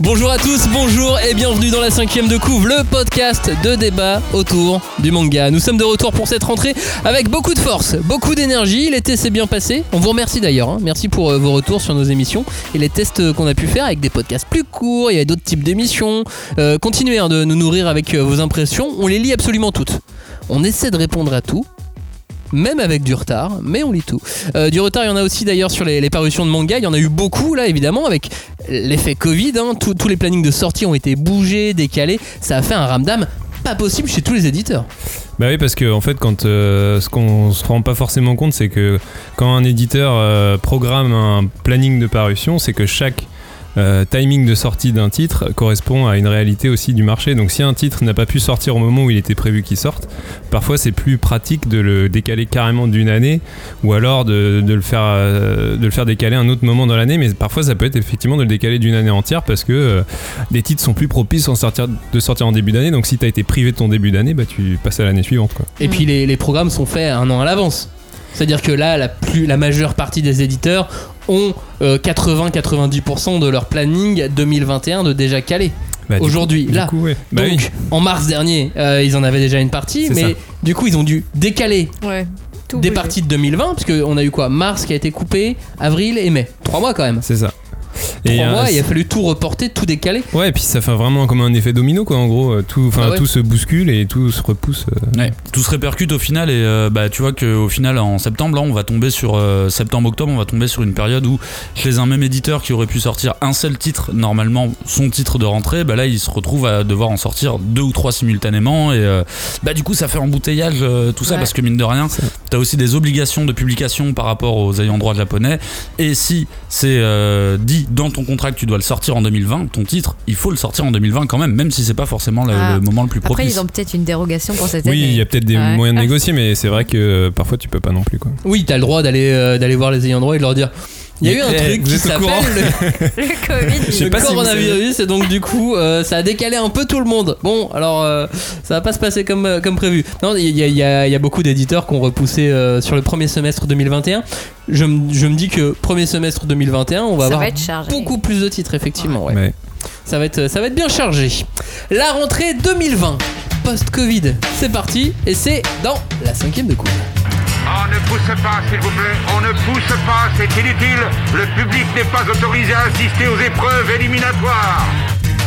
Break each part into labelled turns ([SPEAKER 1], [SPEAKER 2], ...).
[SPEAKER 1] Bonjour à tous, bonjour et bienvenue dans la cinquième de couvre, le podcast de débat autour du manga. Nous sommes de retour pour cette rentrée avec beaucoup de force, beaucoup d'énergie. L'été s'est bien passé. On vous remercie d'ailleurs. hein. Merci pour euh, vos retours sur nos émissions et les tests euh, qu'on a pu faire avec des podcasts plus courts. Il y a d'autres types d'émissions. Euh, continuez hein, de nous nourrir avec euh, vos impressions. On les lit absolument toutes. On essaie de répondre à tout. Même avec du retard, mais on lit tout. Euh, du retard, il y en a aussi d'ailleurs sur les, les parutions de manga. Il y en a eu beaucoup là, évidemment, avec l'effet Covid. hein. Tous- tous les plannings de sortie ont été bougés, décalés. Ça a fait un ramdam pas possible chez tous les éditeurs.
[SPEAKER 2] Bah oui, parce que en fait, quand euh, ce qu'on se rend pas forcément compte, c'est que quand un éditeur euh, programme un planning de parution, c'est que chaque euh, timing de sortie d'un titre correspond à une réalité aussi du marché. Donc si un titre n'a pas pu sortir au moment où il était prévu qu'il sorte, parfois c'est plus pratique de le décaler carrément d'une année ou alors de, de le faire, euh, de le faire décaler à un autre moment dans l'année. Mais parfois ça peut être effectivement de le décaler d'une année entière parce que euh, les titres sont plus propices en sortir- de sortir en début d'année. Donc si t'as été privé de ton début d'année, bah tu passes à l'année suivante. Quoi.
[SPEAKER 1] Et
[SPEAKER 3] Mm.
[SPEAKER 1] puis les, les programmes sont faits un an à l'avance. C'est-à-dire que là, la, plus, la majeure partie des éditeurs ont euh, 80-90% de leur planning 2021 de déjà calé.
[SPEAKER 2] Bah, du
[SPEAKER 1] Aujourd'hui,
[SPEAKER 2] coup- du
[SPEAKER 1] là.
[SPEAKER 2] coup, ouais. Bah
[SPEAKER 1] Donc,
[SPEAKER 2] oui.
[SPEAKER 1] en mars dernier, euh, ils en avaient déjà une partie,
[SPEAKER 2] C'est
[SPEAKER 1] mais
[SPEAKER 2] ça.
[SPEAKER 1] du coup, ils ont dû décaler
[SPEAKER 3] Ouais. Tout
[SPEAKER 1] des
[SPEAKER 3] bougé.
[SPEAKER 1] parties de 2020, parce qu'on a eu quoi Mars qui a été coupé, avril et mai. Trois mois quand même.
[SPEAKER 2] c'est ça.
[SPEAKER 1] Trois
[SPEAKER 2] euh,
[SPEAKER 1] mois, il a fallu tout reporter, tout décaler.
[SPEAKER 2] Ouais, et puis ça fait vraiment comme un effet domino, quoi. En gros, euh, tout, enfin,
[SPEAKER 1] Ah ouais.
[SPEAKER 2] tout se bouscule et tout se repousse. euh.
[SPEAKER 4] Ouais. Tout se répercute au final et euh, bah, tu vois qu'au final en septembre là, on va tomber sur septembre octobre on va tomber sur une période où chez un même éditeur qui aurait pu sortir un seul titre normalement son titre de rentrée bah là il se retrouve à devoir en sortir deux ou trois simultanément et euh, bah du coup ça fait embouteillage euh, tout ça
[SPEAKER 3] Ouais.
[SPEAKER 4] parce que mine de rien t'as aussi des obligations de publication par rapport aux ayants droit japonais et si c'est euh, dit dans ton contrat que tu dois le sortir en 2020 ton titre il faut le sortir en 2020 quand même même si c'est pas forcément le,
[SPEAKER 3] Ah.
[SPEAKER 4] le moment le plus
[SPEAKER 3] Après,
[SPEAKER 4] propice
[SPEAKER 3] ils ont peut-être une dérogation pour cette
[SPEAKER 2] Oui,
[SPEAKER 3] année.
[SPEAKER 2] il y a peut-être des
[SPEAKER 3] Ouais.
[SPEAKER 2] moyens de
[SPEAKER 3] Ah.
[SPEAKER 2] négocier, mais c'est vrai que euh, parfois tu peux pas non plus, quoi.
[SPEAKER 1] Oui, t'as le droit d'aller euh, d'aller voir les ayants droit et de leur dire. Il y a eu un
[SPEAKER 2] Eh,
[SPEAKER 1] truc
[SPEAKER 2] vous
[SPEAKER 1] qui
[SPEAKER 2] êtes au courant
[SPEAKER 1] s'appelle le,
[SPEAKER 3] Le Covid.
[SPEAKER 2] Je sais
[SPEAKER 1] le
[SPEAKER 2] pas si vous
[SPEAKER 1] coronavirus et donc du coup euh, ça a décalé un peu tout le monde. Bon alors euh, ça va pas se passer comme, euh, comme prévu. Non il y a, il y a- il y a beaucoup d'éditeurs qui ont repoussé euh, sur le premier semestre 2021. Je me je me dis que premier semestre 2021 on va
[SPEAKER 3] ça
[SPEAKER 1] avoir
[SPEAKER 3] va être chargé.
[SPEAKER 1] beaucoup plus de titres effectivement. ouais.
[SPEAKER 2] Ouais.
[SPEAKER 1] Ça, va être, ça va être bien chargé. La rentrée 2020 post-Covid c'est parti et c'est dans la cinquième de coupe.
[SPEAKER 5] On Ah, ne pousse pas, s'il vous plaît. On ne pousse pas, c'est inutile. Le public n'est pas autorisé à assister aux épreuves éliminatoires.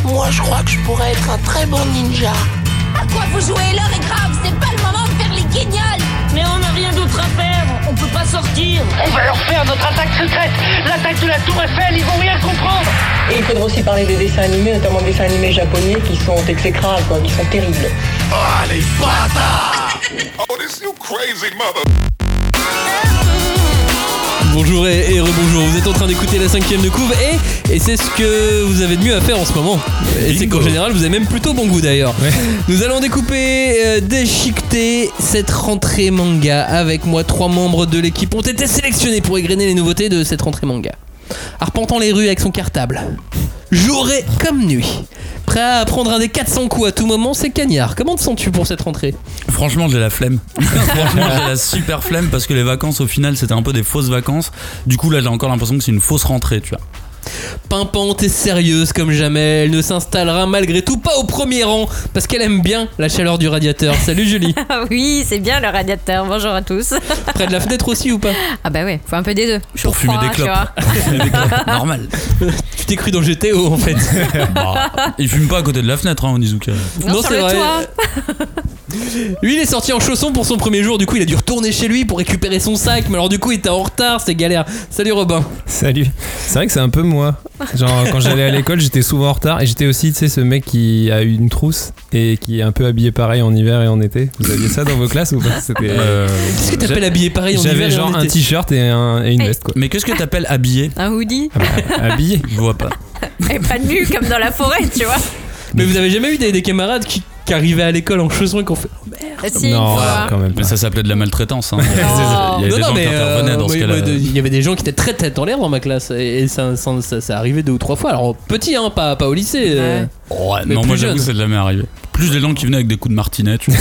[SPEAKER 6] Moi, je crois que je pourrais être un très bon ninja.
[SPEAKER 7] À quoi vous jouez L'heure est grave, c'est pas le moment de faire les guignols Mais on n'a rien d'autre à faire, on peut pas sortir
[SPEAKER 8] On va leur faire notre attaque secrète, l'attaque de la Tour Eiffel, ils vont rien comprendre.
[SPEAKER 9] Et il faudra aussi parler des dessins animés, notamment des dessins animés japonais qui sont exécrables, quoi, qui sont terribles.
[SPEAKER 1] Bonjour et, et rebonjour, vous êtes en train d'écouter la cinquième de couve et, et c'est ce que vous avez de mieux à faire en ce moment. Et c'est qu'en général vous avez même plutôt bon goût d'ailleurs.
[SPEAKER 2] Ouais.
[SPEAKER 1] Nous allons découper, euh, déchiqueter cette rentrée manga. Avec moi, trois membres de l'équipe ont été sélectionnés pour égrener les nouveautés de cette rentrée manga. Arpentant les rues avec son cartable, jouré comme nuit, prêt à prendre un des 400 coups à tout moment, c'est Cagnard. Comment te sens-tu pour cette rentrée
[SPEAKER 4] Franchement, j'ai la flemme. Franchement, j'ai la super flemme parce que les vacances, au final, c'était un peu des fausses vacances. Du coup, là, j'ai encore l'impression que c'est une fausse rentrée, tu vois.
[SPEAKER 1] pimpante et sérieuse comme jamais. Elle ne s'installera malgré tout pas au premier rang parce qu'elle aime bien la chaleur du radiateur. Salut Julie.
[SPEAKER 3] Ah oui, c'est bien le radiateur. Bonjour à tous.
[SPEAKER 1] Près de la fenêtre aussi ou pas
[SPEAKER 3] Ah bah ouais, faut un peu des deux. Chaud,
[SPEAKER 4] Pour fumer
[SPEAKER 3] froid,
[SPEAKER 4] des
[SPEAKER 3] tu
[SPEAKER 4] clopes.
[SPEAKER 3] vois.
[SPEAKER 4] Pour fumer des clopes, Normal.
[SPEAKER 1] Tu t'es cru dans GTO en fait.
[SPEAKER 4] Bah, il fume pas à côté de la fenêtre, hein, Onizuka.
[SPEAKER 3] Non,
[SPEAKER 1] Non,
[SPEAKER 3] sur
[SPEAKER 1] c'est
[SPEAKER 3] le
[SPEAKER 1] vrai.
[SPEAKER 3] toit.
[SPEAKER 1] Lui il est sorti en chaussons pour son premier jour. Du coup il a dû retourner chez lui pour récupérer son sac. Mais alors du coup il était en retard. C'est galère. Salut Robin.
[SPEAKER 2] Salut. C'est vrai que c'est un peu moi. Genre, quand j'allais à l'école, j'étais souvent en retard et j'étais aussi, tu sais, ce mec qui a une trousse et qui est un peu habillé pareil en hiver et en été. Vous aviez ça dans vos classes ou pas C'était.
[SPEAKER 4] Euh,
[SPEAKER 1] Qu'est-ce que t'appelles habillé pareil en hiver
[SPEAKER 2] J'avais
[SPEAKER 1] et en
[SPEAKER 2] genre un
[SPEAKER 1] été
[SPEAKER 2] t-shirt et, un- et une
[SPEAKER 3] Hey.
[SPEAKER 2] veste, quoi.
[SPEAKER 4] mais qu'est-ce que t'appelles habillé
[SPEAKER 3] Un hoodie.
[SPEAKER 2] Ah bah, habillé.
[SPEAKER 4] Je vois pas.
[SPEAKER 3] Et pas nu comme dans la forêt, tu vois.
[SPEAKER 1] Mais vous avez jamais eu des, des camarades qui, qui arrivaient à l'école en chaussons et qu'on fait.
[SPEAKER 3] Si,
[SPEAKER 2] non,
[SPEAKER 1] ah,
[SPEAKER 3] une fois.
[SPEAKER 2] quand même pas.
[SPEAKER 4] Mais ça s'appelait de la maltraitance. hein. Il y a-
[SPEAKER 3] Non.
[SPEAKER 4] il y a des gens qui
[SPEAKER 1] euh,
[SPEAKER 4] intervenaient dans ce
[SPEAKER 1] moi,
[SPEAKER 4] cas-là.
[SPEAKER 1] moi, de- il y avait des gens qui étaient très tête en l'air dans ma classe et, et ça, ça, ça, ça arrivait deux ou trois fois. Alors petit, hein, pas, pas au lycée. euh.
[SPEAKER 3] Ouais.
[SPEAKER 4] Ouais,
[SPEAKER 1] mais
[SPEAKER 4] non,
[SPEAKER 1] plus
[SPEAKER 4] moi, j'avoue,
[SPEAKER 1] jeune.
[SPEAKER 4] c'est de la mer arrivée. Plus des gens qui venaient avec des coups de martinet, tu vois.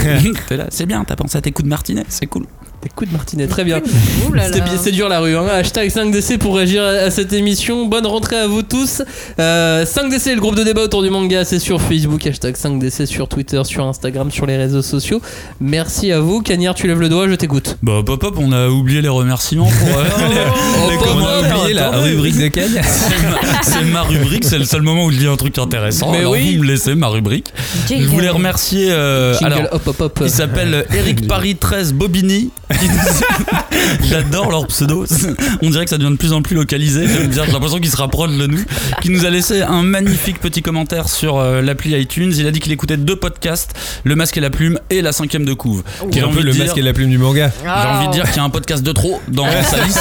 [SPEAKER 4] T'es là, c'est bien, t'as pensé à tes coups de martinet, c'est cool.
[SPEAKER 1] Des coups de martinet, très bien.
[SPEAKER 3] Ouh là
[SPEAKER 1] C'était
[SPEAKER 3] là.
[SPEAKER 1] bien- C'est dur la rue. hein. Hashtag 5DC pour réagir à- à cette émission. Bonne rentrée à vous tous. Euh, 5DC, le groupe de débat autour du manga, c'est sur Facebook. Hashtag 5DC sur Twitter, sur Instagram, sur les réseaux sociaux. Merci à vous. Cagnard, tu lèves le doigt, je t'écoute.
[SPEAKER 4] Bah, pop up, on a oublié les remerciements pour. euh,
[SPEAKER 1] Oh,
[SPEAKER 4] les-
[SPEAKER 1] pop,
[SPEAKER 4] comment-
[SPEAKER 1] pop,
[SPEAKER 4] oublié la
[SPEAKER 1] attendez.
[SPEAKER 4] rubrique de Ken C'est ma- C'est ma rubrique, c'est le seul moment où je dis un truc intéressant.
[SPEAKER 1] Mais
[SPEAKER 4] alors
[SPEAKER 1] oui.
[SPEAKER 4] vous me laissez ma rubrique. Je voulais remercier. euh,
[SPEAKER 1] Jingle,
[SPEAKER 4] alors,
[SPEAKER 1] hop, hop, hop.
[SPEAKER 4] il s'appelle Eric Paris 13 Bobigny. qui nous- J'adore leur pseudo. On dirait que ça devient de plus en plus localisé. J'aime bien, J'ai l'impression qu'ils se rapprochent de nous. Qui nous a laissé un magnifique petit commentaire sur euh, l'appli iTunes. Il a dit qu'il écoutait deux podcasts Le Masque et la Plume et La Cinquième de Couve.
[SPEAKER 2] Qui est un peu le masque et la plume du manga.
[SPEAKER 3] J'ai
[SPEAKER 4] J'ai envie de dire qu'il y a un podcast de trop dans sa liste.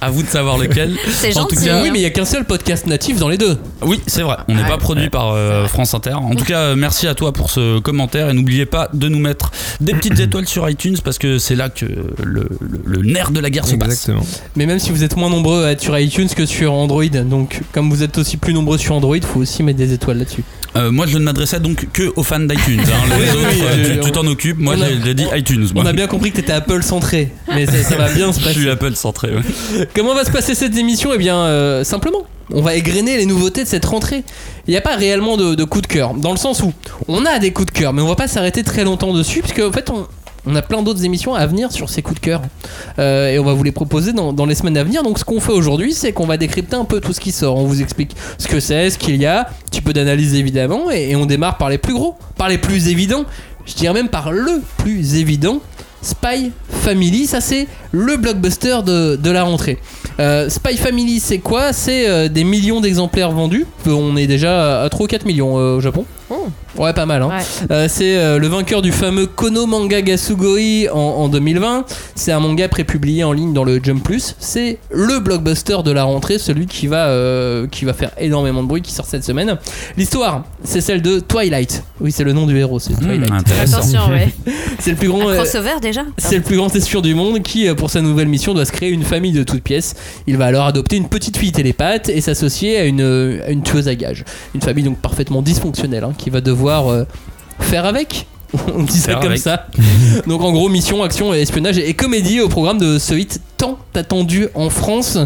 [SPEAKER 4] à vous de savoir lequel.
[SPEAKER 3] C'est
[SPEAKER 4] En
[SPEAKER 3] gentil.
[SPEAKER 4] tout cas-
[SPEAKER 1] Oui, mais il y a qu'un seul podcast natif dans les deux.
[SPEAKER 4] Oui, c'est vrai. On n'est
[SPEAKER 3] Ouais.
[SPEAKER 4] pas produit par euh, France Inter. En tout cas, euh, merci à toi pour ce commentaire et n'oubliez pas de nous mettre des petites étoiles sur iTunes parce que c'est là que le, le- le nerf de la guerre se passe.
[SPEAKER 2] Exactement.
[SPEAKER 1] Mais même si vous êtes moins nombreux à être sur iTunes que sur Android, donc comme vous êtes aussi plus nombreux sur Android, faut aussi mettre des étoiles là-dessus.
[SPEAKER 4] Euh, moi, je ne m'adressais donc que aux fans d'iTunes. hein. Les
[SPEAKER 1] Oui,
[SPEAKER 4] autres,
[SPEAKER 1] oui,
[SPEAKER 4] euh,
[SPEAKER 1] oui,
[SPEAKER 4] tu-
[SPEAKER 1] on-
[SPEAKER 4] tu t'en occupes. Moi,
[SPEAKER 1] on a-
[SPEAKER 4] j'ai j'ai dit iTunes.
[SPEAKER 1] On
[SPEAKER 4] moi.
[SPEAKER 1] a bien compris que t'étais Apple centré, mais ça, ça va bien se
[SPEAKER 4] Je
[SPEAKER 1] passer.
[SPEAKER 4] suis Apple centré. ouais.
[SPEAKER 1] Comment va se passer cette émission Eh bien, euh, simplement, on va égrener les nouveautés de cette rentrée. Il n'y a pas réellement de, de coup de cœur, dans le sens où on a des coups de cœur, mais on va pas s'arrêter très longtemps dessus, puisque en fait, on, on a plein d'autres émissions à venir sur ces coups de cœur. Euh, et on va vous les proposer dans, dans les semaines à venir. Donc, ce qu'on fait aujourd'hui, c'est qu'on va décrypter un peu tout ce qui sort. On vous explique ce que c'est, ce qu'il y a, un petit peu d'analyse évidemment, et, et on démarre par les plus gros, par les plus évidents. Je dirais même par le plus évident. Spy Family, ça c'est le blockbuster de, de la rentrée. Euh, Spy Family, c'est quoi C'est euh, des millions d'exemplaires vendus. On est déjà à 3 ou 4 millions euh, au Japon. Ouais, pas mal. Hein.
[SPEAKER 3] Ouais.
[SPEAKER 1] Euh, c'est euh, le vainqueur du fameux Kono Manga Gasugoi en, en 2020. C'est un manga prépublié en ligne dans le Jump Plus. C'est le blockbuster de la rentrée, celui qui va, euh, qui va faire énormément de bruit, qui sort cette semaine. L'histoire, c'est celle de Twilight. Oui, c'est le nom du héros, c'est Twilight.
[SPEAKER 4] Mmh, intéressant.
[SPEAKER 3] Attention, ouais.
[SPEAKER 1] C'est le plus grand.
[SPEAKER 3] Un
[SPEAKER 1] euh,
[SPEAKER 3] crossover déjà
[SPEAKER 1] c'est le plus grand espion du monde qui, euh, pour sa nouvelle mission, doit se créer une famille de toutes pièces. Il va alors adopter une petite fille télépathe et s'associer à une, euh, à une tueuse à gages. Une famille donc parfaitement dysfonctionnelle hein, qui va devoir euh, faire avec. On dit ça
[SPEAKER 4] Faire
[SPEAKER 1] comme
[SPEAKER 4] avec.
[SPEAKER 1] ça. donc en gros, mission, action, et espionnage et comédie au programme de ce hit tant attendu en France.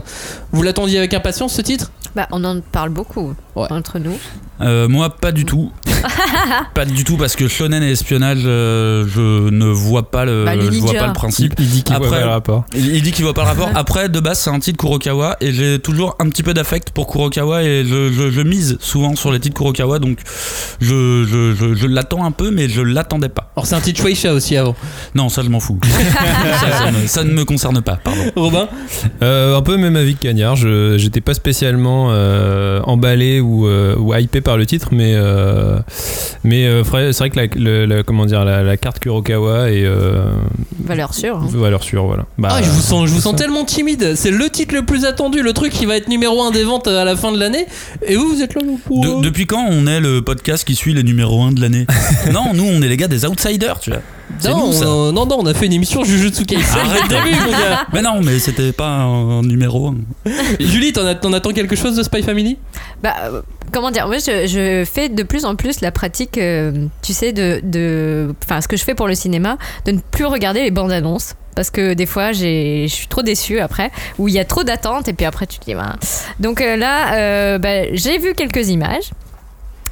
[SPEAKER 1] Vous l'attendiez avec impatience ce titre
[SPEAKER 3] Bah, on en parle beaucoup
[SPEAKER 1] Ouais.
[SPEAKER 3] entre nous.
[SPEAKER 4] Euh, moi, pas du tout. pas du tout parce que shonen et espionnage, euh, je ne vois pas le,
[SPEAKER 3] Bah,
[SPEAKER 4] je vois
[SPEAKER 3] l'immédiat.
[SPEAKER 4] pas le principe.
[SPEAKER 2] Il dit qu'il voit
[SPEAKER 4] Après-
[SPEAKER 2] pas le rapport.
[SPEAKER 4] Il il dit qu'il voit pas le rapport. Après, de base, c'est un titre Kurokawa et j'ai toujours un petit peu d'affect pour Kurokawa et je, je- je mise souvent sur les titres Kurokawa donc je, je- je- je l'attends un peu, mais je l'attendais pas.
[SPEAKER 1] Alors c'est un titre Shueisha aussi avant.
[SPEAKER 4] Non, ça, je m'en fous. ça, ça ne, ça ne me concerne pas, pardon.
[SPEAKER 1] Robin
[SPEAKER 2] Euh, un peu même avis que Cagnard. Je j'étais pas spécialement euh, emballé ou, euh, ou hypé par le titre, mais euh, mais euh, fra- c'est vrai que la, le- la- comment dire la, la carte Kurokawa est euh,
[SPEAKER 3] Valeur sûre. hein.
[SPEAKER 2] valeur sûre, voilà. Bah,
[SPEAKER 1] Ah, je vous sens, je vous
[SPEAKER 2] c'est
[SPEAKER 1] sens
[SPEAKER 2] ça.
[SPEAKER 1] tellement timide. C'est le titre le plus attendu, le truc qui va être numéro un des ventes à la fin de l'année. Et vous, vous êtes là pour.
[SPEAKER 3] Oh.
[SPEAKER 4] De- depuis quand on est le podcast qui suit les numéros 1 de l'année Non, nous, on est les gars des outsiders, tu vois. C'est
[SPEAKER 1] non,
[SPEAKER 4] nous, ça. Ah,
[SPEAKER 1] on, non, non, on a fait une émission Jujutsu Kaisen.
[SPEAKER 4] Arrête.
[SPEAKER 1] T'as vu, mon gars
[SPEAKER 4] Mais non, mais c'était pas un, un numéro 1.
[SPEAKER 1] Julie, t'en, as- t'en attends quelque chose de Spy Family
[SPEAKER 3] Bah, euh, comment dire Moi, je, je fais de plus en plus la pratique, euh, tu sais, de, de. Enfin, ce que je fais pour le cinéma, de ne plus regarder les bandes annonces. Parce que des fois, j'ai- je suis trop déçue après, où il y a trop d'attentes, et puis après, tu te dis. bah. Donc euh, là, euh, bah, j'ai vu quelques images.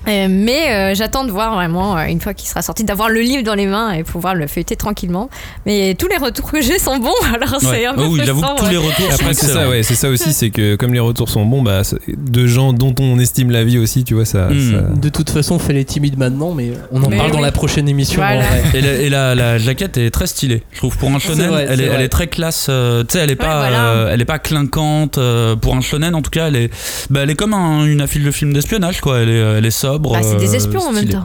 [SPEAKER 3] euh, Mais euh, j'attends de voir vraiment, euh, une fois qu'il sera sorti, d'avoir le livre dans les mains et pouvoir le feuilleter tranquillement. Mais tous les retours que j'ai sont bons, alors c'est un peu
[SPEAKER 4] Oh oui, j'avoue
[SPEAKER 3] frustrant,
[SPEAKER 4] que tous
[SPEAKER 3] ouais.
[SPEAKER 4] les retours sont
[SPEAKER 2] Après c'est
[SPEAKER 4] excellents.
[SPEAKER 2] ça, ouais, c'est ça aussi, c'est que comme les retours sont bons, bah c'est- de gens dont on estime la vie aussi, tu vois ça.
[SPEAKER 4] Hmm.
[SPEAKER 2] ça-
[SPEAKER 1] De toute façon, fais les timides maintenant, mais on en
[SPEAKER 3] Mais
[SPEAKER 1] parle dans
[SPEAKER 3] oui.
[SPEAKER 1] la prochaine émission. en
[SPEAKER 3] Voilà.
[SPEAKER 1] vrai.
[SPEAKER 4] Et, la, et la- la jaquette est très stylée, je trouve. Pour un shonen,
[SPEAKER 1] vrai,
[SPEAKER 4] elle,
[SPEAKER 1] Ah, c'est
[SPEAKER 4] est,
[SPEAKER 1] vrai.
[SPEAKER 4] elle est très classe. euh, tu sais, elle est pas,
[SPEAKER 3] voilà.
[SPEAKER 4] euh, elle est pas clinquante. euh, pour un shonen, en tout cas, elle est, bah, elle est comme un- une affiche de film d'espionnage, quoi. Elle est, elle est sobre.
[SPEAKER 3] Bah, c'est des
[SPEAKER 4] euh,
[SPEAKER 3] espions en même
[SPEAKER 4] stylée.
[SPEAKER 3] temps.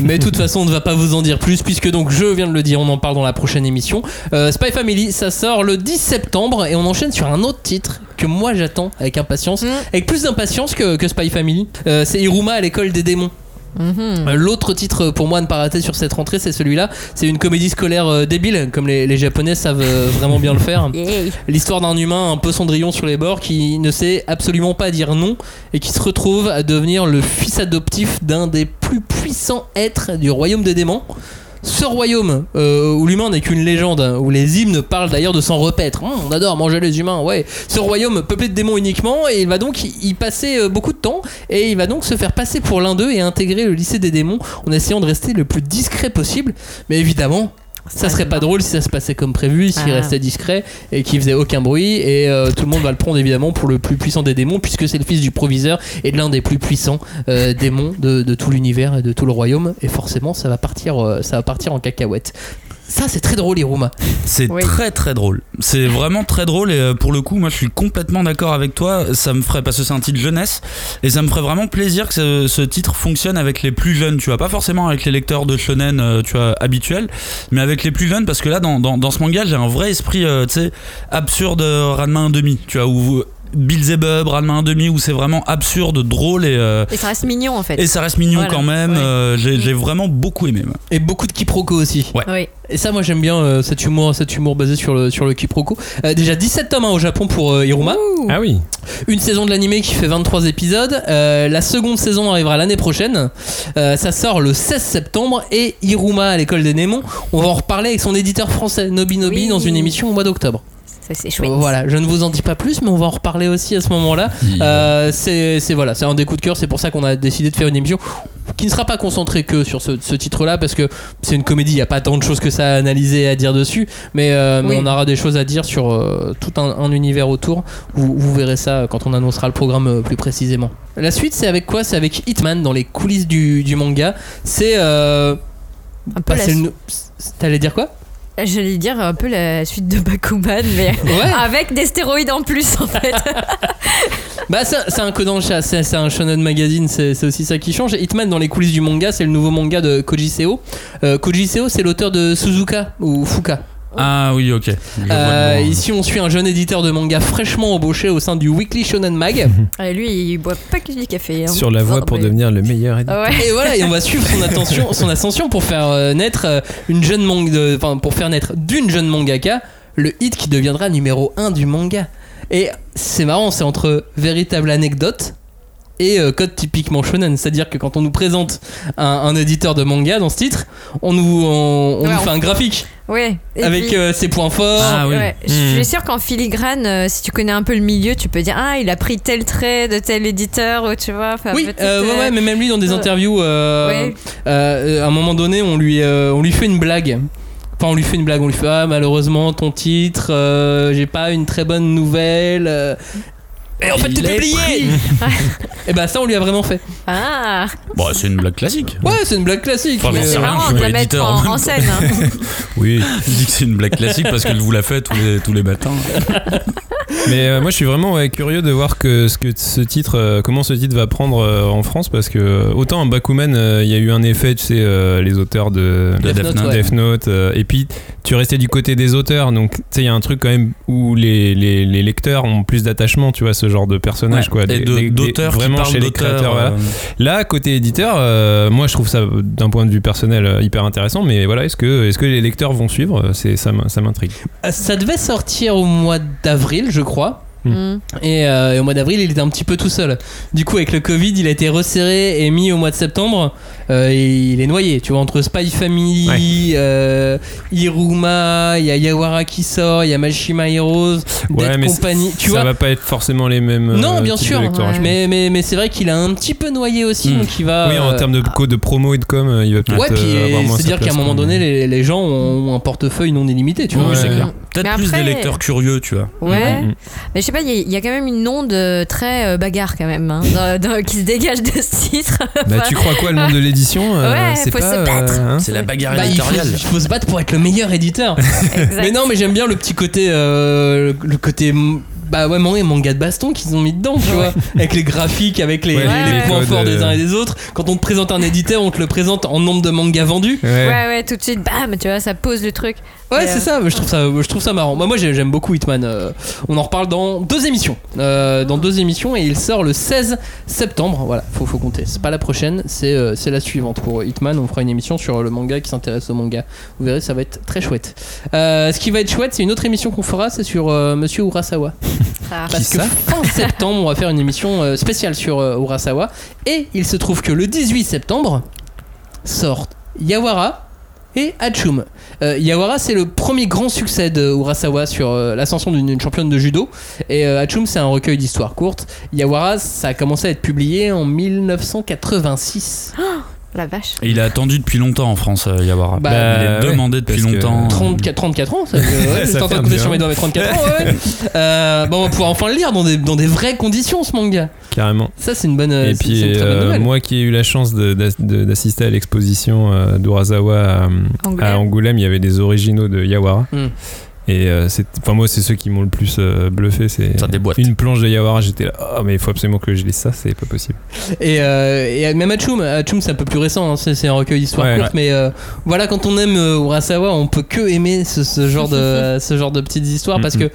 [SPEAKER 1] Mais de toute façon, on ne va pas vous en dire plus, puisque donc je viens de le dire, on en parle dans la prochaine émission. Euh, Spy Family, ça sort le 10 septembre, et on enchaîne sur un autre titre que moi j'attends avec impatience,
[SPEAKER 3] Mm.
[SPEAKER 1] avec plus d'impatience que, que Spy Family. Euh, c'est Iruma à l'école des démons.
[SPEAKER 3] Mmh,
[SPEAKER 1] Euh, L'autre titre pour moi à ne pas rater sur cette rentrée, c'est celui-là. C'est une comédie scolaire euh, débile, comme les, les Japonais savent euh, vraiment bien le faire.
[SPEAKER 3] Yay.
[SPEAKER 1] L'histoire d'un humain un peu cendrillon sur les bords qui ne sait absolument pas dire non et qui se retrouve à devenir le fils adoptif d'un des plus puissants êtres du royaume des démons. ce royaume euh, où l'humain n'est qu'une légende, hein, où les hymnes parlent d'ailleurs de s'en repaître. Hum, on adore manger les humains, ouais. Ce royaume peuplé de démons uniquement, et il va donc y passer euh, beaucoup de temps, et il va donc se faire passer pour l'un d'eux et intégrer le lycée des démons en essayant de rester le plus discret possible. Mais évidemment, ça serait pas drôle si ça se passait comme prévu, s'il
[SPEAKER 3] Ah.
[SPEAKER 1] restait discret et qu'il faisait aucun bruit. Et euh, tout le monde va le prendre évidemment pour le plus puissant des démons, puisque c'est le fils du proviseur et de l'un des plus puissants euh, démons de, de tout l'univers et de tout le royaume. Et forcément, ça va partir, euh, ça va partir en cacahuète. Ça, c'est très drôle, Iruma.
[SPEAKER 4] C'est
[SPEAKER 3] Oui.
[SPEAKER 4] très très drôle. C'est vraiment très drôle et euh, pour le coup, moi je suis complètement d'accord avec toi. Ça me ferait, parce que c'est un titre jeunesse, et ça me ferait vraiment plaisir que ce, ce titre fonctionne avec les plus jeunes, tu vois. Pas forcément avec les lecteurs de shonen, euh, tu vois, habituels, mais avec les plus jeunes, parce que là, dans, dans, dans ce manga, j'ai un vrai esprit, euh, tu sais, absurde, euh, Ranma 1,5, tu vois, où Beelzebub, Ranma 1,5, où c'est vraiment absurde, drôle et. euh,
[SPEAKER 3] Et ça reste mignon en fait.
[SPEAKER 4] et ça reste mignon
[SPEAKER 3] Voilà,
[SPEAKER 4] quand même,
[SPEAKER 3] ouais.
[SPEAKER 4] euh, j'ai j'ai vraiment beaucoup aimé. moi.
[SPEAKER 1] Et beaucoup de quiproquos aussi.
[SPEAKER 3] Oui.
[SPEAKER 1] Et ça, moi, j'aime bien euh, cet humour, cet humour basé sur le, sur le quiproquo. Euh, déjà 17 tomes hein, au Japon pour euh, Iruma.
[SPEAKER 2] Ah oui.
[SPEAKER 1] Une saison de l'animé qui fait 23 épisodes. Euh, la seconde saison arrivera l'année prochaine. Euh, ça sort le 16 septembre. Et Iruma à l'école des Némons, on va en reparler avec son éditeur français, Nobinobi,
[SPEAKER 3] Oui.
[SPEAKER 1] dans une émission au mois d'octobre.
[SPEAKER 3] Ça c'est chouette.
[SPEAKER 1] Voilà, je ne vous en dis pas plus, mais on va en reparler aussi à ce moment-là. Euh, c'est c'est- voilà, c'est un des coups de cœur. C'est pour ça qu'on a décidé de faire une émission qui ne sera pas concentrée que sur ce, ce titre-là, parce que c'est une comédie. Il n'y a pas tant de choses que ça à analyser et à dire dessus, mais, euh, mais
[SPEAKER 3] Oui.
[SPEAKER 1] on aura des choses à dire sur euh, tout un, un univers autour. Vous, vous verrez ça euh, quand on annoncera le programme euh, plus précisément. La suite, c'est avec quoi C'est avec Hitman dans les coulisses du, du manga. C'est euh,
[SPEAKER 3] Un peu
[SPEAKER 1] bah,
[SPEAKER 3] la
[SPEAKER 1] c'est le- T'allais dire quoi
[SPEAKER 3] Ah, J'allais dire un peu la suite de Bakuman, mais
[SPEAKER 1] Ouais.
[SPEAKER 3] avec des stéroïdes en plus en fait.
[SPEAKER 1] Bah c'est c'est un code en chat, c'est c'est un shonen magazine, c'est c'est aussi ça qui change. Et Hitman dans les coulisses du manga, c'est le nouveau manga de Koji Seo. Euh, Koji Seo, c'est l'auteur de Suzuka ou Fuka.
[SPEAKER 4] Ah oui, ok. Je vois
[SPEAKER 1] Euh,
[SPEAKER 4] le nom. hein.
[SPEAKER 1] ici, on suit un jeune éditeur de manga fraîchement embauché au sein du Weekly Shonen Mag.
[SPEAKER 3] Et lui, il boit pas que du café. hein.
[SPEAKER 2] Sur la voie
[SPEAKER 3] Ah,
[SPEAKER 2] pour
[SPEAKER 3] mais-
[SPEAKER 2] devenir le meilleur éditeur.
[SPEAKER 3] Ah Ouais.
[SPEAKER 1] Et voilà, et on va suivre son, attention, son ascension pour faire euh, naître euh, une jeune manga, de- enfin pour faire naître d'une jeune mangaka le hit qui deviendra numéro 1 du manga. Et c'est marrant, c'est entre véritable anecdote et euh, code typiquement shonen, c'est-à-dire que quand on nous présente un, un éditeur de manga dans ce titre, on nous, on, on
[SPEAKER 3] Ouais,
[SPEAKER 1] nous
[SPEAKER 3] on-
[SPEAKER 1] fait un graphique
[SPEAKER 3] Ouais. Et
[SPEAKER 1] avec
[SPEAKER 3] puis-
[SPEAKER 1] euh, ses points forts.
[SPEAKER 4] Ah oui.
[SPEAKER 3] Ouais. Je
[SPEAKER 2] Hmm.
[SPEAKER 3] suis sûre qu'en filigrane, euh, si tu connais un peu le milieu, tu peux dire Ah, il a pris tel trait de tel éditeur, ou tu vois. enfin,
[SPEAKER 1] oui,
[SPEAKER 3] peut-être,
[SPEAKER 1] euh, ouais,
[SPEAKER 3] euh,
[SPEAKER 1] ouais, mais même lui dans des
[SPEAKER 3] euh,
[SPEAKER 1] interviews, euh,
[SPEAKER 3] ouais.
[SPEAKER 1] euh, à un moment donné, on lui, euh, on lui fait une blague. Enfin, on lui fait une blague, on lui fait Ah, malheureusement, ton titre, euh, j'ai pas une très bonne nouvelle. euh. et en fait,
[SPEAKER 4] Il
[SPEAKER 1] t'es
[SPEAKER 4] est
[SPEAKER 1] publié Et bah, ça, on lui a vraiment fait.
[SPEAKER 3] Ah,
[SPEAKER 4] Bon, c'est une blague classique.
[SPEAKER 1] Ouais, c'est une blague classique.
[SPEAKER 4] Enfin,
[SPEAKER 1] mais,
[SPEAKER 4] j'en
[SPEAKER 3] c'est
[SPEAKER 4] sais
[SPEAKER 1] euh,
[SPEAKER 4] rien.
[SPEAKER 3] marrant
[SPEAKER 4] je
[SPEAKER 3] de
[SPEAKER 4] suis
[SPEAKER 3] la mettre
[SPEAKER 4] éditeur en
[SPEAKER 3] en,
[SPEAKER 4] même
[SPEAKER 3] en
[SPEAKER 4] temps.
[SPEAKER 3] scène. hein.
[SPEAKER 2] Oui.
[SPEAKER 4] Je dis que c'est une blague classique parce qu'elle vous la fait tous les, tous les matins.
[SPEAKER 2] Mais euh, moi, je suis vraiment ouais, curieux de voir que ce que ce titre, euh, comment ce titre va prendre euh, en France, parce que euh, autant en Bakuman, euh, il y a eu un effet, tu sais, euh, les auteurs de,
[SPEAKER 4] De
[SPEAKER 1] Death Death Note, Note, ouais.
[SPEAKER 2] Death Note, euh, et puis tu restais du côté des auteurs, donc tu sais, il y a un truc quand même où les, les, les lecteurs ont plus d'attachement, tu vois, à ce genre de personnage, quoi.
[SPEAKER 4] Et
[SPEAKER 2] Des-
[SPEAKER 4] de-
[SPEAKER 2] des- des-
[SPEAKER 4] d'auteurs qui
[SPEAKER 2] vraiment
[SPEAKER 4] parlent
[SPEAKER 2] chez les
[SPEAKER 4] d'auteurs,
[SPEAKER 2] créateurs. voilà.
[SPEAKER 4] euh,
[SPEAKER 2] Là, côté éditeur, euh, moi je trouve ça euh, d'un point de vue personnel euh, hyper intéressant, mais voilà, est-ce que, est que les lecteurs vont suivre euh, C'est Ça m'in- ça m'intrigue.
[SPEAKER 1] euh, ça devait sortir au mois d'avril, je crois.
[SPEAKER 3] Mm.
[SPEAKER 1] Et, euh, et au mois d'avril, il était un petit peu tout seul. Du coup, avec le Covid, il a été resserré et mis au mois de septembre. Euh, et il est noyé, tu vois, entre Spy Family, euh, Iruma, il y a Yawara qui sort, il y a Machima Heroes,
[SPEAKER 2] Ouais,
[SPEAKER 1] Dead
[SPEAKER 2] mais
[SPEAKER 1] Company, tu
[SPEAKER 2] ça
[SPEAKER 1] vois.
[SPEAKER 2] va pas être forcément les mêmes. euh,
[SPEAKER 1] Non, bien
[SPEAKER 2] types de
[SPEAKER 1] sûr,
[SPEAKER 2] lecteurs,
[SPEAKER 3] ouais.
[SPEAKER 2] je pense.
[SPEAKER 1] Mais, mais, mais c'est vrai qu'il a un petit peu noyé aussi,
[SPEAKER 4] Mm.
[SPEAKER 1] donc il va.
[SPEAKER 2] Hmm. Oui, en
[SPEAKER 1] euh,
[SPEAKER 2] termes de, co- de promo et de com, euh, il va peut-être
[SPEAKER 1] Ouais, puis
[SPEAKER 2] euh, avoir
[SPEAKER 1] euh,
[SPEAKER 2] moins sa
[SPEAKER 1] c'est-à-dire
[SPEAKER 2] place,
[SPEAKER 1] qu'à un moment
[SPEAKER 2] quoi.
[SPEAKER 1] donné, les, les gens ont un portefeuille non illimité, tu vois.
[SPEAKER 2] Ouais, c'est clair.
[SPEAKER 4] Peut-être
[SPEAKER 3] Mais
[SPEAKER 4] plus des
[SPEAKER 3] après-
[SPEAKER 4] lecteurs curieux, tu vois.
[SPEAKER 3] Hmm. Ouais.
[SPEAKER 2] Mhm.
[SPEAKER 3] Mais je sais pas, il y, a- il y a quand même une onde euh, très euh, bagarre quand même hein, dans- dans- qui se dégage de ce titre.
[SPEAKER 2] Bah, tu crois quoi, le monde de l'édition euh,
[SPEAKER 3] Ouais,
[SPEAKER 2] c'est
[SPEAKER 3] faut
[SPEAKER 2] pas,
[SPEAKER 3] se battre.
[SPEAKER 2] euh, hein
[SPEAKER 4] C'est la bagarre
[SPEAKER 1] Bah, il, faut,
[SPEAKER 4] éditoriale.
[SPEAKER 1] il faut se battre pour être le meilleur éditeur.
[SPEAKER 3] Exact.
[SPEAKER 1] Mais non, mais j'aime bien le petit côté, euh, le- le côté. m- Bah ouais, manga, manga de baston qu'ils ont mis dedans, tu vois. Avec les graphiques, avec les,
[SPEAKER 2] Ouais,
[SPEAKER 1] les-
[SPEAKER 3] les
[SPEAKER 1] les points
[SPEAKER 2] codes,
[SPEAKER 1] forts des
[SPEAKER 2] euh.
[SPEAKER 1] uns et des autres. Quand on te présente un éditeur, on te le présente en nombre de mangas vendus.
[SPEAKER 2] Ouais.
[SPEAKER 3] Ouais, ouais, tout de suite, bam, tu vois, ça pose le truc.
[SPEAKER 1] Ouais,
[SPEAKER 3] Mais,
[SPEAKER 1] c'est
[SPEAKER 3] euh,
[SPEAKER 1] ça, je trouve ça, je trouve ça marrant. Moi, moi j'ai- j'aime beaucoup Hitman. euh, on en reparle dans deux émissions. Euh, dans deux émissions, et il sort le 16 septembre. Voilà, faut, faut compter. C'est pas la prochaine, c'est euh, c'est la suivante. Pour Hitman, on fera une émission sur le manga qui s'intéresse au manga. Vous verrez, ça va être très chouette. Euh, ce qui va être chouette, c'est une autre émission qu'on fera, c'est sur euh, Monsieur Urasawa.
[SPEAKER 3] ça-
[SPEAKER 1] Parce que fin septembre, on va faire une émission euh, spéciale sur euh, Urasawa. Et il se trouve que le 18 septembre sortent Yawara et Hachum. Euh, Yawara, c'est le premier grand succès de Urasawa sur euh, l'ascension d'une d'une championne de judo. Et euh, Hachum, c'est un recueil d'histoires courtes. Yawara, ça a commencé à être publié en 1986.
[SPEAKER 2] Ah.
[SPEAKER 3] La vache.
[SPEAKER 4] Et il a attendu depuis longtemps en France, euh, Yawara.
[SPEAKER 1] Bah,
[SPEAKER 4] il est
[SPEAKER 2] ouais,
[SPEAKER 4] demandé depuis
[SPEAKER 2] parce que-
[SPEAKER 4] longtemps. euh,
[SPEAKER 1] 34, 34 ans, ça, je- ouais,
[SPEAKER 2] Ça
[SPEAKER 1] j'étais en train
[SPEAKER 2] fait
[SPEAKER 1] de
[SPEAKER 2] un
[SPEAKER 1] compter
[SPEAKER 2] bien.
[SPEAKER 1] sur mes doigts, mais 34 ans, ouais, ouais. Euh, bon, on va pouvoir enfin le lire dans des, dans des vraies conditions, ce manga.
[SPEAKER 2] carrément.
[SPEAKER 1] Ça, c'est une bonne, euh,
[SPEAKER 2] Et
[SPEAKER 1] c'est- c'est une
[SPEAKER 2] puis,
[SPEAKER 1] très bonne
[SPEAKER 2] euh,
[SPEAKER 1] nouvelle.
[SPEAKER 2] moi qui ai eu la chance de- d'ass- de- d'assister à l'exposition euh, d'Urasawa à,
[SPEAKER 3] Anglais.
[SPEAKER 2] à Angoulême, il y avait des originaux de Yawara.
[SPEAKER 1] Hmm.
[SPEAKER 2] Et euh, c'est- enfin, moi, c'est ceux qui m'ont le plus euh, bluffé. C'est
[SPEAKER 4] Ça déboîte.
[SPEAKER 2] une planche de Yawara, j'étais là, oh, mais il faut absolument que je lise ça, c'est pas possible.
[SPEAKER 1] Et, euh, et même Hachum, Hachum c'est un peu plus récent, hein, c'est c'est un recueil d'histoires
[SPEAKER 2] Ouais,
[SPEAKER 1] courtes, mais euh, voilà, quand on aime euh, Urasawa, on peut que aimer ce, ce genre, de, euh, ce genre de petites
[SPEAKER 2] Mm,
[SPEAKER 1] histoires parce que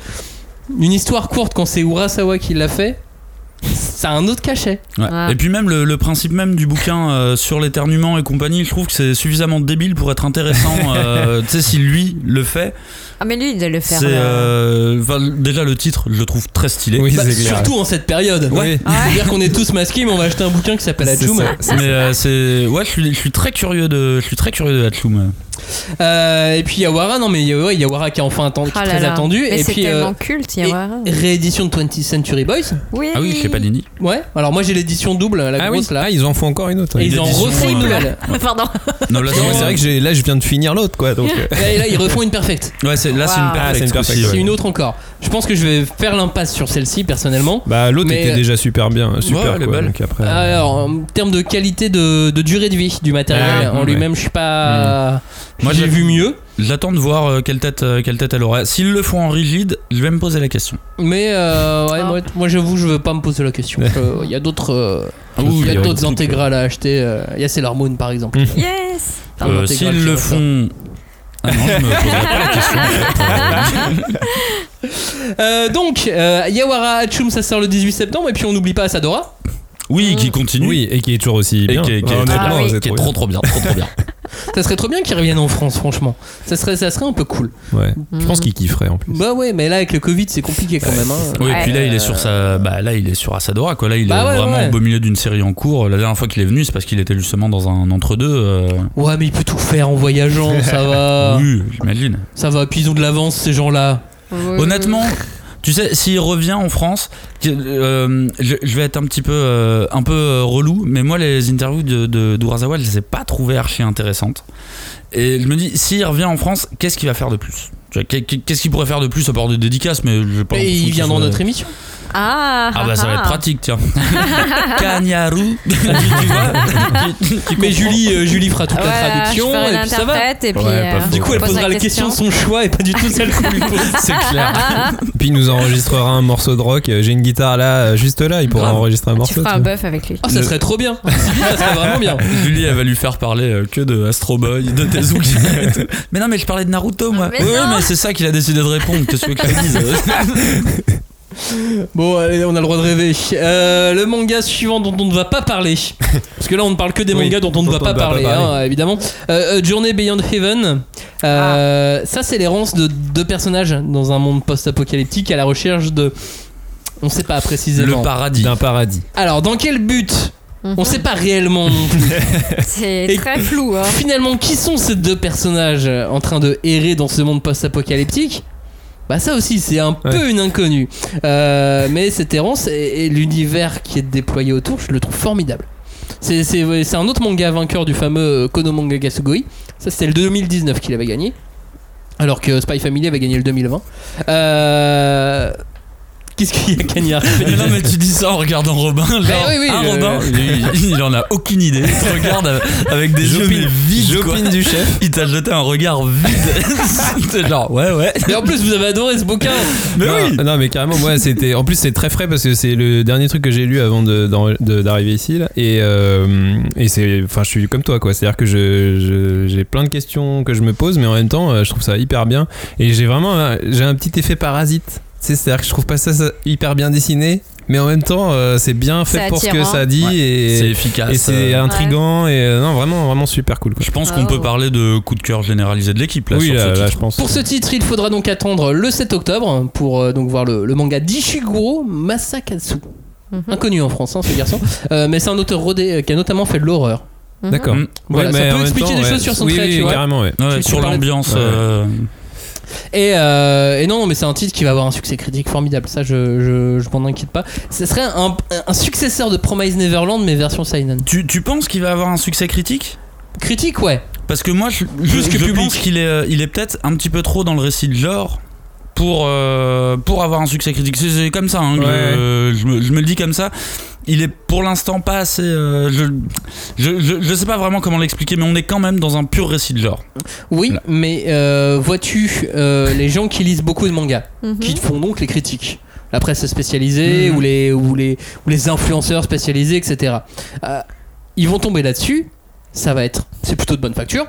[SPEAKER 1] une histoire courte, quand c'est Urasawa qui l'a fait, ça a un autre cachet.
[SPEAKER 4] Ouais.
[SPEAKER 3] Ah.
[SPEAKER 4] Et puis même le, le principe même du bouquin euh, sur l'éternuement et compagnie, je trouve que c'est suffisamment débile pour être intéressant. euh, tu sais, si lui le fait,
[SPEAKER 3] Ah, mais lui, il doit le faire.
[SPEAKER 4] c'est
[SPEAKER 3] là.
[SPEAKER 4] euh, enfin, déjà le titre, je le trouve très stylé.
[SPEAKER 2] Oui,
[SPEAKER 1] Bah,
[SPEAKER 2] c'est clair.
[SPEAKER 1] surtout en cette période.
[SPEAKER 2] Oui.
[SPEAKER 1] C'est-à-dire qu'on est tous masqués, mais on va acheter un bouquin qui s'appelle
[SPEAKER 2] C'est
[SPEAKER 1] Hachum.
[SPEAKER 2] ça.
[SPEAKER 4] Mais euh, c'est ouais, je suis, je suis très curieux de, je suis très curieux de Hatchum.
[SPEAKER 1] Euh, et puis Yawara, non mais ouais, Yawara qui est enfin attendu, qui est
[SPEAKER 3] Ah là
[SPEAKER 1] très
[SPEAKER 3] là.
[SPEAKER 1] attendu.
[SPEAKER 3] Mais
[SPEAKER 1] et
[SPEAKER 3] c'est
[SPEAKER 1] puis
[SPEAKER 3] tellement
[SPEAKER 1] euh,
[SPEAKER 3] culte, Yawara.
[SPEAKER 1] réédition de 20th Century Boys.
[SPEAKER 3] Oui.
[SPEAKER 4] Ah oui, chez Panini.
[SPEAKER 1] Ouais. Alors moi j'ai l'édition double, la
[SPEAKER 2] Ah oui,
[SPEAKER 1] grosse là.
[SPEAKER 2] Ah, ils en font encore une autre.
[SPEAKER 1] Et ils en
[SPEAKER 4] l'édition,
[SPEAKER 1] refont une
[SPEAKER 4] euh,
[SPEAKER 1] nouvelle.
[SPEAKER 3] Pardon.
[SPEAKER 4] Non, là
[SPEAKER 2] Non, mais c'est vrai que j'ai- là, je viens de finir l'autre, quoi. Donc, euh,
[SPEAKER 1] Et là ils refont une perfecte.
[SPEAKER 4] ouais, c'est là c'est
[SPEAKER 3] Wow.
[SPEAKER 4] une
[SPEAKER 2] Ah, c'est
[SPEAKER 4] perfecte
[SPEAKER 2] une perfecte,
[SPEAKER 4] aussi,
[SPEAKER 2] ouais.
[SPEAKER 1] C'est
[SPEAKER 4] ouais.
[SPEAKER 1] une autre encore. Je pense que je vais faire l'impasse sur celle-ci personnellement.
[SPEAKER 2] bah, l'autre
[SPEAKER 1] Mais,
[SPEAKER 2] était
[SPEAKER 1] euh,
[SPEAKER 2] déjà super bien, super
[SPEAKER 4] ouais, les
[SPEAKER 2] quoi.
[SPEAKER 4] balles.
[SPEAKER 2] Donc après, euh,
[SPEAKER 1] Alors, en termes de qualité de, de durée de vie du matériel
[SPEAKER 2] Ah,
[SPEAKER 1] en
[SPEAKER 2] ouais.
[SPEAKER 1] lui-même, je suis pas.
[SPEAKER 4] Moi,
[SPEAKER 1] j'ai
[SPEAKER 4] j'ai-
[SPEAKER 1] vu mieux,
[SPEAKER 4] J'attends de voir euh, quelle tête, euh, quelle tête elle aura. S'ils le font en rigide, je vais me poser la question.
[SPEAKER 1] mais euh, ouais,
[SPEAKER 3] Ah.
[SPEAKER 1] moi, moi, j'avoue, je veux pas me poser la question. Euh, Il y a d'autres, euh,
[SPEAKER 4] Ah oui,
[SPEAKER 1] il y
[SPEAKER 4] il y
[SPEAKER 1] a
[SPEAKER 4] a
[SPEAKER 1] d'autres
[SPEAKER 4] des trucs,
[SPEAKER 1] intégrales à acheter. euh, Il y a Sailor Moon par exemple.
[SPEAKER 3] Yes.
[SPEAKER 1] Ah,
[SPEAKER 4] Euh,
[SPEAKER 1] l'intégrale,
[SPEAKER 4] S'ils
[SPEAKER 1] je
[SPEAKER 4] le
[SPEAKER 1] vois ça.
[SPEAKER 4] font, ah non, je me poserai pas la question. en fait. Euh,
[SPEAKER 1] Euh, donc, euh, Yawara Hachum, ça sort le 18 septembre. Et puis on n'oublie pas Asadora.
[SPEAKER 4] Oui, qui continue.
[SPEAKER 2] oui, et qui est toujours aussi
[SPEAKER 4] Et
[SPEAKER 2] bien.
[SPEAKER 4] qui est, qui est-
[SPEAKER 2] Ah, honnêtement,
[SPEAKER 3] Ah oui.
[SPEAKER 2] c'est
[SPEAKER 4] qui est
[SPEAKER 2] trop
[SPEAKER 4] trop trop bien, trop trop bien.
[SPEAKER 1] Ça serait trop bien qu'ils reviennent en France, franchement. Ça serait, ça serait un peu cool.
[SPEAKER 2] bien. Ouais. Je
[SPEAKER 4] Mm.
[SPEAKER 2] pense qu'ils kifferaient en plus.
[SPEAKER 1] Bah ouais, mais là avec le Covid, c'est compliqué quand même. hein.
[SPEAKER 4] Oui,
[SPEAKER 3] Ouais.
[SPEAKER 4] et puis là il est sur sa, bah là il est sur Asadora quoi. Là il
[SPEAKER 1] Bah
[SPEAKER 4] est
[SPEAKER 1] ouais,
[SPEAKER 4] vraiment
[SPEAKER 1] ouais.
[SPEAKER 4] au beau milieu d'une série en cours. La dernière fois qu'il est venu, c'est parce qu'il était justement dans un entre deux.
[SPEAKER 1] Ouais, mais il peut tout faire en voyageant, ça va.
[SPEAKER 4] Oui, j'imagine.
[SPEAKER 1] Ça va, puis ils ont de l'avance, ces gens-là.
[SPEAKER 3] Euh,
[SPEAKER 4] Honnêtement, tu sais, s'il revient en France, que- euh, je, je vais être un petit peu, euh, un peu euh, relou, mais moi, les interviews de, de, d'Urasawa, je les ai pas trouvées archi intéressantes. Et je me dis, s'il revient en France, qu'est-ce qu'il va faire de plus Tu vois, qu'est- Qu'est-ce qu'il pourrait faire de plus à part de dédicaces Mais je pense
[SPEAKER 1] Et ils viennent dans notre émission.
[SPEAKER 3] Ah.
[SPEAKER 4] Ah bah ça va être pratique, tiens. Kanyaru. tu vois Tu- tu
[SPEAKER 1] Mais
[SPEAKER 4] comprends
[SPEAKER 1] Julie, euh, Julie fera toute
[SPEAKER 3] Voilà,
[SPEAKER 1] la traduction,
[SPEAKER 3] je ferai
[SPEAKER 1] et puis ça va.
[SPEAKER 3] l'interprète et puis.
[SPEAKER 2] Ouais, pas
[SPEAKER 3] euh,
[SPEAKER 2] faux.
[SPEAKER 1] Du coup, elle
[SPEAKER 3] pose
[SPEAKER 1] posera
[SPEAKER 3] la
[SPEAKER 1] la question de son choix et pas du tout celle qu'on lui pose.
[SPEAKER 2] C'est clair. Puis il nous enregistrera un morceau de rock. Euh, J'ai une guitare là, euh, juste là, il pourra
[SPEAKER 3] Grave.
[SPEAKER 4] Ah,
[SPEAKER 2] enregistrer un
[SPEAKER 3] Tu
[SPEAKER 2] morceau.
[SPEAKER 3] feras
[SPEAKER 2] tu
[SPEAKER 3] un
[SPEAKER 2] vois.
[SPEAKER 3] bœuf avec lui.
[SPEAKER 1] Oh, ça
[SPEAKER 4] Le-
[SPEAKER 1] serait trop bien. ça serait vraiment bien.
[SPEAKER 4] Julie, elle va lui faire parler euh, que de Astro Boy, de Tezuka et tout. Mais non, mais je parlais de Naruto, moi.
[SPEAKER 3] Ah, Mais
[SPEAKER 4] oui, oui,
[SPEAKER 3] non.
[SPEAKER 4] mais c'est ça qu'il a décidé de répondre. Qu'est-ce que tu veux que je te dise
[SPEAKER 1] Bon, allez, on a le droit de rêver. Euh, le manga suivant dont on ne va pas parler. Parce que là, on ne parle que des
[SPEAKER 2] Oui,
[SPEAKER 1] mangas dont on ne
[SPEAKER 2] dont
[SPEAKER 1] va
[SPEAKER 2] on
[SPEAKER 1] pas
[SPEAKER 2] ne va pas
[SPEAKER 1] parler,
[SPEAKER 2] parler.
[SPEAKER 1] hein, évidemment. Euh, euh, Journey Beyond Heaven. Euh, Ça, c'est l'errance de deux personnages dans un monde post-apocalyptique à la recherche de. On ne sait pas précisément.
[SPEAKER 4] Le paradis.
[SPEAKER 2] D'un paradis.
[SPEAKER 1] Alors, dans quel but
[SPEAKER 3] Mhm.
[SPEAKER 1] On sait pas réellement. non plus.
[SPEAKER 3] C'est
[SPEAKER 1] Et-
[SPEAKER 3] très flou. Hein.
[SPEAKER 1] Finalement, qui sont ces deux personnages euh, en train de errer dans ce monde post-apocalyptique bah ça aussi c'est un peu une inconnue. Euh, mais cette errance et, et l'univers qui est déployé autour, je le trouve formidable. C'est, c'est, ouais, c'est un autre manga vainqueur du fameux euh, Konomanga Gasugoi. Ça c'était le 2019 qu'il avait gagné. Alors que Spy Family avait gagné le 2020. Euh, Qu'est-ce qu'il y a gagné
[SPEAKER 4] Mais non, mais tu dis ça en regardant Robin. Genre,
[SPEAKER 1] Ben oui, oui,
[SPEAKER 4] ah,
[SPEAKER 1] je-
[SPEAKER 4] Robin, il, il en a aucune idée. Il te regarde avec- avec des yeux mais vides. quoi.
[SPEAKER 2] J'opine du chef.
[SPEAKER 4] Il t'a jeté un regard vide. T'es genre, ouais, ouais.
[SPEAKER 1] Et en plus vous avez adoré ce bouquin.
[SPEAKER 4] Mais
[SPEAKER 2] non,
[SPEAKER 4] oui.
[SPEAKER 2] non, mais carrément, moi, c'était. En plus, c'est très frais parce que c'est le dernier truc que j'ai lu avant de- d'en- de- d'arriver ici. Là. Et, euh, et c'est. Enfin, je suis comme toi, quoi. C'est-à-dire que je- je- j'ai plein de questions que je me pose, mais en même temps, euh, je trouve ça hyper bien. Et j'ai vraiment. un- J'ai un petit effet parasite. Tu sais, C'est-à-dire que je trouve pas ça, ça hyper bien dessiné, mais en même temps, euh, c'est bien fait
[SPEAKER 3] C'est
[SPEAKER 2] pour ce que
[SPEAKER 3] attirant.
[SPEAKER 2] ça dit.
[SPEAKER 4] Ouais. C'est
[SPEAKER 2] Et
[SPEAKER 4] efficace.
[SPEAKER 2] et c'est
[SPEAKER 4] euh,
[SPEAKER 2] intriguant. Et euh, non, vraiment, vraiment super cool, quoi.
[SPEAKER 4] Je pense
[SPEAKER 3] Ah,
[SPEAKER 4] qu'on
[SPEAKER 3] oh.
[SPEAKER 4] peut parler de coup de cœur généralisé de l'équipe là.
[SPEAKER 2] oui, euh,
[SPEAKER 4] sur ce
[SPEAKER 2] là, là,
[SPEAKER 4] titre.
[SPEAKER 2] je pense.
[SPEAKER 1] Pour ce titre, il faudra donc attendre le 7 octobre pour euh, donc voir le, le manga d'Ishiguro Masakazu. Inconnu en France, hein, ce garçon. Euh, mais c'est un auteur rodé euh, qui a notamment fait de l'horreur.
[SPEAKER 3] Mhm.
[SPEAKER 2] D'accord.
[SPEAKER 4] Mhm.
[SPEAKER 1] Voilà,
[SPEAKER 2] Ouais,
[SPEAKER 1] ça
[SPEAKER 2] mais
[SPEAKER 1] peut
[SPEAKER 2] en même
[SPEAKER 1] expliquer des choses sur son
[SPEAKER 2] oui,
[SPEAKER 1] trait,
[SPEAKER 2] oui,
[SPEAKER 1] tu vois.
[SPEAKER 2] carrément, ouais.
[SPEAKER 4] Ouais,
[SPEAKER 1] Tu- tu
[SPEAKER 4] sur
[SPEAKER 1] parlais de-
[SPEAKER 4] l'ambiance.
[SPEAKER 2] Ouais.
[SPEAKER 4] euh,
[SPEAKER 1] Et, euh, et non, non, mais c'est un titre qui va avoir un succès critique formidable. Ça, je, je, je m'en inquiète pas. Ce serait un, un successeur de Promise Neverland, mais version Seinen.
[SPEAKER 4] Tu, tu penses qu'il va avoir un succès critique
[SPEAKER 1] Critique, ouais.
[SPEAKER 4] Parce que moi, je,
[SPEAKER 1] Plus
[SPEAKER 4] je-
[SPEAKER 1] que
[SPEAKER 4] je
[SPEAKER 1] public.
[SPEAKER 4] pense qu'il est, euh, il est peut-être un petit peu trop dans le récit de genre pour, euh, pour avoir un succès critique. C'est- C'est comme ça, hein, que,
[SPEAKER 2] Ouais.
[SPEAKER 4] euh, je, me, je me le dis comme ça. Il est pour l'instant pas assez. euh, je, je, je- je sais pas vraiment comment l'expliquer, mais on est quand même dans un pur récit de genre.
[SPEAKER 1] Oui,
[SPEAKER 4] Voilà.
[SPEAKER 1] mais euh, vois-tu euh, les gens qui lisent beaucoup de mangas,
[SPEAKER 3] Mhm.
[SPEAKER 1] qui font donc les critiques la presse spécialisée
[SPEAKER 4] Mhm.
[SPEAKER 1] ou, les, ou, les, ou les influenceurs spécialisés, etc. Euh, ils vont tomber là-dessus, ça va être. C'est plutôt de bonne facture.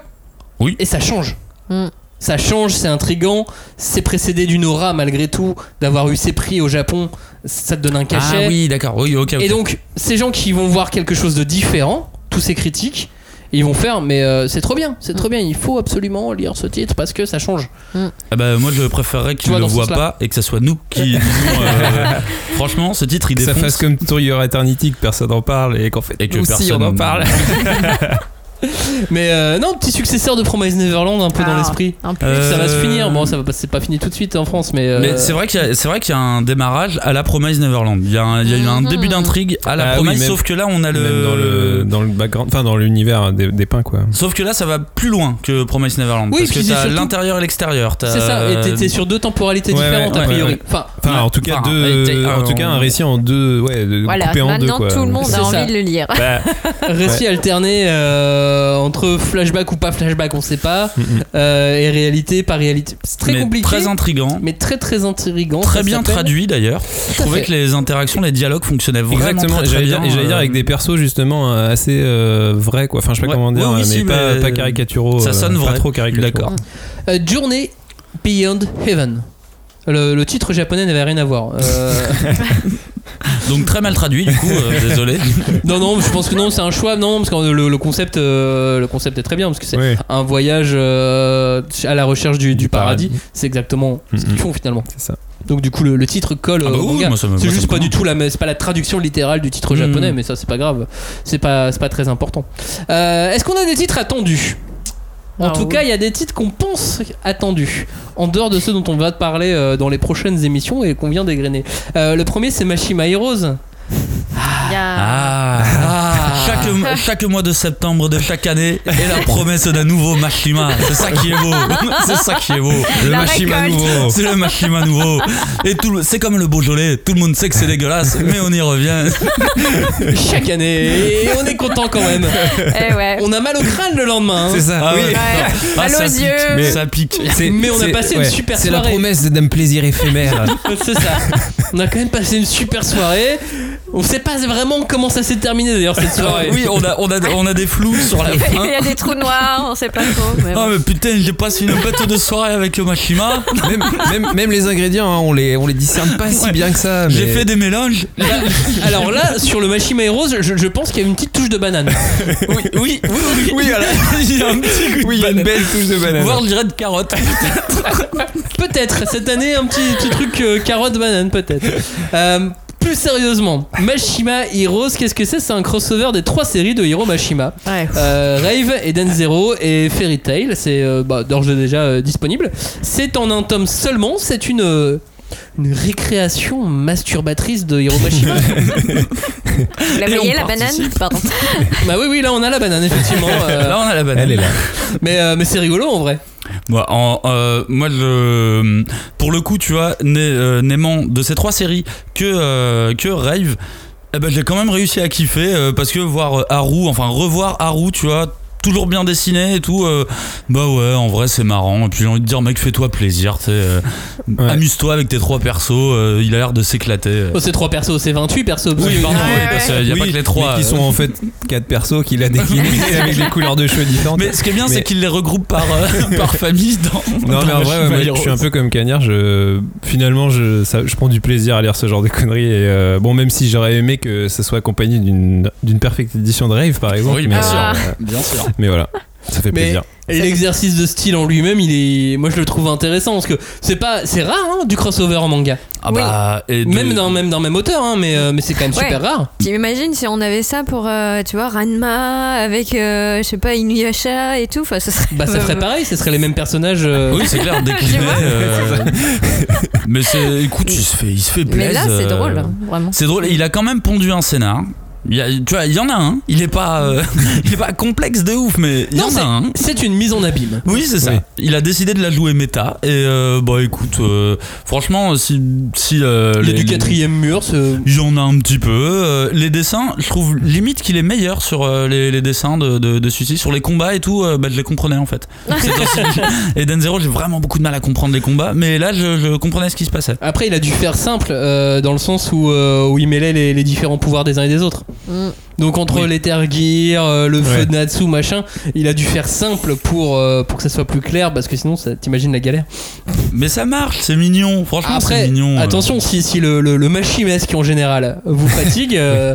[SPEAKER 4] Oui.
[SPEAKER 1] Et ça change.
[SPEAKER 3] Mhm.
[SPEAKER 1] Ça change, c'est intrigant, c'est précédé d'une aura malgré tout, d'avoir eu ses prix au Japon, ça te donne un cachet.
[SPEAKER 4] Ah oui, d'accord. Oui, ok. ok.
[SPEAKER 1] Et donc, ces gens qui vont voir quelque chose de différent, tous ces critiques, ils vont faire, mais euh, c'est trop bien, c'est trop bien, il faut absolument lire ce titre parce que ça change.
[SPEAKER 4] Ah bah, moi, je préférerais
[SPEAKER 1] Tu
[SPEAKER 4] qu'il
[SPEAKER 1] vois,
[SPEAKER 4] ne le
[SPEAKER 1] dans ce
[SPEAKER 4] voit
[SPEAKER 1] sens-là.
[SPEAKER 4] pas et que ça soit nous qui. disons, euh, franchement, ce titre, il
[SPEAKER 2] Que ça
[SPEAKER 4] défonce.
[SPEAKER 2] fasse comme Tour Eternity, que personne n'en parle et qu'en fait,
[SPEAKER 4] Et que
[SPEAKER 2] nous aussi,
[SPEAKER 4] personne
[SPEAKER 2] on en
[SPEAKER 4] n'en-
[SPEAKER 2] parle.
[SPEAKER 1] Mais euh, non, petit successeur de Promise Neverland, un peu dans
[SPEAKER 3] Ah.
[SPEAKER 1] l'esprit.
[SPEAKER 3] Un peu.
[SPEAKER 4] Euh,
[SPEAKER 1] Ça va se finir, bon, ça va pas, c'est pas fini tout de suite en France, mais. euh,
[SPEAKER 4] Mais c'est vrai qu'il y a, c'est vrai qu'il y a un démarrage à la Promise Neverland. Il y a, un, il y a eu un
[SPEAKER 3] Mhm.
[SPEAKER 4] début d'intrigue à la
[SPEAKER 2] Ah oui,
[SPEAKER 4] Promise,
[SPEAKER 2] même-
[SPEAKER 4] sauf que là on a
[SPEAKER 2] Même
[SPEAKER 4] le...
[SPEAKER 2] dans le, dans le background, enfin, dans l'univers des, des pins, quoi.
[SPEAKER 4] Sauf que là ça va plus loin que Promise Neverland
[SPEAKER 1] Oui,
[SPEAKER 4] parce
[SPEAKER 1] puis
[SPEAKER 4] que
[SPEAKER 1] c'est
[SPEAKER 4] t'as
[SPEAKER 1] surtout-
[SPEAKER 4] l'intérieur et l'extérieur. t'as-
[SPEAKER 1] C'est ça, et t'es- t'es sur deux temporalités
[SPEAKER 2] Ouais, ouais,
[SPEAKER 1] différentes a
[SPEAKER 2] ouais,
[SPEAKER 1] priori.
[SPEAKER 2] ouais.
[SPEAKER 1] Enfin,
[SPEAKER 2] Enfin, en tout cas,
[SPEAKER 4] Enfin,
[SPEAKER 2] deux,
[SPEAKER 4] et-
[SPEAKER 2] en tout cas, un récit en deux, ouais, de-
[SPEAKER 3] Voilà,
[SPEAKER 2] coupé en deux,
[SPEAKER 3] maintenant
[SPEAKER 2] quoi.
[SPEAKER 3] tout le monde
[SPEAKER 1] C'est
[SPEAKER 3] a envie
[SPEAKER 1] ça.
[SPEAKER 3] de le lire.
[SPEAKER 2] Bah,
[SPEAKER 1] récit alterné euh, entre flashback ou pas flashback, on sait pas,
[SPEAKER 2] mm, mm.
[SPEAKER 1] euh, et réalité, pas réalité. C'est très
[SPEAKER 4] mais
[SPEAKER 1] compliqué,
[SPEAKER 4] Très intriguant.
[SPEAKER 1] mais très très intriguant.
[SPEAKER 4] Très
[SPEAKER 1] ça
[SPEAKER 4] bien
[SPEAKER 1] s'appelle.
[SPEAKER 4] traduit d'ailleurs. Je
[SPEAKER 1] à
[SPEAKER 4] trouvais
[SPEAKER 1] fait.
[SPEAKER 4] que les interactions, les dialogues fonctionnaient vraiment
[SPEAKER 2] Exactement,
[SPEAKER 4] très,
[SPEAKER 2] et
[SPEAKER 4] très
[SPEAKER 2] j'allais
[SPEAKER 4] bien. euh,
[SPEAKER 2] dire, et j'allais dire
[SPEAKER 3] euh,
[SPEAKER 2] avec des persos justement euh, assez euh, vrais quoi. Enfin, je sais pas
[SPEAKER 4] Ouais.
[SPEAKER 2] comment dire, hein,
[SPEAKER 4] Oui, oui,
[SPEAKER 2] mais,
[SPEAKER 4] si,
[SPEAKER 2] pas,
[SPEAKER 4] mais-
[SPEAKER 2] pas caricaturaux.
[SPEAKER 4] Ça sonne
[SPEAKER 2] euh,
[SPEAKER 4] vrai.
[SPEAKER 2] Pas trop caricaturaux.
[SPEAKER 4] D'accord.
[SPEAKER 1] Euh, Journée Beyond Heaven. Le, le titre japonais n'avait rien à voir. Euh,
[SPEAKER 4] Donc très mal traduit du coup, euh, désolé.
[SPEAKER 1] non, non, je pense que non, c'est un choix, non, parce que le, le concept, euh, le concept est très bien, parce que c'est
[SPEAKER 2] Oui,
[SPEAKER 1] un voyage euh, à la recherche du, du paradis. C'est exactement ce qu'ils
[SPEAKER 2] Mhm.
[SPEAKER 1] font finalement.
[SPEAKER 2] c'est ça.
[SPEAKER 1] Donc du coup, le, le titre colle euh,
[SPEAKER 4] Ah bah
[SPEAKER 1] au
[SPEAKER 4] oui,
[SPEAKER 1] manga.
[SPEAKER 4] moi, ça me-
[SPEAKER 1] C'est
[SPEAKER 4] moi, ça
[SPEAKER 1] juste
[SPEAKER 4] me
[SPEAKER 1] pas
[SPEAKER 4] convient.
[SPEAKER 1] du tout la, c'est pas la traduction littérale du titre
[SPEAKER 4] Mhm.
[SPEAKER 1] japonais, mais ça c'est pas grave. C'est pas, c'est pas très important. Euh, Est-ce qu'on a des titres attendus En
[SPEAKER 3] Ah,
[SPEAKER 1] tout
[SPEAKER 3] oui.
[SPEAKER 1] cas, il y a des titres qu'on pense attendus, en dehors de ceux dont on va te parler euh, dans les prochaines émissions et qu'on vient dégrainer. Euh, le premier, c'est Mashima Heroes.
[SPEAKER 3] Il y a-
[SPEAKER 4] Ah. Chaque, chaque mois de septembre de chaque année est la promesse d'un nouveau Mashima. C'est ça qui est beau. C'est ça qui est beau.
[SPEAKER 2] Le
[SPEAKER 3] La
[SPEAKER 2] Mashima
[SPEAKER 3] récolte.
[SPEAKER 2] nouveau.
[SPEAKER 4] C'est le Mashima nouveau. Et tout le- c'est comme le Beaujolais. Tout le monde sait que c'est dégueulasse, mais on y revient.
[SPEAKER 1] Chaque année, et on est content quand même.
[SPEAKER 3] Eh ouais.
[SPEAKER 1] On a mal au crâne le lendemain. hein.
[SPEAKER 2] C'est ça.
[SPEAKER 4] Ah
[SPEAKER 2] oui.
[SPEAKER 4] ouais.
[SPEAKER 3] Ouais.
[SPEAKER 4] Ah,
[SPEAKER 3] Mal
[SPEAKER 4] ça
[SPEAKER 3] aux
[SPEAKER 4] pique.
[SPEAKER 3] yeux.
[SPEAKER 2] Mais-
[SPEAKER 4] Ça pique.
[SPEAKER 2] C'est-
[SPEAKER 1] Mais on a
[SPEAKER 2] c'est-
[SPEAKER 1] passé une super
[SPEAKER 2] C'est la
[SPEAKER 1] soirée.
[SPEAKER 2] promesse d'un plaisir éphémère.
[SPEAKER 1] C'est ça. On a quand même passé une super soirée. On sait pas vraiment comment ça s'est terminé d'ailleurs cette soirée.
[SPEAKER 4] Oui, on a, on, a, on a des flous sur la fin.
[SPEAKER 3] Il y a des trous noirs, on sait pas trop. mais
[SPEAKER 4] Oh
[SPEAKER 3] bon.
[SPEAKER 4] mais putain, j'ai passé une bête de soirée avec le Mashima.
[SPEAKER 2] même, même, même les ingrédients, hein, on, les, on les discerne pas si
[SPEAKER 4] Ouais.
[SPEAKER 2] bien que ça.
[SPEAKER 4] J'ai
[SPEAKER 2] mais-
[SPEAKER 4] fait des mélanges.
[SPEAKER 1] Bah, Alors là, sur le Machima Heroes, je, je pense qu'il y a une petite touche de banane.
[SPEAKER 4] Oui, oui, oui, oui. Il y a un petit goût
[SPEAKER 2] Oui, il y
[SPEAKER 4] de
[SPEAKER 2] a une
[SPEAKER 4] banane.
[SPEAKER 2] belle touche de banane.
[SPEAKER 4] Voire je dirais de carotte.
[SPEAKER 1] Peut-être, cette année, un petit, petit truc euh, carotte-banane, peut-être. Euh, plus sérieusement, Mashima Heroes, qu'est-ce que c'est C'est un crossover des trois séries de Hiro Mashima.
[SPEAKER 3] Ouais.
[SPEAKER 1] Euh, Rave, Eden Zero et Fairy Tail. C'est euh, bah, d'ores et déjà euh, disponible. C'est en un tome seulement. C'est une, euh, une récréation masturbatrice de Hiro Mashima.
[SPEAKER 3] Vous
[SPEAKER 4] Et
[SPEAKER 3] la
[SPEAKER 4] on
[SPEAKER 3] voyez, la banane
[SPEAKER 4] participe.
[SPEAKER 3] Pardon.
[SPEAKER 1] bah oui, oui, là on a la banane, effectivement. euh,
[SPEAKER 4] Là on a la banane.
[SPEAKER 2] Elle est là.
[SPEAKER 1] mais euh, mais c'est rigolo en vrai.
[SPEAKER 4] Moi, en- euh, moi je, pour le coup, tu vois, né- euh, n'aimant de ces trois séries que, euh, que Rave, eh ben, j'ai quand même réussi à kiffer euh, parce que voir euh, Haru, enfin revoir Haru, tu vois, toujours bien dessiné et tout, euh, bah ouais, en vrai c'est marrant. Et puis j'ai envie de dire, mec, fais-toi plaisir, tu sais, euh,
[SPEAKER 2] Ouais.
[SPEAKER 4] amuse-toi avec tes trois persos, euh, il a l'air de s'éclater. euh.
[SPEAKER 1] Oh, c'est 3 persos, c'est 28 persos. Oui, pardon.
[SPEAKER 4] Ah oui, parce qu'il y a
[SPEAKER 2] Oui,
[SPEAKER 4] pas que les
[SPEAKER 2] mais
[SPEAKER 4] trois. euh.
[SPEAKER 2] qui sont en fait quatre persos qu'il a déclinés avec des couleurs de cheveux différentes.
[SPEAKER 4] Mais ce qui est bien,
[SPEAKER 2] Mais-
[SPEAKER 4] c'est qu'il les regroupe par, euh, par famille dans.
[SPEAKER 2] non
[SPEAKER 4] dans
[SPEAKER 2] mais en vrai, ouais,
[SPEAKER 4] Machima
[SPEAKER 2] moi,
[SPEAKER 4] Heroes.
[SPEAKER 2] je suis un peu comme Cagnard. Je finalement, je, ça- je prends du plaisir à lire ce genre de conneries. Et euh, bon, même si j'aurais aimé que ça soit accompagné d'une d'une perfecte édition de Rave, par exemple.
[SPEAKER 4] Oui,
[SPEAKER 2] mais,
[SPEAKER 4] bien
[SPEAKER 3] sûr.
[SPEAKER 2] euh,
[SPEAKER 4] Bien sûr.
[SPEAKER 2] mais voilà. Ça fait
[SPEAKER 1] Mais- euh,
[SPEAKER 2] plaisir.
[SPEAKER 1] L'exercice de style en lui-même, il est, moi je le trouve intéressant parce que c'est pas, c'est rare hein, du crossover en manga.
[SPEAKER 4] Ah bah, et de-
[SPEAKER 1] Même dans même dans le même auteur, hein, mais euh, mais c'est quand même
[SPEAKER 3] Ouais.
[SPEAKER 1] super rare.
[SPEAKER 3] T'imagines si on avait ça pour, euh, tu vois, Ranma avec, euh, je sais pas, Inuyasha et tout. Enfin, ce serait.
[SPEAKER 1] Bah ça ferait pareil, ce serait les mêmes personnages. euh,
[SPEAKER 4] Oui, c'est clair,
[SPEAKER 3] Tu
[SPEAKER 4] décliné.
[SPEAKER 3] vois
[SPEAKER 4] euh, Mais c'est, écoute, il se fait, il se fait
[SPEAKER 3] Mais là,
[SPEAKER 4] plaise,
[SPEAKER 3] c'est
[SPEAKER 4] euh,
[SPEAKER 3] drôle, hein, vraiment.
[SPEAKER 4] C'est drôle. Il a quand même pondu un scénar. Il y a- tu vois, il y en a un. Il est pas, euh, il est pas complexe de ouf, mais il y
[SPEAKER 1] Non,
[SPEAKER 4] en a un.
[SPEAKER 1] c'est une mise en abîme.
[SPEAKER 4] Oui, c'est ça.
[SPEAKER 2] Oui.
[SPEAKER 4] Il a décidé de la jouer méta. Et euh, bah écoute, euh, franchement, si. si euh,
[SPEAKER 1] Il y a
[SPEAKER 4] les-
[SPEAKER 1] du quatrième mur, ce-
[SPEAKER 4] Il y en a un petit peu. Euh, les dessins, je trouve limite qu'il est meilleur sur euh, les, les dessins de, de, de celui-ci. Sur les combats et tout, euh, bah, je les comprenais en fait. C'est dans- et Denzero, j'ai vraiment beaucoup de mal à comprendre les combats. Mais là, je, je comprenais ce qui se passait.
[SPEAKER 1] Après, il a dû faire simple euh, dans le sens où, euh, où il mêlait les, les différents pouvoirs des uns et des autres.
[SPEAKER 3] Mm.
[SPEAKER 1] Donc entre
[SPEAKER 4] Oui.
[SPEAKER 1] les Terre Gear, euh, le feu
[SPEAKER 2] Ouais.
[SPEAKER 1] de Natsu, machin, il a dû faire simple pour, euh, pour que ça soit plus clair parce que sinon, ça- t'imagines la galère.
[SPEAKER 4] Mais ça marche, c'est mignon. Franchement, c'est
[SPEAKER 1] Après,
[SPEAKER 4] mignon. euh.
[SPEAKER 1] attention, si, si le, le, le machimesque en général vous fatigue, euh,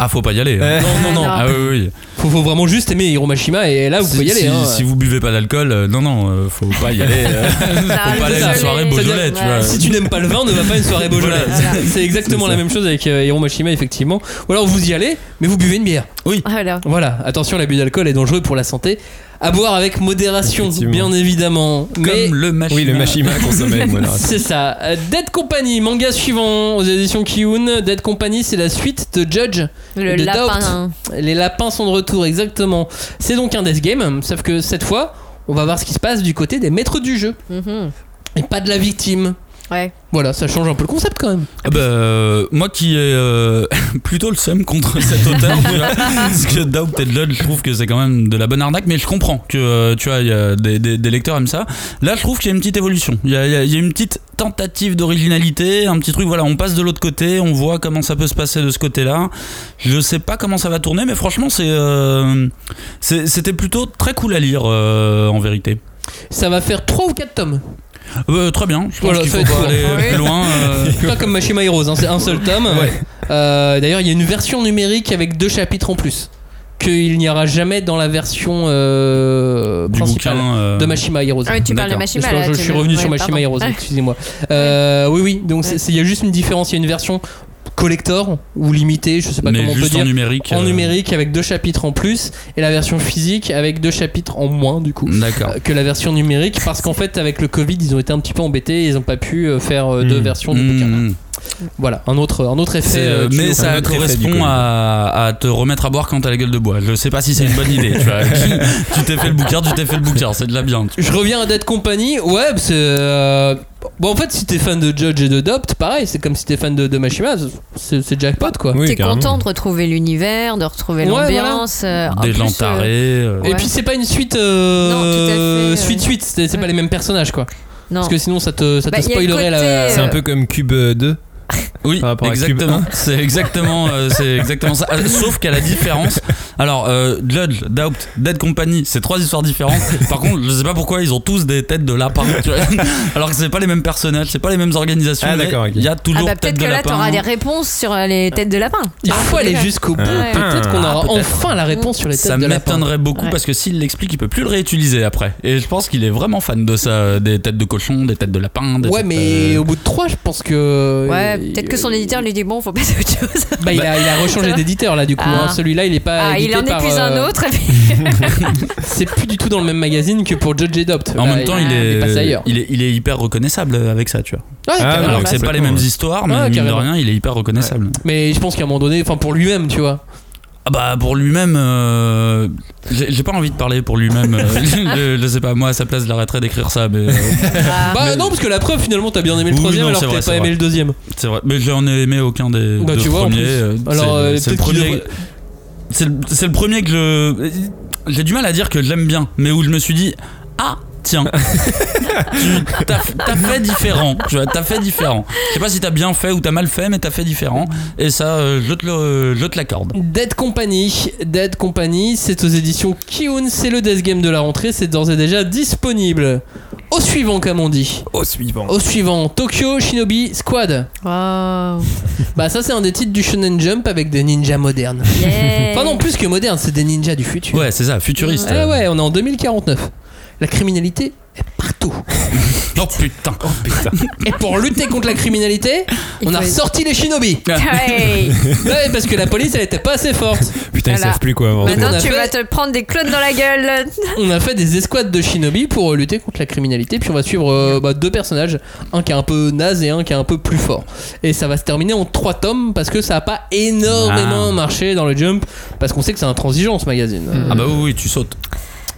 [SPEAKER 4] Ah, faut pas y aller. hein.
[SPEAKER 1] non, non, non.
[SPEAKER 3] Ah,
[SPEAKER 4] Ah oui, oui.
[SPEAKER 1] Faut, faut vraiment juste aimer Hiromashima et là, vous
[SPEAKER 4] si,
[SPEAKER 1] pouvez y aller.
[SPEAKER 4] si,
[SPEAKER 1] hein.
[SPEAKER 4] si vous buvez pas d'alcool, euh, non, non, euh, faut pas y aller. euh.
[SPEAKER 3] Faut
[SPEAKER 4] pas aller à la soirée Beaujolais, tu vois.
[SPEAKER 1] Si tu n'aimes pas le vin, ne va pas à une soirée Beaujolais.
[SPEAKER 4] euh, Voilà.
[SPEAKER 1] C'est exactement
[SPEAKER 4] C'est
[SPEAKER 1] la
[SPEAKER 4] ça.
[SPEAKER 1] même chose avec euh, Hiromashima, effectivement. Ou alors vous y allez, mais vous buvez une bière.
[SPEAKER 3] Voilà.
[SPEAKER 1] Voilà, attention, l'abus d'alcool est dangereux pour la santé. À boire avec modération,
[SPEAKER 2] Effectivement.
[SPEAKER 1] bien évidemment. Mais
[SPEAKER 4] Comme le machine.
[SPEAKER 2] Oui, le machima consommé. voilà.
[SPEAKER 1] c'est ça. Euh, Dead Company, manga suivant aux éditions Kiyun. Dead Company, c'est la suite de Judge.
[SPEAKER 3] Le
[SPEAKER 1] De
[SPEAKER 3] lapin.
[SPEAKER 1] Les lapins sont de retour, exactement. C'est donc un death game, sauf que cette fois, on va voir ce qui se passe du côté des maîtres du jeu
[SPEAKER 3] Mhm.
[SPEAKER 1] et pas de la victime.
[SPEAKER 3] Ouais.
[SPEAKER 1] Voilà, ça change un peu le concept quand même.
[SPEAKER 4] Ah bah, euh, moi qui ai euh, plutôt le seum contre cet auteur, tu vois, parce que Doubt et Judge, je trouve que c'est quand même de la bonne arnaque, mais je comprends que euh, tu vois, il y a des, des- des lecteurs aiment ça. Là, je trouve qu'il y a une petite évolution. Il y a, il y a- il y a une petite tentative d'originalité, un petit truc, voilà, on passe de l'autre côté, on voit comment ça peut se passer de ce côté-là. Je sais pas comment ça va tourner, mais franchement, c'est, euh, c'est- c'était plutôt très cool à lire euh, en vérité.
[SPEAKER 1] Ça va faire 3 ou 4 tomes.
[SPEAKER 4] Euh, très bien, je pense
[SPEAKER 1] Voilà,
[SPEAKER 4] qu'il
[SPEAKER 1] ça
[SPEAKER 4] faut
[SPEAKER 1] va être
[SPEAKER 4] pas aller
[SPEAKER 1] court.
[SPEAKER 4] plus loin. euh,
[SPEAKER 1] Pas comme Machima Heroes, hein, c'est un seul tome. Euh, D'ailleurs, il y a une version numérique avec deux chapitres en plus. Qu'il n'y aura jamais dans la version euh,
[SPEAKER 4] du
[SPEAKER 1] principale
[SPEAKER 4] bouquin euh,
[SPEAKER 1] de Machima Heroes.
[SPEAKER 3] Ah oui, tu parles de
[SPEAKER 4] D'accord.
[SPEAKER 1] Parce
[SPEAKER 3] Machima
[SPEAKER 1] que
[SPEAKER 3] là.
[SPEAKER 1] je, je
[SPEAKER 3] tu
[SPEAKER 1] suis
[SPEAKER 3] me-
[SPEAKER 1] revenu
[SPEAKER 3] ouais,
[SPEAKER 1] sur Machima
[SPEAKER 3] pardon.
[SPEAKER 1] Heroes,
[SPEAKER 3] Ah,
[SPEAKER 1] excusez-moi. Euh, oui, oui, donc c'est- c'est- il y a juste une différence. Il y a une version collector ou limitée, je sais pas
[SPEAKER 4] mais
[SPEAKER 1] comment on peut
[SPEAKER 4] juste en
[SPEAKER 1] dire.
[SPEAKER 4] numérique.
[SPEAKER 1] En
[SPEAKER 4] euh,
[SPEAKER 1] numérique avec deux chapitres en plus et la version physique avec deux chapitres en moins du coup
[SPEAKER 4] D'accord.
[SPEAKER 1] euh, que la version numérique parce qu'en fait avec le Covid ils ont été un petit peu embêtés ils n'ont pas pu euh, faire euh,
[SPEAKER 2] Mm.
[SPEAKER 1] deux versions du bouquin
[SPEAKER 4] Mmh.
[SPEAKER 1] voilà un autre, un autre effet
[SPEAKER 4] C'est,
[SPEAKER 1] euh,
[SPEAKER 4] euh,
[SPEAKER 1] du
[SPEAKER 4] mais
[SPEAKER 1] lot.
[SPEAKER 4] ça
[SPEAKER 2] notre effet du
[SPEAKER 4] correspond
[SPEAKER 2] Covid.
[SPEAKER 4] à, à te remettre à boire quand t'as la gueule de bois. Je sais pas si c'est une bonne idée. Tu vois. Tu t'es fait le bouquin, tu t'es fait le bouquin, c'est de la bien.
[SPEAKER 1] je reviens à Dead Company ouais c'est euh, bon en fait si t'es fan de Judge et de Dopt pareil c'est comme si t'es fan de, de Machima c'est c'est jackpot quoi
[SPEAKER 2] Oui,
[SPEAKER 3] T'es
[SPEAKER 2] carrément.
[SPEAKER 3] content de retrouver l'univers, de retrouver
[SPEAKER 1] Ouais, voilà.
[SPEAKER 3] l'ambiance. euh, en
[SPEAKER 4] Des
[SPEAKER 3] plus,
[SPEAKER 4] gens
[SPEAKER 3] euh,
[SPEAKER 4] tarés. euh,
[SPEAKER 1] Et
[SPEAKER 3] Ouais.
[SPEAKER 1] puis c'est pas une suite euh,
[SPEAKER 3] Non, tout à fait, ouais.
[SPEAKER 1] suite suite, c'est c'est pas
[SPEAKER 3] Ouais.
[SPEAKER 1] les mêmes personnages quoi.
[SPEAKER 3] Non.
[SPEAKER 1] Parce que sinon ça te ça
[SPEAKER 3] Bah,
[SPEAKER 1] te
[SPEAKER 3] y a le
[SPEAKER 1] spoilerait
[SPEAKER 3] côté,
[SPEAKER 1] la
[SPEAKER 2] C'est un peu comme Cube euh, 2.
[SPEAKER 4] Oui,
[SPEAKER 2] Par rapport à Cube
[SPEAKER 4] exactement.
[SPEAKER 2] 1.
[SPEAKER 4] C'est exactement, euh, c'est exactement ça. Euh, Sauf qu'à la différence, alors euh, Judge, Doubt, Dead Company, c'est trois histoires différentes. Par contre, je sais pas pourquoi ils ont tous des têtes de lapin. tu vois. Alors que c'est pas les mêmes personnages, c'est pas les mêmes organisations.
[SPEAKER 2] Ah,
[SPEAKER 4] mais
[SPEAKER 2] d'accord, ok.
[SPEAKER 4] Il y a
[SPEAKER 3] Ah
[SPEAKER 4] toujours
[SPEAKER 3] bah
[SPEAKER 4] tête
[SPEAKER 3] peut-être
[SPEAKER 4] de
[SPEAKER 3] que là
[SPEAKER 4] lapin.
[SPEAKER 1] hein.
[SPEAKER 3] t'auras des réponses sur euh, les têtes de lapin.
[SPEAKER 1] Il faut aller
[SPEAKER 3] Ah, peut-être.
[SPEAKER 1] jusqu'au bout.
[SPEAKER 2] Ouais.
[SPEAKER 1] Peut-être qu'on
[SPEAKER 2] Ah,
[SPEAKER 1] aura
[SPEAKER 4] peut-être.
[SPEAKER 1] enfin la réponse sur les têtes
[SPEAKER 4] Ça
[SPEAKER 1] de lapin.
[SPEAKER 4] m'étonnerait beaucoup
[SPEAKER 3] Ouais.
[SPEAKER 4] parce que s'il l'explique, il peut plus le réutiliser après. Et je pense qu'il est vraiment fan de ça, euh, des têtes de cochon, des têtes de lapin. Des
[SPEAKER 1] Ouais,
[SPEAKER 4] têtes,
[SPEAKER 1] mais
[SPEAKER 4] euh,
[SPEAKER 1] au bout de 3 je pense que.
[SPEAKER 3] Ouais, peut-être que
[SPEAKER 1] euh,
[SPEAKER 3] son éditeur lui dit bon, faut passer à autre chose.
[SPEAKER 1] Bah, il, a, il a rechangé d'éditeur là du coup.
[SPEAKER 3] Ah.
[SPEAKER 1] hein. Celui-là il est pas.
[SPEAKER 3] Ah, il
[SPEAKER 1] édité
[SPEAKER 3] en
[SPEAKER 1] par,
[SPEAKER 3] épuise
[SPEAKER 1] euh,
[SPEAKER 3] un autre. et puis-
[SPEAKER 1] C'est plus du tout dans le même magazine que pour Judge et Dopt.
[SPEAKER 4] En
[SPEAKER 1] Là,
[SPEAKER 4] même temps,
[SPEAKER 1] bah, il,
[SPEAKER 4] il est,
[SPEAKER 1] passé ailleurs.
[SPEAKER 4] il est, il est hyper reconnaissable avec ça, tu vois.
[SPEAKER 1] Ouais,
[SPEAKER 2] Ah,
[SPEAKER 1] carrément.
[SPEAKER 4] Alors
[SPEAKER 2] ouais,
[SPEAKER 4] que c'est pas les
[SPEAKER 2] complètement,
[SPEAKER 4] mêmes
[SPEAKER 2] ouais.
[SPEAKER 4] histoires, mais
[SPEAKER 1] Ouais,
[SPEAKER 4] mine de
[SPEAKER 1] carrément.
[SPEAKER 4] rien, il est hyper reconnaissable.
[SPEAKER 1] Mais je pense qu'à un moment donné, enfin pour lui-même, tu vois.
[SPEAKER 4] Ah bah pour lui-même, euh, j'ai j'ai pas envie de parler pour lui-même. euh, je, je sais pas, moi à sa place, je l'arrêterais d'écrire ça, mais euh,
[SPEAKER 3] Ah.
[SPEAKER 1] bah non, parce que la preuve finalement t'as bien aimé le
[SPEAKER 4] Oui,
[SPEAKER 1] troisième
[SPEAKER 4] non,
[SPEAKER 1] alors
[SPEAKER 4] c'est
[SPEAKER 1] que
[SPEAKER 4] vrai,
[SPEAKER 1] t'as
[SPEAKER 4] c'est
[SPEAKER 1] pas aimé
[SPEAKER 4] vrai.
[SPEAKER 1] le deuxième.
[SPEAKER 4] c'est vrai. Mais j'en ai aimé aucun des
[SPEAKER 1] Bah,
[SPEAKER 4] deux
[SPEAKER 1] tu vois, en
[SPEAKER 4] premiers.
[SPEAKER 1] plus.
[SPEAKER 4] euh, c'est-
[SPEAKER 1] Alors, euh,
[SPEAKER 4] c'est le
[SPEAKER 1] peut-être qu'il
[SPEAKER 4] premier.
[SPEAKER 1] devrait-
[SPEAKER 4] C'est le, c'est le premier que je. J'ai du mal à dire que je l'aime bien, mais où je me suis dit Ah, tiens, tu- t'as t'as fait différent. Tu vois, t'as fait différent. Je sais pas si t'as bien fait ou t'as mal fait, mais t'as fait différent. Et ça, euh, je te le- je te l'accorde.
[SPEAKER 1] Dead Company, Dead Company, c'est aux éditions Kiun, c'est le death game de la rentrée, c'est d'ores et déjà disponible. au suivant, comme on dit.
[SPEAKER 2] Au suivant.
[SPEAKER 1] Au suivant, Tokyo Shinobi Squad.
[SPEAKER 3] Wow.
[SPEAKER 1] Bah, ça, c'est un des titres du Shonen Jump avec des ninjas modernes.
[SPEAKER 3] Yeah.
[SPEAKER 1] Enfin, non, plus que modernes, c'est des ninjas du futur.
[SPEAKER 4] Ouais, c'est ça, futuriste.
[SPEAKER 1] Eh ouais, on est en 2049. La criminalité est partout.
[SPEAKER 4] Oh putain.
[SPEAKER 1] Et pour lutter contre la criminalité,
[SPEAKER 3] Il
[SPEAKER 1] on a
[SPEAKER 3] faut-
[SPEAKER 1] ressorti les shinobi.
[SPEAKER 4] Ah
[SPEAKER 3] Hey.
[SPEAKER 1] Ouais, parce que la police, elle était pas assez forte.
[SPEAKER 2] Putain, ils
[SPEAKER 3] Voilà.
[SPEAKER 2] savent plus quoi
[SPEAKER 4] Bah,
[SPEAKER 2] inventer.
[SPEAKER 1] on
[SPEAKER 3] Maintenant,
[SPEAKER 1] a
[SPEAKER 3] tu
[SPEAKER 1] fait-
[SPEAKER 3] vas te prendre des clones dans la gueule.
[SPEAKER 1] On a fait des escouades de shinobi pour euh, lutter contre la criminalité. Puis on va suivre euh, bah, deux personnages, un qui est un peu naze et un qui est un peu plus fort. Et ça va se terminer en trois tomes parce que ça a pas énormément
[SPEAKER 4] Ah.
[SPEAKER 1] marché dans le jump. Parce qu'on sait que c'est intransigeant ce magazine.
[SPEAKER 4] Ah bah oui, oui, tu sautes.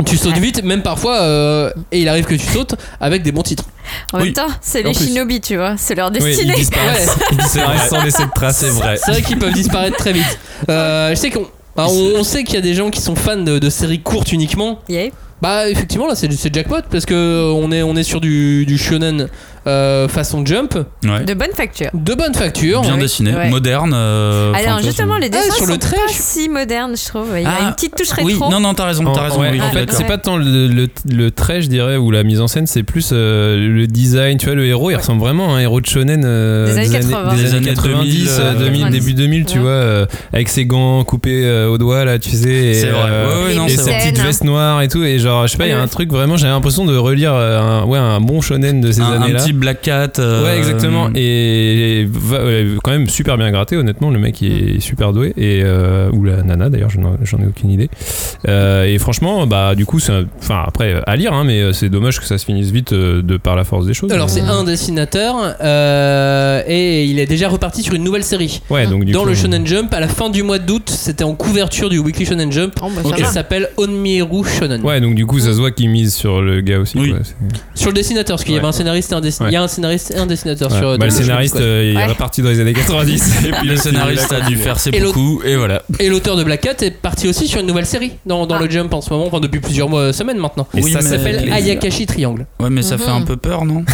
[SPEAKER 1] Tu sautes vite, même parfois, euh, et il arrive que tu sautes avec des bons titres.
[SPEAKER 3] En
[SPEAKER 4] Oui.
[SPEAKER 3] même temps, c'est
[SPEAKER 1] En
[SPEAKER 3] les
[SPEAKER 1] plus.
[SPEAKER 3] shinobi, tu vois. C'est leur
[SPEAKER 2] Oui, ils
[SPEAKER 3] destinée.
[SPEAKER 2] disparaissent. Ils disparaissent sans laisser de traces.
[SPEAKER 4] C'est vrai.
[SPEAKER 1] C'est vrai qu'ils peuvent disparaître très vite. Euh, je sais qu'on. bah, on, on sait qu'il y a des gens qui sont fans de, de séries courtes uniquement.
[SPEAKER 3] Yeah.
[SPEAKER 1] Bah effectivement là c'est c'est jackpot parce que euh, on est on est sur du, du shonen euh, façon jump
[SPEAKER 4] Ouais.
[SPEAKER 3] De bonne facture.
[SPEAKER 1] de bonne facture.
[SPEAKER 4] Bien dessiné,
[SPEAKER 3] Ouais.
[SPEAKER 4] moderne. euh,
[SPEAKER 3] Alors
[SPEAKER 4] enfin, tu vois,
[SPEAKER 3] justement, les dessins
[SPEAKER 1] sur
[SPEAKER 3] sont
[SPEAKER 1] le trait,
[SPEAKER 3] pas
[SPEAKER 1] je-
[SPEAKER 3] si modernes, je trouve. Il y a
[SPEAKER 4] Ah,
[SPEAKER 3] une petite touche rétro.
[SPEAKER 4] Oui, non, non, t'as raison, t'as raison.
[SPEAKER 2] Oh, ouais, Ah,
[SPEAKER 4] oui,
[SPEAKER 2] en fait,
[SPEAKER 4] d'accord.
[SPEAKER 2] c'est pas tant le, le, le trait, je dirais, ou la mise en scène, c'est plus euh, le design. Tu vois, le héros, il ressemble vraiment à un héros de shonen euh,
[SPEAKER 3] Des années 80.
[SPEAKER 2] des
[SPEAKER 4] Des
[SPEAKER 2] années
[SPEAKER 4] années
[SPEAKER 2] 90,
[SPEAKER 4] 2000,
[SPEAKER 2] euh, 2000,
[SPEAKER 3] 90.
[SPEAKER 2] début 2000, tu
[SPEAKER 3] Ouais.
[SPEAKER 2] vois, euh, avec ses gants coupés euh, au doigt, là, tu sais. et,
[SPEAKER 4] C'est vrai.
[SPEAKER 2] euh,
[SPEAKER 4] Ouais, ouais,
[SPEAKER 3] Et
[SPEAKER 4] non,
[SPEAKER 2] et
[SPEAKER 4] c'est
[SPEAKER 2] sa
[SPEAKER 4] vrai.
[SPEAKER 2] petite
[SPEAKER 3] Scène. hein.
[SPEAKER 2] veste noire et tout. Et genre, je sais pas, il y a
[SPEAKER 3] Ouais,
[SPEAKER 2] un
[SPEAKER 3] ouais.
[SPEAKER 2] truc vraiment, j'ai l'impression de relire euh, un, ouais, un bon shonen de ces
[SPEAKER 4] Un, un
[SPEAKER 2] années-là.
[SPEAKER 4] petit Black Cat. euh,
[SPEAKER 2] Ouais, exactement. Et, et va- euh, quand même super bien gratté, honnêtement. Le mec il est super doué. Et, euh, ou la nana, d'ailleurs, je n'en- j'en ai aucune idée. Euh, et franchement, bah, du coup, c'est un- enfin, après, euh, à lire, hein, mais euh, c'est dommage que ça se finisse vite euh, de par la force des choses.
[SPEAKER 1] Alors
[SPEAKER 2] Mais- euh,
[SPEAKER 1] c'est un dessinateur euh, et il est déjà reparti sur une nouvelle série.
[SPEAKER 2] ouais, donc, du
[SPEAKER 1] Dans
[SPEAKER 2] coup,
[SPEAKER 1] le Shonen Jump, à la fin du mois d'août, c'était en couverture du Weekly Shonen Jump.
[SPEAKER 3] Oh, bah, ça
[SPEAKER 1] Elle
[SPEAKER 3] va.
[SPEAKER 1] s'appelle Onmiru Shonen.
[SPEAKER 2] Ouais, donc du coup, ça se voit qu'il mise sur le gars aussi.
[SPEAKER 4] Oui.
[SPEAKER 2] quoi. C'est-
[SPEAKER 1] Sur le dessinateur, parce qu'il y
[SPEAKER 2] Ouais.
[SPEAKER 1] avait un scénariste et un dessinateur.
[SPEAKER 2] Ouais.
[SPEAKER 1] Il y a un scénariste et un dessinateur
[SPEAKER 2] Ouais.
[SPEAKER 1] sur.
[SPEAKER 2] Bah,
[SPEAKER 1] dans
[SPEAKER 2] le
[SPEAKER 1] Shonen
[SPEAKER 2] scénariste,
[SPEAKER 1] Squad.
[SPEAKER 2] euh, il
[SPEAKER 3] Ouais.
[SPEAKER 2] est reparti dans les années 90. et puis
[SPEAKER 4] Le scénariste a dû faire ses
[SPEAKER 1] Et l'autre-
[SPEAKER 4] beaucoup, et voilà.
[SPEAKER 1] Et l'auteur de Black Cat est parti aussi sur une nouvelle série dans, dans
[SPEAKER 3] Ah.
[SPEAKER 1] le Jump en ce moment, enfin depuis plusieurs mois, euh, semaines maintenant.
[SPEAKER 2] Et
[SPEAKER 4] Oui,
[SPEAKER 2] ça
[SPEAKER 4] mais-
[SPEAKER 1] Ça s'appelle
[SPEAKER 4] plaisir.
[SPEAKER 1] Ayakashi Triangle.
[SPEAKER 4] Ouais, mais ça fait un peu peur, non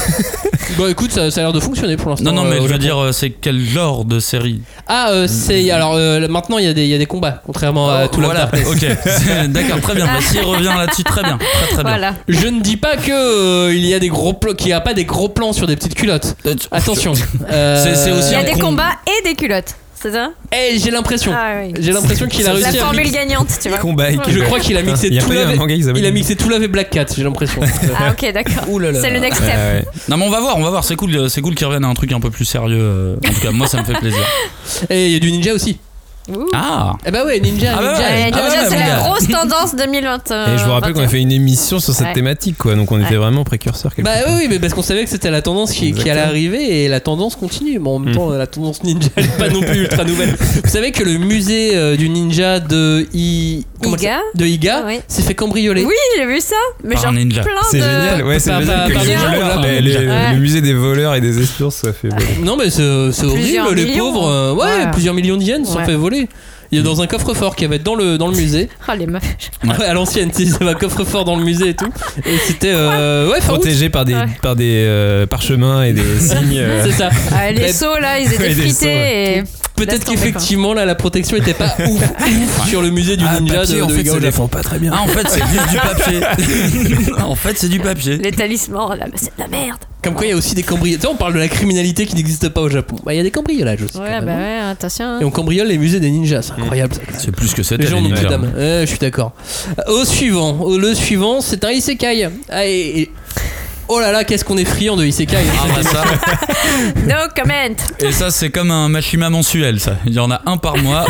[SPEAKER 1] Bon, écoute, ça, ça a l'air de fonctionner pour l'instant.
[SPEAKER 4] Non, non,
[SPEAKER 1] euh,
[SPEAKER 4] mais
[SPEAKER 1] au
[SPEAKER 4] je Mm. veux
[SPEAKER 1] Japon.
[SPEAKER 4] dire, euh, c'est quel genre de série
[SPEAKER 1] Ah, euh, c'est. Alors euh, là, maintenant, il y, a des- il y a des combats, contrairement à tout
[SPEAKER 4] Oh, Voilà, ok. C'est- D'accord, très bien. Bah, S'il revient là-dessus, très bien. Très, très bien.
[SPEAKER 3] Voilà.
[SPEAKER 1] Je ne dis pas que euh, il y a des gros plans, qu'il n'y a pas des gros plans sur des petites culottes.
[SPEAKER 4] Euh,
[SPEAKER 1] Attention. Euh,
[SPEAKER 4] C'est- c'est aussi
[SPEAKER 3] Il y a
[SPEAKER 4] un
[SPEAKER 3] des
[SPEAKER 4] con-
[SPEAKER 3] combats et des culottes. C'est ça
[SPEAKER 1] Eh, j'ai l'impression.
[SPEAKER 3] Ah oui.
[SPEAKER 1] J'ai l'impression qu'il a
[SPEAKER 3] La
[SPEAKER 1] réussi à.
[SPEAKER 3] formule
[SPEAKER 1] mixer-
[SPEAKER 3] gagnante, tu vois.
[SPEAKER 2] combat avec-
[SPEAKER 1] Je crois qu'il a mixé
[SPEAKER 2] Il y a
[SPEAKER 1] tout
[SPEAKER 2] pas eu un
[SPEAKER 1] l'ave-
[SPEAKER 2] manga qui s'appelle-
[SPEAKER 1] Il a mixé tout l'ave et Black Cat, j'ai l'impression.
[SPEAKER 3] Ah ok, d'accord.
[SPEAKER 1] Ouh là là.
[SPEAKER 3] C'est le next
[SPEAKER 2] Ouais,
[SPEAKER 3] step.
[SPEAKER 2] ouais.
[SPEAKER 4] Non, mais on va voir, on va voir. C'est cool, euh, c'est cool qu'il revienne à un truc un peu plus sérieux. euh, En tout cas, moi, ça me fait plaisir.
[SPEAKER 1] Et Eh, il y a du ninja aussi.
[SPEAKER 3] Ouh.
[SPEAKER 4] Ah
[SPEAKER 1] Eh bah ouais, ninja,
[SPEAKER 4] Ah bah
[SPEAKER 1] ninja.
[SPEAKER 4] ouais,
[SPEAKER 3] Ouais,
[SPEAKER 4] ah
[SPEAKER 3] déjà,
[SPEAKER 4] ouais,
[SPEAKER 3] c'est
[SPEAKER 4] mon
[SPEAKER 3] la
[SPEAKER 4] gars.
[SPEAKER 3] grosse tendance 2021.
[SPEAKER 2] Et je vous rappelle
[SPEAKER 3] euh,
[SPEAKER 2] qu'on a fait une émission sur cette
[SPEAKER 3] Ouais.
[SPEAKER 2] thématique, quoi. Donc on était vraiment précurseurs. quelque
[SPEAKER 1] Bah oui, mais parce qu'on savait que c'était la tendance qui, qui allait
[SPEAKER 2] Exactement.
[SPEAKER 1] arriver et la tendance continue. Mais en même
[SPEAKER 2] Mm.
[SPEAKER 1] temps, la tendance ninja elle est pas non plus ultra nouvelle. Vous savez que le musée euh, du ninja de I... comment
[SPEAKER 3] Iga
[SPEAKER 1] ça s'appelle de Iga
[SPEAKER 3] Oui.
[SPEAKER 1] s'est fait cambrioler.
[SPEAKER 3] Oui, j'ai vu ça, mais
[SPEAKER 4] Par
[SPEAKER 3] genre
[SPEAKER 4] un ninja.
[SPEAKER 3] plein
[SPEAKER 2] C'est
[SPEAKER 3] de.
[SPEAKER 2] génial, ouais, c'est
[SPEAKER 1] Par-
[SPEAKER 2] génial
[SPEAKER 1] par-
[SPEAKER 2] que
[SPEAKER 1] par
[SPEAKER 2] les
[SPEAKER 1] des gens,
[SPEAKER 2] voleurs,
[SPEAKER 1] là.
[SPEAKER 2] les- les-
[SPEAKER 3] Ouais.
[SPEAKER 2] le musée des voleurs et des espions soit fait voler.
[SPEAKER 1] Non mais c'est c'est
[SPEAKER 3] Plusieurs
[SPEAKER 1] horrible, les
[SPEAKER 3] millions.
[SPEAKER 1] pauvres. euh, ouais,
[SPEAKER 3] Ouais.
[SPEAKER 1] plusieurs millions de yens se sont
[SPEAKER 3] Ouais.
[SPEAKER 1] fait voler. Il y a dans un coffre-fort qui avait dans le dans le musée.
[SPEAKER 3] Oh, les meufs.
[SPEAKER 4] Ouais.
[SPEAKER 1] Ouais, à l'ancienne, si j'avais un coffre-fort dans le musée et tout. Et c'était euh, ouais, fin août.
[SPEAKER 2] Protégé par des,
[SPEAKER 3] Ouais.
[SPEAKER 2] par des euh, parchemins et des signes. euh,
[SPEAKER 1] C'est ça.
[SPEAKER 3] Ah, les
[SPEAKER 1] Mais-
[SPEAKER 3] sauts là, ils étaient
[SPEAKER 2] Ouais, des
[SPEAKER 3] frités
[SPEAKER 2] sauts, ouais.
[SPEAKER 3] et. Laisse
[SPEAKER 1] Peut-être
[SPEAKER 3] tomber, quoi.
[SPEAKER 1] qu'effectivement là la protection était pas ouf, ouf sur le musée du
[SPEAKER 2] Ah,
[SPEAKER 1] ninja
[SPEAKER 2] papier,
[SPEAKER 1] de,
[SPEAKER 2] en
[SPEAKER 1] de
[SPEAKER 2] fait,
[SPEAKER 1] Iga
[SPEAKER 2] ça
[SPEAKER 1] au Japon.
[SPEAKER 2] défend pas très bien.
[SPEAKER 4] Ah, en fait, c'est juste du papier. en fait, c'est du papier.
[SPEAKER 3] Les talismans, là, mais c'est de la merde.
[SPEAKER 1] Comme quoi, il y a aussi des cambriolages. on parle de la criminalité qui n'existe pas au Japon. Bah, il y a des cambriolages aussi.
[SPEAKER 3] Ouais,
[SPEAKER 1] quand
[SPEAKER 3] bah
[SPEAKER 1] même. hein.
[SPEAKER 3] ouais, attention.
[SPEAKER 1] Et on cambriole les musées des ninjas, c'est incroyable. ça.
[SPEAKER 4] C'est plus que c'était.
[SPEAKER 1] Les gens
[SPEAKER 4] les
[SPEAKER 1] n'ont plus
[SPEAKER 4] ninjas.
[SPEAKER 1] d'âme. Ouais, je suis d'accord. Euh, Au suivant, Au- le suivant, c'est un isekai. Ah, et- et- Oh là là, qu'est-ce qu'on est friand de isekai.
[SPEAKER 4] Ah, bah, ça.
[SPEAKER 3] No comment.
[SPEAKER 4] Et ça, c'est comme un machima mensuel, ça. Il y en a un par mois.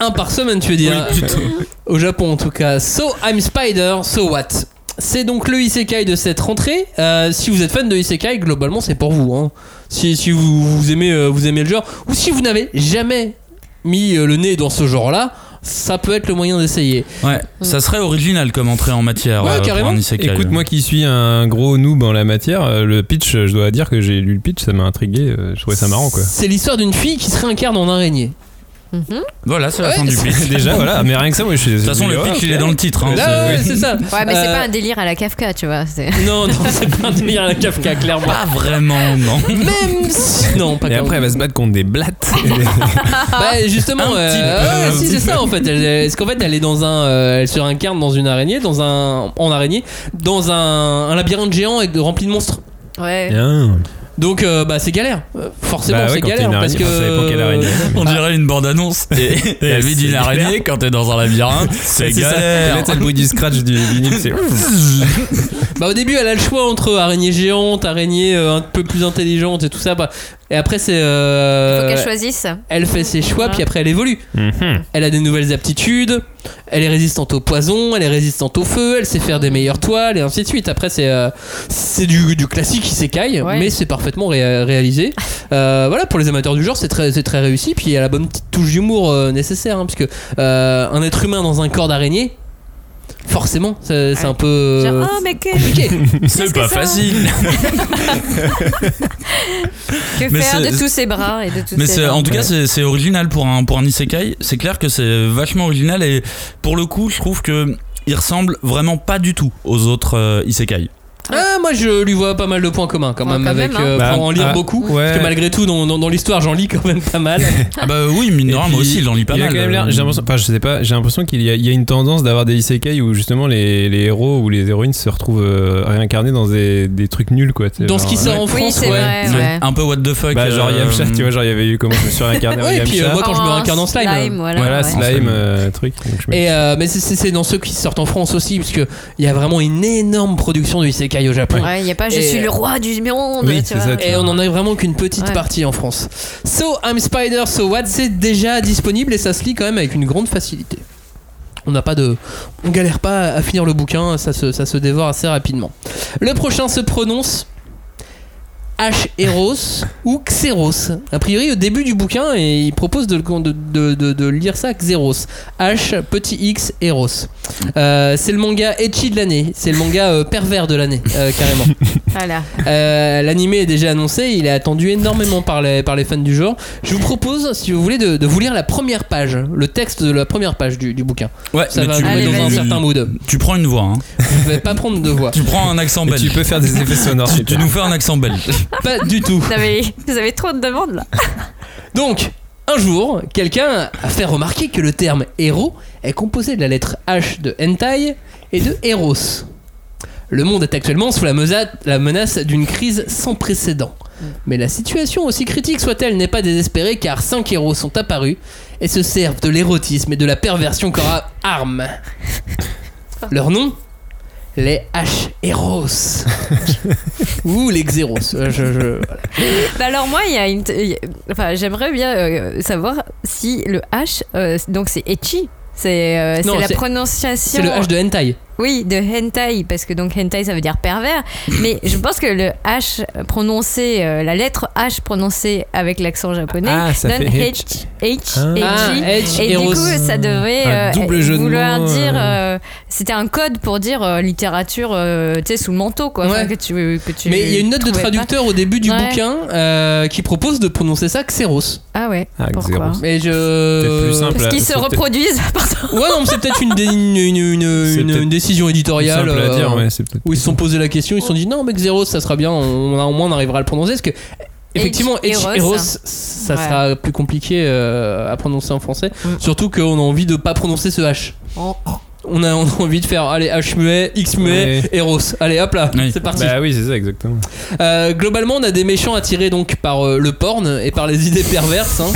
[SPEAKER 1] un par semaine, tu veux dire
[SPEAKER 4] Oui, plutôt.
[SPEAKER 1] Au Japon, en tout cas. So I'm Spider, so what c'est donc le isekai de cette rentrée. Euh, si vous êtes fan de isekai, globalement, c'est pour vous. hein. Si, si vous, vous aimez, euh, vous aimez le genre, ou si vous n'avez jamais mis euh, le nez dans ce genre-là, ça peut être le moyen d'essayer.
[SPEAKER 4] Ouais, ça serait original comme entrée en matière.
[SPEAKER 1] Ouais,
[SPEAKER 4] euh, pour
[SPEAKER 1] carrément.
[SPEAKER 4] un isekai.
[SPEAKER 2] Écoute, moi qui suis un gros noob en la matière, euh, le pitch, euh, je dois dire que j'ai lu le pitch, ça m'a intrigué, euh, je trouvais ça marrant quoi.
[SPEAKER 1] C'est l'histoire d'une fille qui se réincarne en araignée.
[SPEAKER 3] Mhm.
[SPEAKER 4] Voilà, c'est la
[SPEAKER 1] Ouais,
[SPEAKER 4] fin du
[SPEAKER 1] c'est-
[SPEAKER 4] pitch. De
[SPEAKER 2] Déjà, voilà, mais rien que ça, moi je suis. oh.
[SPEAKER 4] toute façon, le pitch, il est dans le titre. hein,
[SPEAKER 1] Là, Ah, ouais,
[SPEAKER 4] c'est-
[SPEAKER 1] c'est ça.
[SPEAKER 3] Ouais, mais c'est
[SPEAKER 1] Euh,
[SPEAKER 3] pas un délire à la Kafka, tu vois. c'est-
[SPEAKER 1] Non, non, c'est pas un délire à la Kafka, clairement.
[SPEAKER 4] Pas vraiment, non.
[SPEAKER 1] Même si... Non, pas
[SPEAKER 2] Et après, elle va se battre contre des blattes.
[SPEAKER 3] Ah.
[SPEAKER 1] Bah justement,
[SPEAKER 4] Un
[SPEAKER 1] euh,
[SPEAKER 4] petit peu,
[SPEAKER 1] ouais,
[SPEAKER 4] un
[SPEAKER 1] si,
[SPEAKER 4] petit
[SPEAKER 1] c'est ça en fait. Elle- elle- Est-ce qu'en fait elle est dans un, euh, elle se réincarne dans une araignée, dans un, en araignée, dans un, un labyrinthe géant et de- rempli de monstres.
[SPEAKER 3] Ouais.
[SPEAKER 2] Bien.
[SPEAKER 1] Donc euh, bah c'est galère. Euh, Forcément
[SPEAKER 2] Bah ouais,
[SPEAKER 1] c'est
[SPEAKER 2] quand t'es
[SPEAKER 1] galère
[SPEAKER 2] une
[SPEAKER 1] parce
[SPEAKER 2] araignée,
[SPEAKER 1] que.
[SPEAKER 2] enfin, ça dépend quelle araignée.
[SPEAKER 4] On dirait une bande-annonce. Et et la vie d'une
[SPEAKER 2] C'est
[SPEAKER 4] araignée, quand t'es dans un labyrinthe, c'est
[SPEAKER 2] ça. Là,
[SPEAKER 4] galère.
[SPEAKER 2] t'as le bruit du scratch du vinyle, c'est.
[SPEAKER 1] Bah au début elle a le choix entre araignée géante, araignée euh, un peu plus intelligente et tout ça. Bah, et après c'est.
[SPEAKER 3] Faut
[SPEAKER 1] euh,
[SPEAKER 3] qu'elle choisisse.
[SPEAKER 1] elle fait ses choix puis après elle évolue.
[SPEAKER 2] Mhm.
[SPEAKER 1] Elle a des nouvelles aptitudes, elle est résistante au poison, elle est résistante au feu, elle sait faire des meilleures toiles et ainsi de suite. Après, c'est euh, c'est du, du classique qui s'écaille,
[SPEAKER 3] Ouais.
[SPEAKER 1] mais c'est parfaitement ré- réalisé. Euh, voilà, pour les amateurs du genre, c'est très, c'est très réussi. Puis il y a la bonne petite touche d'humour euh, nécessaire, hein, parce que euh, un être humain dans un corps d'araignée, forcément, c'est c'est un peu. euh,
[SPEAKER 3] Genre, oh, mais que,
[SPEAKER 1] compliqué.
[SPEAKER 4] C'est
[SPEAKER 3] Qu'est-ce que
[SPEAKER 4] pas
[SPEAKER 3] ça
[SPEAKER 4] facile.
[SPEAKER 3] que
[SPEAKER 4] Mais
[SPEAKER 3] faire
[SPEAKER 4] c'est-
[SPEAKER 3] de tous ses bras et de toutes
[SPEAKER 4] Mais
[SPEAKER 3] ses
[SPEAKER 4] c'est,
[SPEAKER 3] jambes
[SPEAKER 4] en tout cas, c'est, c'est original pour un, pour un isekai. C'est clair que c'est vachement original et pour le coup, je trouve que il ressemble vraiment pas du tout aux autres euh, isekai.
[SPEAKER 1] Ah, moi je lui vois pas mal de points communs quand
[SPEAKER 3] Ouais,
[SPEAKER 1] même,
[SPEAKER 3] quand
[SPEAKER 1] avec
[SPEAKER 3] même, hein.
[SPEAKER 1] euh,
[SPEAKER 2] Bah,
[SPEAKER 1] pour en lire
[SPEAKER 2] ah,
[SPEAKER 1] beaucoup.
[SPEAKER 2] ouais.
[SPEAKER 1] Parce que malgré tout, dans, dans- dans l'histoire, j'en lis quand même pas mal.
[SPEAKER 4] Ah bah oui, mine de
[SPEAKER 2] Et
[SPEAKER 4] rien,
[SPEAKER 2] puis,
[SPEAKER 4] moi aussi, il en lit pas
[SPEAKER 2] il a
[SPEAKER 4] mal.
[SPEAKER 2] quand même l'air-
[SPEAKER 4] euh,
[SPEAKER 2] j'ai l'impression, enfin, je sais pas, j'ai l'impression qu'il y, a- il y a une tendance d'avoir des isekai où justement les, les héros ou les héroïnes se retrouvent euh, réincarnés dans des, des trucs nuls quoi.
[SPEAKER 1] dans ce qui sort en
[SPEAKER 3] Oui,
[SPEAKER 1] France,
[SPEAKER 3] c'est
[SPEAKER 1] ouais.
[SPEAKER 3] vrai,
[SPEAKER 4] ouais,
[SPEAKER 3] ouais.
[SPEAKER 4] Un peu what the fuck.
[SPEAKER 2] euh, Bah, genre
[SPEAKER 4] euh,
[SPEAKER 2] Yamcha, tu vois, genre il y avait eu comment je me suis réincarné en
[SPEAKER 1] Ouais, et puis,
[SPEAKER 2] Yamcha.
[SPEAKER 1] euh, moi, quand je me
[SPEAKER 3] En
[SPEAKER 1] réincarne en slime,
[SPEAKER 3] voilà.
[SPEAKER 2] voilà,
[SPEAKER 3] ouais.
[SPEAKER 2] slime euh, truc. Donc, je me-
[SPEAKER 1] Et euh, mais c'est- c'est c'est dans ceux qui sortent en France aussi, parce que il y a vraiment une énorme production de isekai au Japon.
[SPEAKER 3] Ouais, il y a pas je
[SPEAKER 1] Et-
[SPEAKER 3] suis le roi du monde,
[SPEAKER 2] Oui,
[SPEAKER 3] tu
[SPEAKER 2] c'est
[SPEAKER 3] vois.
[SPEAKER 2] ça, tu
[SPEAKER 1] Et on en a vraiment qu'une petite
[SPEAKER 3] Ouais.
[SPEAKER 1] partie en France. So I'm Spider, So What, c'est déjà disponible et ça se lit quand même avec une grande facilité. On n'a pas de, on galère pas à finir le bouquin, ça se, ça se dévore assez rapidement. Le prochain se prononce H. Eros ou Xeros. A priori, au début du bouquin, et il propose de, le- de, de- de- de lire ça Xeros. H, petit X, Eros. Euh, c'est le manga Echi de l'année. C'est le manga euh, pervers de l'année, euh, carrément.
[SPEAKER 3] Voilà.
[SPEAKER 1] Euh, L'anime est déjà annoncé, il est attendu énormément par les, par les fans du genre. Je vous propose, si vous voulez, de, de vous lire la première page, le texte de la première page du, du bouquin.
[SPEAKER 4] Ouais,
[SPEAKER 1] Ça
[SPEAKER 4] mais
[SPEAKER 1] va
[SPEAKER 4] tu,
[SPEAKER 1] vous
[SPEAKER 3] Allez,
[SPEAKER 1] mettre dans un
[SPEAKER 3] vas-y.
[SPEAKER 1] certain mood.
[SPEAKER 4] tu prends une voix. hein.
[SPEAKER 1] Je vais pas prendre de voix.
[SPEAKER 4] Tu prends un accent
[SPEAKER 2] Et
[SPEAKER 4] belge.
[SPEAKER 2] tu peux faire des effets sonores.
[SPEAKER 4] Tu-
[SPEAKER 2] si
[SPEAKER 4] tu
[SPEAKER 2] tu
[SPEAKER 4] nous fais un accent belge.
[SPEAKER 1] Pas du tout.
[SPEAKER 3] Vous avez, vous avez trop de demandes là.
[SPEAKER 1] Donc, un jour, quelqu'un a fait remarquer que le terme héros est composé de la lettre H de hentai et de héros. Le monde est actuellement sous la, mesa- la menace d'une crise sans précédent.
[SPEAKER 3] Mm.
[SPEAKER 1] Mais la situation, aussi critique soit-elle, n'est pas désespérée car cinq héros sont apparus et se servent de l'érotisme et de la perversion comme a- arme. Leur nom Les H-Héros. Ou les Xeros. Euh, je- je-
[SPEAKER 3] Bah alors moi, il y a une, il y a- enfin, j'aimerais bien euh, savoir si le H, euh, donc c'est Echi. C'est euh, c'est
[SPEAKER 1] Non,
[SPEAKER 3] la
[SPEAKER 1] c'est- C'est
[SPEAKER 3] prononciation.
[SPEAKER 1] le H de hentai.
[SPEAKER 3] Oui, de hentai, parce que donc hentai ça veut dire pervers. Mais je pense que le H prononcé, euh, la lettre H prononcée avec l'accent japonais
[SPEAKER 2] Ah, ça
[SPEAKER 3] donne
[SPEAKER 2] fait
[SPEAKER 3] H, H,
[SPEAKER 2] Ah.
[SPEAKER 1] Ah,
[SPEAKER 3] H.
[SPEAKER 1] H,
[SPEAKER 3] Et du
[SPEAKER 1] Héros.
[SPEAKER 3] coup, ça devrait
[SPEAKER 2] Un
[SPEAKER 3] euh,
[SPEAKER 2] double jeu de
[SPEAKER 3] vouloir
[SPEAKER 2] mots, euh.
[SPEAKER 3] dire. euh, C'était un code pour dire euh, littérature, euh, tu sais, sous le manteau, quoi.
[SPEAKER 1] Ouais.
[SPEAKER 3] Enfin, que tu, euh, que tu
[SPEAKER 1] Mais il y a une note de
[SPEAKER 3] trouvais pas.
[SPEAKER 1] traducteur au début du
[SPEAKER 3] Ouais.
[SPEAKER 1] bouquin euh, qui propose de prononcer ça Xeros.
[SPEAKER 3] Ah ouais.
[SPEAKER 2] Ah,
[SPEAKER 3] Pourquoi
[SPEAKER 2] Xeros.
[SPEAKER 1] Mais je.
[SPEAKER 2] Peut-être plus simple.
[SPEAKER 3] Parce qu'ils se
[SPEAKER 2] C'était-
[SPEAKER 3] reproduisent. Pardon.
[SPEAKER 1] Ouais, non, mais c'est peut-être une, dé- une, une- une-
[SPEAKER 2] C'est
[SPEAKER 1] une-
[SPEAKER 2] peut-être
[SPEAKER 1] une décision
[SPEAKER 2] C'est
[SPEAKER 1] éditoriale.
[SPEAKER 2] simple à
[SPEAKER 1] euh,
[SPEAKER 2] dire, ouais, c'est peut-être.
[SPEAKER 1] Où ils se sont posé la question, ils se sont dit non, mais Xeros, ça sera bien, on, on a- au moins on arrivera à le prononcer. Parce que, effectivement,
[SPEAKER 3] H-
[SPEAKER 1] H-
[SPEAKER 3] Eros.
[SPEAKER 1] Eros, ça
[SPEAKER 3] Ouais.
[SPEAKER 1] sera plus compliqué euh, à prononcer en français.
[SPEAKER 3] Mm.
[SPEAKER 1] Surtout qu'on a envie de pas prononcer ce H.
[SPEAKER 3] Oh.
[SPEAKER 1] On a, on a envie de faire, allez, H muet, X muet,
[SPEAKER 2] Ouais.
[SPEAKER 1] Eros. Allez, hop là,
[SPEAKER 4] Oui.
[SPEAKER 1] c'est parti.
[SPEAKER 2] Bah oui, c'est ça, exactement.
[SPEAKER 1] Euh, globalement, on a des méchants attirés donc par euh, le porn et par les idées perverses. hein.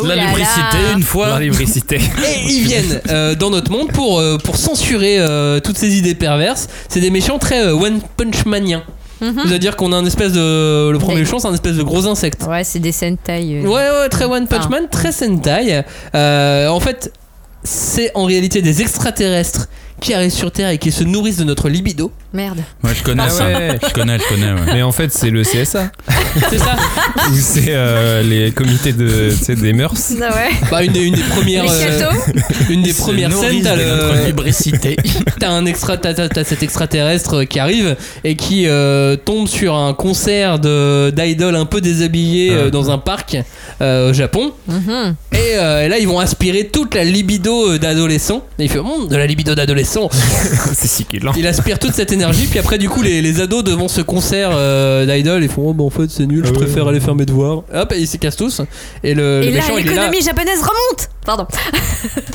[SPEAKER 3] Ouh là
[SPEAKER 4] La
[SPEAKER 3] là.
[SPEAKER 4] lubricité, une fois.
[SPEAKER 2] lubricité.
[SPEAKER 1] Et ils viennent euh, dans notre monde pour, euh, pour censurer euh, toutes ces idées perverses. C'est des méchants très euh, One Punch Maniens.
[SPEAKER 3] Mhm.
[SPEAKER 1] C'est-à-dire qu'on a un espèce de. Le premier
[SPEAKER 3] Des-
[SPEAKER 1] méchant, c'est un espèce de gros insecte.
[SPEAKER 3] Ouais, c'est des hentai. euh.
[SPEAKER 1] Ouais, ouais, très One Punch
[SPEAKER 3] Ah.
[SPEAKER 1] Man, très Sentai. Euh, en fait, c'est en réalité des extraterrestres qui arrivent sur Terre et qui se nourrissent de notre libido.
[SPEAKER 3] Merde.
[SPEAKER 4] Ouais, je connais
[SPEAKER 2] Ah
[SPEAKER 4] ça.
[SPEAKER 2] ouais.
[SPEAKER 4] Je connais, je connais. ouais.
[SPEAKER 2] Mais en fait, c'est le CSA
[SPEAKER 1] C'est ça
[SPEAKER 2] ou c'est euh, les comités de, tu sais, des mœurs.
[SPEAKER 3] Ah ouais.
[SPEAKER 1] Bah, une, des- une des premières,
[SPEAKER 3] Les
[SPEAKER 1] euh,
[SPEAKER 3] cadeaux.
[SPEAKER 1] une des
[SPEAKER 4] Ils se
[SPEAKER 1] premières scènes,
[SPEAKER 4] nourrissent
[SPEAKER 1] t'as
[SPEAKER 4] de notre
[SPEAKER 1] le,
[SPEAKER 4] lubricité.
[SPEAKER 1] t'as un extra, t'as, t'as- t'as cet extraterrestre qui arrive et qui euh, tombe sur un concert de d'idoles un peu déshabillé
[SPEAKER 4] Ah.
[SPEAKER 1] euh, dans un parc euh, au Japon.
[SPEAKER 3] Mhm.
[SPEAKER 1] Et, euh, et là, ils vont aspirer toute la libido euh, d'adolescent. Et il fait Hum, de la libido d'adolescent.
[SPEAKER 2] c'est succulent.
[SPEAKER 1] Il aspire toute cette énergie. Puis après, du coup, les, les ados devant ce concert euh, d'idol, ils font Oh, bah en fait, c'est nul, je
[SPEAKER 2] Ah ouais.
[SPEAKER 1] préfère aller faire mes devoirs. Hop, et ils se cassent tous. Et le,
[SPEAKER 3] Et
[SPEAKER 1] le
[SPEAKER 3] là,
[SPEAKER 1] méchant, il est là.
[SPEAKER 3] l'économie japonaise remonte. Pardon.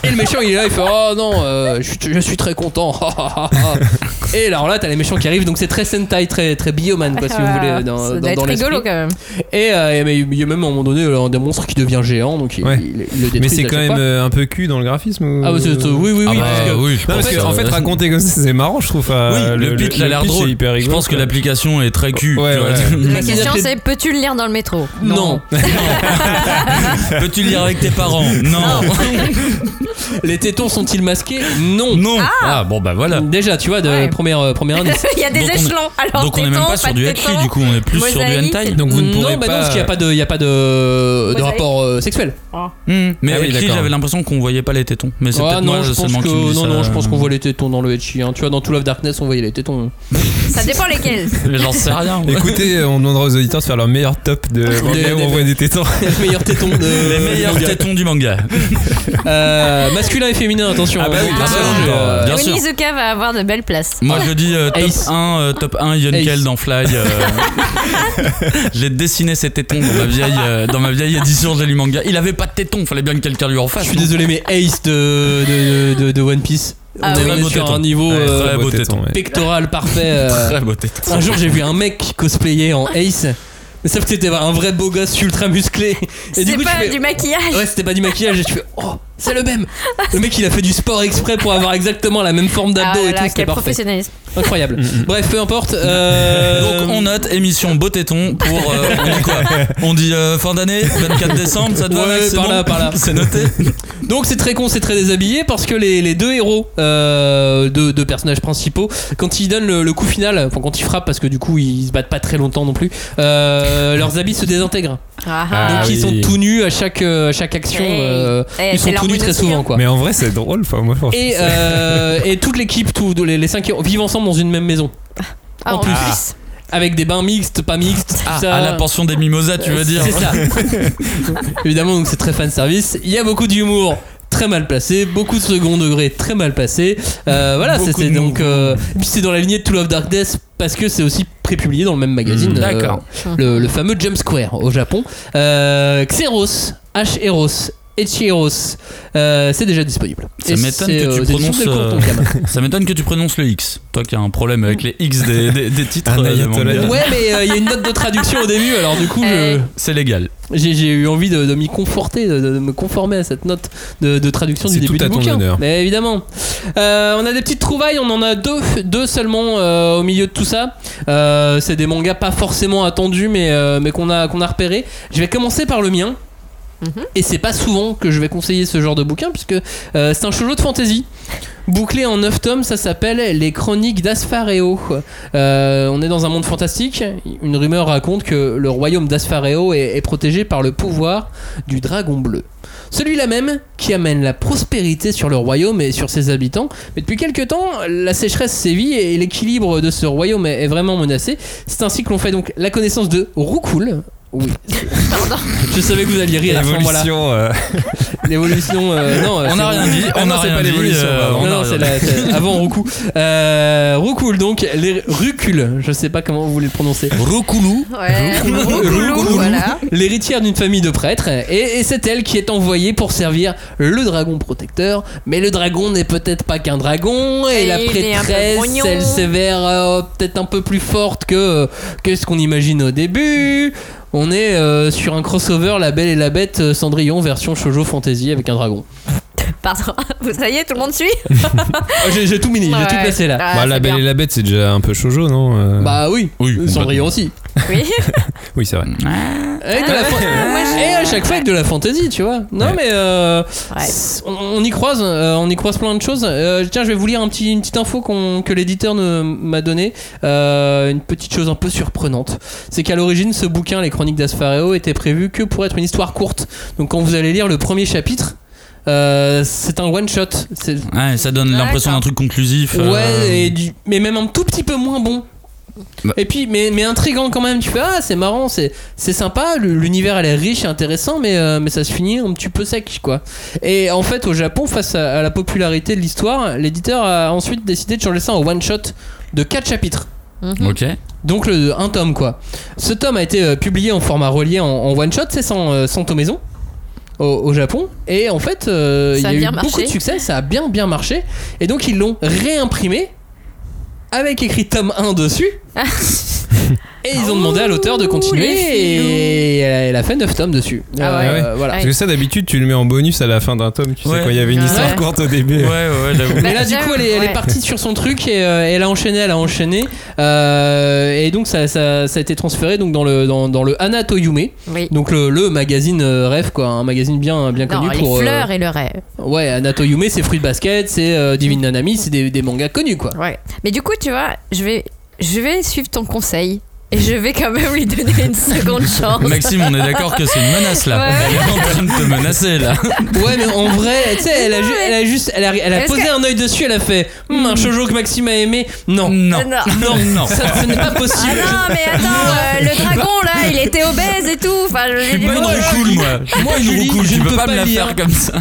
[SPEAKER 1] Et le méchant il est là, il fait Oh non, euh, je, suis- je suis très content. ha, ha, ha, ha. et alors là, t'as les méchants qui arrivent, donc c'est très Sentai, très, très Bioman, quoi, si vous voulez. euh, Dans,
[SPEAKER 3] Ah, ça
[SPEAKER 1] dans,
[SPEAKER 3] doit
[SPEAKER 1] dans
[SPEAKER 3] être
[SPEAKER 1] l'esprit.
[SPEAKER 3] rigolo quand même.
[SPEAKER 1] Et euh, et mais il y a même à un moment donné euh, un des monstres qui devient géant, donc il,
[SPEAKER 2] Ouais.
[SPEAKER 1] il- il le détruit.
[SPEAKER 2] Mais c'est
[SPEAKER 1] à
[SPEAKER 2] quand
[SPEAKER 1] chaque
[SPEAKER 2] même
[SPEAKER 1] fois.
[SPEAKER 2] euh, un peu cul dans le graphisme. ou-
[SPEAKER 1] Ah, bah, c'est- c'est- oui, oui, oui.
[SPEAKER 4] Ah bah,
[SPEAKER 1] parce que-
[SPEAKER 4] oui, je
[SPEAKER 2] Non, parce
[SPEAKER 4] pense
[SPEAKER 2] que, en
[SPEAKER 4] que-
[SPEAKER 2] fait, raconter comme ça, c'est marrant, je trouve. euh,
[SPEAKER 4] Oui, le pitch a l'air
[SPEAKER 2] pitch est
[SPEAKER 4] drôle.
[SPEAKER 2] Hyper
[SPEAKER 4] Je
[SPEAKER 2] rigolo,
[SPEAKER 4] pense que
[SPEAKER 2] quoi.
[SPEAKER 4] l'application est très cul.
[SPEAKER 2] Ouais,
[SPEAKER 4] tu vois.
[SPEAKER 2] ouais.
[SPEAKER 3] La
[SPEAKER 1] c'est-à-dire
[SPEAKER 3] question
[SPEAKER 1] que-
[SPEAKER 3] c'est peux-tu le lire dans le métro
[SPEAKER 1] Non.
[SPEAKER 4] Peux-tu le lire avec tes parents Non.
[SPEAKER 1] les tétons sont-ils masqués Non.
[SPEAKER 4] Non. Ah bon bah voilà.
[SPEAKER 1] Déjà, tu vois, de
[SPEAKER 3] Ouais.
[SPEAKER 1] première, euh, première indice.
[SPEAKER 3] Il y a des
[SPEAKER 4] Donc on est-
[SPEAKER 3] échelons. Alors
[SPEAKER 4] Donc on est même
[SPEAKER 3] tétons,
[SPEAKER 4] pas sur
[SPEAKER 3] de
[SPEAKER 4] du hentai
[SPEAKER 3] tétons.
[SPEAKER 4] du coup, on est plus sur du
[SPEAKER 3] Mosaïque.
[SPEAKER 4] hentai.
[SPEAKER 2] Donc vous ne pourrez
[SPEAKER 1] non, bah non,
[SPEAKER 2] pas.
[SPEAKER 1] parce qu'il n'y a pas de, il y a pas de, de
[SPEAKER 3] Vous
[SPEAKER 1] rapport euh, sexuel.
[SPEAKER 4] Mais
[SPEAKER 2] Ah oui,
[SPEAKER 4] avec qui
[SPEAKER 2] d'accord.
[SPEAKER 4] j'avais l'impression qu'on voyait pas les tétons. Mais c'est
[SPEAKER 1] Ah,
[SPEAKER 4] peut-être
[SPEAKER 1] non,
[SPEAKER 4] moi
[SPEAKER 1] je pense
[SPEAKER 4] seulement
[SPEAKER 1] que,
[SPEAKER 4] qui me
[SPEAKER 1] non,
[SPEAKER 4] dis ça.
[SPEAKER 1] non, je pense qu'on voit les tétons dans le Etchi. hein. Tu vois, dans Tool of Darkness, on voyait les tétons. hein.
[SPEAKER 3] Ça dépend lesquels.
[SPEAKER 4] Mais J'en sais rien. moi.
[SPEAKER 2] Écoutez, euh, on demandera aux auditeurs de faire leur meilleur top de.
[SPEAKER 1] Des-
[SPEAKER 2] où on
[SPEAKER 1] des-
[SPEAKER 2] voit des tétons.
[SPEAKER 1] les meilleurs tétons de.
[SPEAKER 2] euh,
[SPEAKER 4] Les meilleurs tétons du manga.
[SPEAKER 1] Euh, masculin et féminin, attention.
[SPEAKER 4] Ah bah oui,
[SPEAKER 1] Hein,
[SPEAKER 4] bien
[SPEAKER 1] parce
[SPEAKER 4] sûr,
[SPEAKER 1] que,
[SPEAKER 4] bien
[SPEAKER 1] euh,
[SPEAKER 4] sûr.
[SPEAKER 3] Oni Zuka va avoir de belles places.
[SPEAKER 4] Moi je dis euh, top,
[SPEAKER 1] Ace.
[SPEAKER 4] 1, euh, top 1
[SPEAKER 1] Ace.
[SPEAKER 4] Yonkel dans Fly. euh, j'ai dessiné ses tétons dans ma vieille, euh, dans ma vieille édition, j'ai lu manga. Il avait pas de tétons, fallait bien que quelqu'un lui en
[SPEAKER 1] Je
[SPEAKER 4] fasse.
[SPEAKER 1] suis
[SPEAKER 4] non
[SPEAKER 1] désolé, mais Ace de, de, de, de One Piece.
[SPEAKER 3] Ah
[SPEAKER 1] on est- on
[SPEAKER 3] oui.
[SPEAKER 4] Très
[SPEAKER 1] est
[SPEAKER 4] beau
[SPEAKER 1] sur
[SPEAKER 4] téton.
[SPEAKER 1] un niveau
[SPEAKER 4] Ouais,
[SPEAKER 1] euh,
[SPEAKER 4] très beau téton,
[SPEAKER 2] ouais.
[SPEAKER 1] pectoral parfait. euh.
[SPEAKER 4] Très beau téton.
[SPEAKER 1] Un jour, j'ai vu un mec qui cosplayait en Ace. Mais sauf que c'était un vrai beau gosse ultra musclé. Et du
[SPEAKER 3] C'est
[SPEAKER 1] coup, je
[SPEAKER 3] pas
[SPEAKER 1] fais-
[SPEAKER 3] du maquillage.
[SPEAKER 1] Ouais, c'était pas du maquillage. Et je fais, oh, c'est le même. Le mec, il a fait du sport exprès pour avoir exactement la même forme
[SPEAKER 3] Ah
[SPEAKER 1] d'abdos
[SPEAKER 3] là
[SPEAKER 1] et
[SPEAKER 3] là,
[SPEAKER 1] tout. C'était
[SPEAKER 3] quel
[SPEAKER 1] parfait.
[SPEAKER 3] professionnalisme.
[SPEAKER 4] Mm,
[SPEAKER 1] Incroyable. Bref, peu importe. euh,
[SPEAKER 4] Donc on note émission beau téton pour euh, on dit quoi On dit euh, fin d'année 24 décembre, ça te va
[SPEAKER 1] Ouais,
[SPEAKER 4] mec, c'est
[SPEAKER 1] par
[SPEAKER 4] bon
[SPEAKER 1] là, par là.
[SPEAKER 4] C'est noté.
[SPEAKER 1] Donc c'est très con, c'est très déshabillé parce que les, les deux héros, euh, deux, deux personnages principaux, quand ils donnent le, le coup final, enfin quand ils frappent parce que du coup ils se battent pas très longtemps non plus, euh, leurs habits se désintègrent.
[SPEAKER 3] Ah,
[SPEAKER 2] Ah,
[SPEAKER 1] Donc ils
[SPEAKER 2] oui.
[SPEAKER 1] sont tout nus à chaque, euh, à chaque action.
[SPEAKER 3] Hey.
[SPEAKER 1] euh,
[SPEAKER 3] Eh,
[SPEAKER 1] ils
[SPEAKER 3] c'est
[SPEAKER 1] sont
[SPEAKER 3] leur
[SPEAKER 1] tout nus
[SPEAKER 3] bout de
[SPEAKER 1] très
[SPEAKER 3] soutien.
[SPEAKER 1] souvent quoi.
[SPEAKER 2] Mais en vrai, c'est drôle, enfin, moi, franchement.
[SPEAKER 1] Et, euh, et toute l'équipe, tous tous les, les cinq héros vivent ensemble dans une même maison.
[SPEAKER 3] Ah,
[SPEAKER 1] en plus. Avec des bains mixtes, pas mixtes, tout
[SPEAKER 4] Ah,
[SPEAKER 1] ça.
[SPEAKER 4] à la pension des mimosas, tu veux dire
[SPEAKER 1] C'est ça. Évidemment, donc c'est très fan service. Il y a beaucoup d'humour très mal placé, beaucoup de second degré très mal placé. Euh, voilà,
[SPEAKER 4] Beaucoup
[SPEAKER 1] ça, c'est
[SPEAKER 4] de
[SPEAKER 1] donc. euh, et puis c'est dans la lignée de Tool of Darkness parce que c'est aussi prépublié dans le même magazine.
[SPEAKER 4] Mmh.
[SPEAKER 1] euh,
[SPEAKER 4] D'accord.
[SPEAKER 1] le, le fameux Jump Square au Japon. Euh, Xeros, H-Eros. Echiros, euh, c'est déjà disponible.
[SPEAKER 4] Ça
[SPEAKER 1] Et
[SPEAKER 4] m'étonne
[SPEAKER 1] c'est,
[SPEAKER 4] que tu
[SPEAKER 1] aux éditions
[SPEAKER 4] prononces,
[SPEAKER 1] Delcourt,
[SPEAKER 4] euh,
[SPEAKER 1] ton gamin.
[SPEAKER 4] Ça m'étonne que tu prononces le X. Toi qui as un problème avec les X des, des- des titres.
[SPEAKER 2] Un
[SPEAKER 4] euh, de
[SPEAKER 2] ayatollah.
[SPEAKER 4] manga.
[SPEAKER 1] Ouais, mais euh, il y a une note de traduction au début, alors du coup, je-
[SPEAKER 3] Eh.
[SPEAKER 4] C'est légal.
[SPEAKER 1] j'ai j'ai eu envie de, de m'y conforter, de, de- de me conformer à cette note de, de traduction du
[SPEAKER 2] C'est
[SPEAKER 1] début
[SPEAKER 2] tout
[SPEAKER 1] du
[SPEAKER 2] à ton
[SPEAKER 1] bouquin.
[SPEAKER 2] honneur.
[SPEAKER 1] Mais évidemment, Euh, on a des petites trouvailles, on en a deux, deux seulement euh, au milieu de tout ça. Euh, C'est des mangas pas forcément attendus, mais, euh, mais qu'on a qu'on a repéré. Je vais commencer par le mien. Et c'est pas souvent que je vais conseiller ce genre de bouquin, puisque euh, c'est un shoujo de fantasy. Bouclé en 9 tomes, ça s'appelle Les Chroniques d'Asphareo. Euh, on est dans un monde fantastique. Une rumeur raconte que le royaume d'Asphareo est, est protégé par le pouvoir du dragon bleu. Celui-là même qui amène la prospérité sur le royaume et sur ses habitants. Mais depuis quelque temps, la sécheresse sévit et l'équilibre de ce royaume est, est vraiment menacé. C'est ainsi que l'on fait donc la connaissance de Rukul. Oui. Je savais que vous alliez rire à ce moment-là.
[SPEAKER 2] L'évolution. euh,
[SPEAKER 1] L'évolution. euh, non,
[SPEAKER 4] On
[SPEAKER 1] c'est
[SPEAKER 4] n'a
[SPEAKER 1] bon.
[SPEAKER 4] rien dit.
[SPEAKER 2] Ah
[SPEAKER 4] On
[SPEAKER 2] non,
[SPEAKER 4] n'a
[SPEAKER 2] c'est
[SPEAKER 4] rien
[SPEAKER 2] pas
[SPEAKER 4] dit.
[SPEAKER 2] l'évolution,
[SPEAKER 4] euh,
[SPEAKER 2] pardon.
[SPEAKER 4] on
[SPEAKER 1] Non,
[SPEAKER 4] n'a
[SPEAKER 1] non,
[SPEAKER 4] rien
[SPEAKER 1] c'est
[SPEAKER 4] dit.
[SPEAKER 1] la- c'est avant Roukou. Euh, Roukoul, donc, les Rucul, je sais pas comment vous les prononcez.
[SPEAKER 4] Rokoulou.
[SPEAKER 3] Ouais. Roucoulou, voilà.
[SPEAKER 1] L'héritière d'une famille de prêtres, et, et c'est elle qui est envoyée pour servir le dragon protecteur. Mais le dragon n'est peut-être pas qu'un dragon, et,
[SPEAKER 3] Et
[SPEAKER 1] la
[SPEAKER 3] il est un peu
[SPEAKER 1] prêtresse,
[SPEAKER 3] grognon.
[SPEAKER 1] elle s'avère euh, peut-être un peu plus forte que, que ce qu'on imagine au début. On est euh, sur un crossover La Belle et la Bête euh, Cendrillon version shoujo fantasy avec un dragon.
[SPEAKER 3] Pardon. Vous- Ça y est, tout le monde suit
[SPEAKER 1] Ah, j'ai j'ai tout miné, j'ai
[SPEAKER 3] Ouais.
[SPEAKER 1] tout placé là.
[SPEAKER 3] Ah,
[SPEAKER 2] Bah,
[SPEAKER 3] c'est
[SPEAKER 2] la Belle
[SPEAKER 3] bien.
[SPEAKER 2] et la Bête, c'est déjà un peu shoujo, non Euh,
[SPEAKER 1] Bah oui,
[SPEAKER 4] Oui,
[SPEAKER 1] Euh, Cendrillon aussi.
[SPEAKER 3] Oui.
[SPEAKER 2] Oui, c'est vrai.
[SPEAKER 1] Et, de la fan-
[SPEAKER 3] Ah, moi, je-
[SPEAKER 1] Et à chaque fois avec de la fantaisie, tu vois. Non mais euh,
[SPEAKER 3] Ouais.
[SPEAKER 1] c'est- on, on y croise, euh, on y croise plein de choses. Euh, tiens, je vais vous lire un petit, une petite info qu'on- que l'éditeur ne- m'a donnée. Euh, une petite chose un peu surprenante, c'est qu'à l'origine, ce bouquin, les Chroniques d'Asfareo, était prévu que pour être une histoire courte. Donc quand vous allez lire le premier chapitre, euh, c'est un one shot. C'est-
[SPEAKER 4] Ouais, ça donne l'impression d'un truc conclusif.
[SPEAKER 1] Ouais,
[SPEAKER 4] euh,
[SPEAKER 1] et du- mais même un tout petit peu moins bon.
[SPEAKER 4] Bah.
[SPEAKER 1] Et puis, mais, mais intriguant quand même. Tu fais, ah, c'est marrant, c'est, c'est sympa, le- l'univers a l'air riche et intéressant, mais, euh, mais ça se finit un petit peu sec, quoi. Et en fait, au Japon, face à, à la popularité de l'histoire, l'éditeur a ensuite décidé de changer ça en one-shot de 4 chapitres.
[SPEAKER 3] Mhm.
[SPEAKER 4] Ok.
[SPEAKER 1] Donc, le, un tome, quoi. Ce tome a été euh, publié en format relié en, one-shot, c'est sans, euh, sans tomaison. Au, au Japon et en fait euh,
[SPEAKER 3] Ça
[SPEAKER 1] il y
[SPEAKER 3] a
[SPEAKER 1] a eu
[SPEAKER 3] bien
[SPEAKER 1] beaucoup
[SPEAKER 3] marché.
[SPEAKER 1] de succès ça a bien bien marché et donc ils l'ont réimprimé avec écrit tome 1 dessus. et ils ont demandé à l'auteur de continuer
[SPEAKER 3] Ouh, les
[SPEAKER 1] et elle a fait 9 tomes dessus. Euh,
[SPEAKER 3] Ah
[SPEAKER 2] ouais.
[SPEAKER 1] voilà.
[SPEAKER 2] Parce que ça, d'habitude, tu le mets en bonus à la fin d'un tome. Tu
[SPEAKER 4] Ouais.
[SPEAKER 2] sais, quand il y avait une
[SPEAKER 3] Ouais.
[SPEAKER 2] histoire courte au début.
[SPEAKER 4] Ouais, ouais, j'avoue.
[SPEAKER 1] Mais là, du
[SPEAKER 3] Bah, j'avoue,
[SPEAKER 1] coup, elle est, elle est
[SPEAKER 3] ouais.
[SPEAKER 1] partie sur son truc et euh, elle a enchaîné, elle a enchaîné. Euh, et donc, ça, ça- ça a été transféré donc, dans le, dans, dans le Hana Toyume,
[SPEAKER 3] Oui.
[SPEAKER 1] donc le, le magazine euh, rêve, quoi, un magazine bien, bien
[SPEAKER 3] Non,
[SPEAKER 1] connu
[SPEAKER 3] les
[SPEAKER 1] pour. euh,
[SPEAKER 3] fleurs et le rêve.
[SPEAKER 1] ouais, Hana Toyume, c'est Fruit Basket, c'est euh, Divine Nanami, c'est des, des mangas connus, quoi.
[SPEAKER 3] Ouais. Mais du coup, tu vois, je vais, je vais suivre ton conseil et je vais quand même lui donner une seconde chance.
[SPEAKER 4] Maxime, on est d'accord que c'est une menace là.
[SPEAKER 3] Ouais, ouais.
[SPEAKER 4] Elle est en train de te menacer là.
[SPEAKER 1] Ouais, mais en vrai, tu sais, elle a, ju- elle a juste, elle a, elle a
[SPEAKER 3] Est-ce
[SPEAKER 1] posé
[SPEAKER 3] que- Hmm.
[SPEAKER 1] un œil dessus, elle a fait Hum, un shoujo que Maxime a aimé. Non,
[SPEAKER 4] Non.
[SPEAKER 3] Non.
[SPEAKER 4] Non, non.
[SPEAKER 1] ça, ce n'est pas
[SPEAKER 3] Ah
[SPEAKER 1] possible.
[SPEAKER 3] non, mais attends, euh, le dragon là, il était obèse et tout. Enfin, je euh,
[SPEAKER 4] Je suis pas une roucoule moi. Je suis
[SPEAKER 1] Moi,
[SPEAKER 4] pas une
[SPEAKER 1] Julie,
[SPEAKER 4] roucoule.
[SPEAKER 1] je
[SPEAKER 4] Tu
[SPEAKER 1] ne
[SPEAKER 4] peux
[SPEAKER 1] peux
[SPEAKER 4] pas
[SPEAKER 1] pas
[SPEAKER 4] me la
[SPEAKER 1] lire.
[SPEAKER 4] faire comme ça.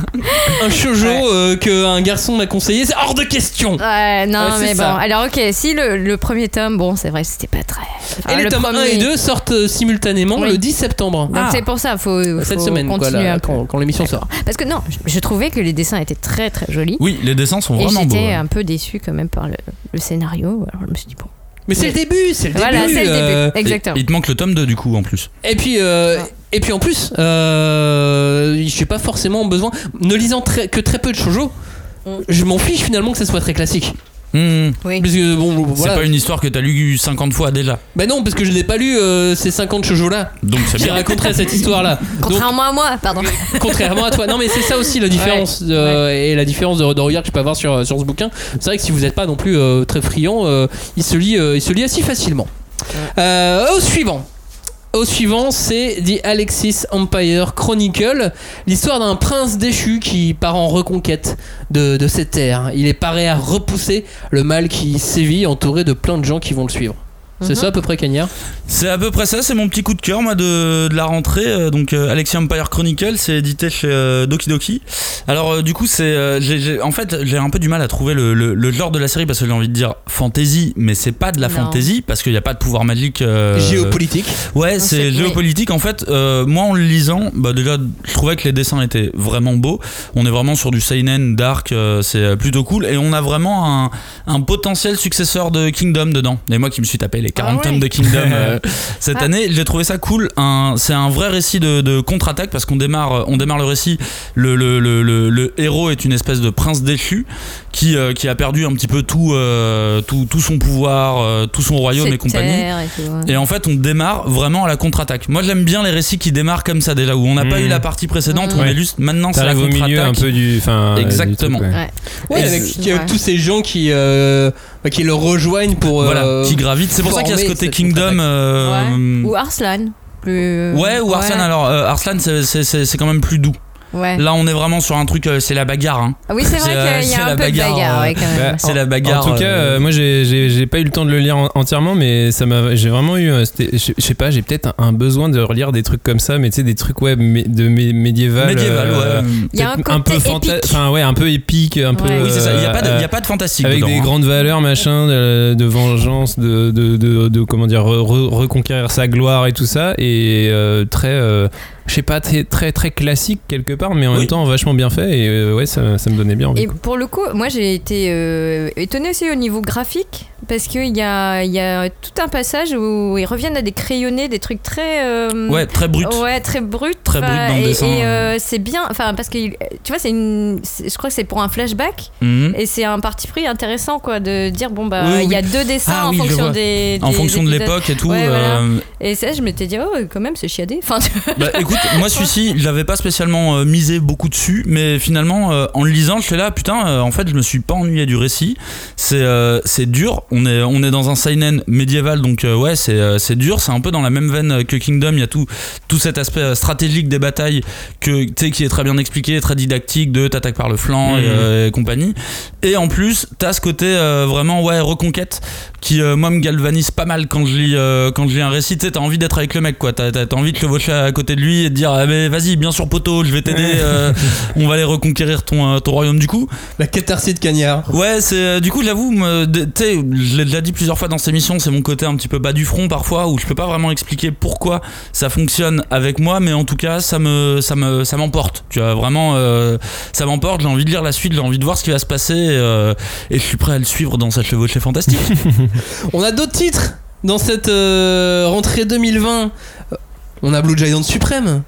[SPEAKER 1] Un shoujo
[SPEAKER 3] Ah Ouais. Ah,
[SPEAKER 1] euh, qu'un garçon m'a conseillé, c'est hors de question.
[SPEAKER 3] Ouais, non,
[SPEAKER 1] Ouais, c'est
[SPEAKER 3] mais bon.
[SPEAKER 1] ça.
[SPEAKER 3] Alors, ok, si le, le premier tome, bon, c'est vrai, c'était pas très. Enfin,
[SPEAKER 1] et les
[SPEAKER 3] le
[SPEAKER 1] tomes 1
[SPEAKER 3] premier-
[SPEAKER 1] et 2 sortent euh, simultanément
[SPEAKER 3] Oui.
[SPEAKER 1] le 10 septembre. Ah.
[SPEAKER 3] Donc, c'est pour ça, faut,
[SPEAKER 1] Cette
[SPEAKER 3] faut
[SPEAKER 1] semaine, quoi,
[SPEAKER 3] continuer
[SPEAKER 1] là,
[SPEAKER 3] un peu.
[SPEAKER 1] quand, quand l'émission sort.
[SPEAKER 3] Parce que non, je, je trouvais que les dessins étaient très très jolis.
[SPEAKER 4] Oui, les dessins sont
[SPEAKER 3] et
[SPEAKER 4] vraiment beaux.
[SPEAKER 3] j'étais
[SPEAKER 4] hein.
[SPEAKER 1] hein.
[SPEAKER 4] ouais.
[SPEAKER 3] un peu déçue quand même par le, le scénario. Alors, je me suis dit, bon.
[SPEAKER 1] Mais c'est le début, c'est le
[SPEAKER 3] voilà,
[SPEAKER 1] début.
[SPEAKER 3] c'est le début.
[SPEAKER 1] euh,
[SPEAKER 3] Exactement.
[SPEAKER 4] Et- Il te manque le tome 2 du coup en plus.
[SPEAKER 1] Et puis, euh,
[SPEAKER 3] Ouais.
[SPEAKER 1] et puis en plus, euh, j'ai pas forcément besoin. Ne lisant très- que très peu de shoujo,
[SPEAKER 3] Mm.
[SPEAKER 1] je m'en fiche finalement que ça soit très classique.
[SPEAKER 4] Hmm.
[SPEAKER 3] Oui.
[SPEAKER 1] Parce que bon,
[SPEAKER 4] C'est
[SPEAKER 1] voilà.
[SPEAKER 4] pas une histoire que t'as lu 50 fois déjà.
[SPEAKER 1] Bah non, parce que je n'ai pas lu euh, ces 50 shoujo là
[SPEAKER 4] Donc c'est
[SPEAKER 1] qui
[SPEAKER 4] bien.
[SPEAKER 1] raconteraient cette histoire là. Donc,
[SPEAKER 3] Contrairement à moi, pardon.
[SPEAKER 1] contrairement à toi. Non, mais c'est ça aussi la différence euh, et la différence de, de regard que je peux avoir sur, euh, sur ce bouquin. C'est vrai que si vous n'êtes pas non plus euh, très friand, euh, il, se lit, euh, il se lit assez facilement. Euh, au suivant. Au suivant, c'est The Alexis Empire Chronicle, l'histoire d'un prince déchu qui part en reconquête de, de ses terres. Il est paré à repousser le mal qui sévit, entouré de plein de gens qui vont le suivre. C'est
[SPEAKER 3] Mhm.
[SPEAKER 1] ça à peu près, Cagnard
[SPEAKER 4] C'est à peu près ça, c'est mon petit coup de cœur moi de, de la rentrée. Euh, Donc euh, Alexia Empire Chronicle, c'est édité chez euh, Doki Doki. Alors euh, du coup, c'est euh, j'ai- j'ai- en fait j'ai un peu du mal à trouver le, le- le genre de la série parce que j'ai envie de dire fantasy, mais c'est pas de la
[SPEAKER 3] Non.
[SPEAKER 4] fantasy parce qu'il n'y a pas de pouvoir magique. euh,
[SPEAKER 1] E Géopolitique.
[SPEAKER 3] Non,
[SPEAKER 4] Ouais, c'est
[SPEAKER 3] c'est-
[SPEAKER 4] géopolitique. En fait, euh, moi en le lisant, bah déjà, je trouvais que les dessins étaient vraiment beaux. On est vraiment sur du seinen dark, euh, c'est plutôt cool. Et on a vraiment un, un potentiel successeur de Kingdom dedans. Et moi qui me suis tapé les 40
[SPEAKER 3] Ah ouais.
[SPEAKER 4] tomes de Kingdom euh, cette
[SPEAKER 3] Ah.
[SPEAKER 4] année, j'ai trouvé ça cool. Un- C'est un vrai récit de, de contre-attaque parce qu'on démarre, euh, on démarre le récit. Le, le, le, le- le héros est une espèce de prince déchu qui, euh, qui a perdu un petit peu tout, euh, tout, tout son pouvoir, euh, tout son royaume et
[SPEAKER 3] Cette
[SPEAKER 4] compagnie.
[SPEAKER 3] terre et tout, ouais.
[SPEAKER 4] Et en fait, on démarre vraiment à la contre-attaque. Moi, j'aime bien les récits qui démarrent comme ça déjà, où on n'a pas
[SPEAKER 2] Mmh.
[SPEAKER 4] eu la partie précédente,
[SPEAKER 3] Mmh.
[SPEAKER 4] où on
[SPEAKER 2] Ouais.
[SPEAKER 4] est juste maintenant c'est la
[SPEAKER 2] T'arrives au milieu un
[SPEAKER 4] contre-attaque.
[SPEAKER 2] peu du. enfin, euh, du
[SPEAKER 4] Exactement.
[SPEAKER 2] truc, ouais.
[SPEAKER 3] Ouais.
[SPEAKER 1] Ouais,
[SPEAKER 4] Et
[SPEAKER 1] avec,
[SPEAKER 4] c'est-
[SPEAKER 1] qui- avec
[SPEAKER 3] ouais.
[SPEAKER 1] tous ces gens qui, euh, bah, qui le rejoignent pour.
[SPEAKER 4] Voilà,
[SPEAKER 1] euh,
[SPEAKER 4] qui gravitent. C'est pour ça qu'il y a ce
[SPEAKER 1] former
[SPEAKER 4] côté
[SPEAKER 1] cette
[SPEAKER 4] Kingdom.
[SPEAKER 1] contre-attaque.
[SPEAKER 4] euh,
[SPEAKER 3] Ou Arslan. Plus... euh,
[SPEAKER 4] Ouais, ou Arslan. Alors, euh, Arslan, c'est- c'est c'est- c'est quand même plus doux.
[SPEAKER 3] Ouais.
[SPEAKER 4] Là, on est vraiment sur un truc, euh, c'est la bagarre. hein.
[SPEAKER 3] Ah Oui, c'est
[SPEAKER 4] C'est,
[SPEAKER 3] vrai
[SPEAKER 4] euh,
[SPEAKER 3] qu'il y
[SPEAKER 4] c'est
[SPEAKER 3] a
[SPEAKER 4] la
[SPEAKER 3] un peu
[SPEAKER 4] bagarre,
[SPEAKER 3] de bagarre,
[SPEAKER 4] euh,
[SPEAKER 3] ouais, quand même.
[SPEAKER 2] bah,
[SPEAKER 4] C'est la bagarre.
[SPEAKER 2] En tout cas,
[SPEAKER 4] euh,
[SPEAKER 2] euh, moi j'ai- j'ai j'ai pas eu le temps de le lire en- entièrement, mais ça m'a, j'ai vraiment eu, euh, c'était- je je sais pas, j'ai peut-être un, un besoin de relire des trucs comme ça, mais tu sais des trucs ouais mé- de mé- médiéval,
[SPEAKER 4] médiéval,
[SPEAKER 2] euh,
[SPEAKER 4] ouais.
[SPEAKER 3] Il y a un
[SPEAKER 2] peut-être
[SPEAKER 3] côté
[SPEAKER 2] peu fanta-
[SPEAKER 3] épique.
[SPEAKER 2] enfin ouais, un peu épique, un peu.
[SPEAKER 3] Ouais.
[SPEAKER 4] Oui, c'est ça. Il n'y a, pas de-
[SPEAKER 2] euh,
[SPEAKER 4] il y a pas de fantastique.
[SPEAKER 2] avec
[SPEAKER 4] dedans,
[SPEAKER 2] des
[SPEAKER 4] hein.
[SPEAKER 2] grandes valeurs, machin, de, de vengeance, de, de, de- de- comment dire, re- re- reconquérir sa gloire et tout ça, et euh, très, euh, je sais pas, très, très très classique quelque part, mais en
[SPEAKER 4] Oui.
[SPEAKER 2] même temps vachement bien fait, et euh, ouais, ça, ça me donnait bien envie.
[SPEAKER 3] Et pour le coup, moi j'ai été euh, étonnée aussi au niveau graphique parce qu'il y a, il y a tout un passage où ils reviennent à des crayonnés, des trucs très. euh,
[SPEAKER 4] Ouais, très brut.
[SPEAKER 3] Ouais, très brut.
[SPEAKER 4] Très brut
[SPEAKER 3] Enfin,
[SPEAKER 4] dans le
[SPEAKER 3] et,
[SPEAKER 4] dessin.
[SPEAKER 3] et, euh, c'est bien, enfin, parce que tu vois, c'est une. c'est- Je crois que c'est pour un flashback.
[SPEAKER 4] Mhm.
[SPEAKER 3] Et c'est un parti pris intéressant, quoi, de dire, bon, bah,
[SPEAKER 4] Oui,
[SPEAKER 3] il y a
[SPEAKER 4] oui.
[SPEAKER 3] deux dessins
[SPEAKER 4] Ah
[SPEAKER 3] en
[SPEAKER 4] oui, je
[SPEAKER 3] fonction
[SPEAKER 4] vois.
[SPEAKER 3] des.
[SPEAKER 4] En
[SPEAKER 3] des
[SPEAKER 4] fonction de
[SPEAKER 3] épisodes.
[SPEAKER 4] l'époque et tout.
[SPEAKER 3] Ouais, voilà.
[SPEAKER 4] euh,
[SPEAKER 3] Et ça, je m'étais dit, oh, quand même, c'est chiadé. Enfin, tu vois.
[SPEAKER 4] Bah écoute, moi celui-ci, je l'avais pas spécialement euh, misé beaucoup dessus, mais finalement, euh, en le lisant, je suis là, putain, euh, en fait, je me suis pas ennuyé du récit. C'est euh, c'est dur, on est, on est dans un seinen médiéval, donc euh, ouais, c'est euh, c'est dur, c'est un peu dans la même veine euh, que Kingdom, il y a tout, tout cet aspect euh, stratégique des batailles que, tu sais, qui est très bien expliqué, très didactique, de t'attaques par le flanc
[SPEAKER 2] Mhm.
[SPEAKER 4] et, euh, et compagnie. Et en plus, t'as ce côté euh, vraiment, ouais, reconquête, qui euh, moi me galvanise pas mal quand je lis euh, quand je lis un récit tu sais, t'as envie d'être avec le mec quoi t'as t'as- t'as envie de chevaucher à côté de lui et de dire ah, mais vas-y bien sûr poteau je vais t'aider euh, on va aller reconquérir ton euh, ton royaume du coup
[SPEAKER 1] La catharsis de Cagnard.
[SPEAKER 4] ouais c'est euh, du coup j'avoue me- de- tu sais je l'ai déjà dit plusieurs fois dans cette émission c'est mon côté un petit peu bas du front parfois où je peux pas vraiment expliquer pourquoi ça fonctionne avec moi mais en tout cas ça me ça me ça m'emporte tu vois vraiment euh, ça m'emporte j'ai envie de lire la suite j'ai envie de voir ce qui va se passer euh, et je suis prêt à le suivre dans sa chevauchée fantastique
[SPEAKER 1] On a d'autres titres dans cette euh, rentrée 2020. Euh, On a Blue Giant Suprême.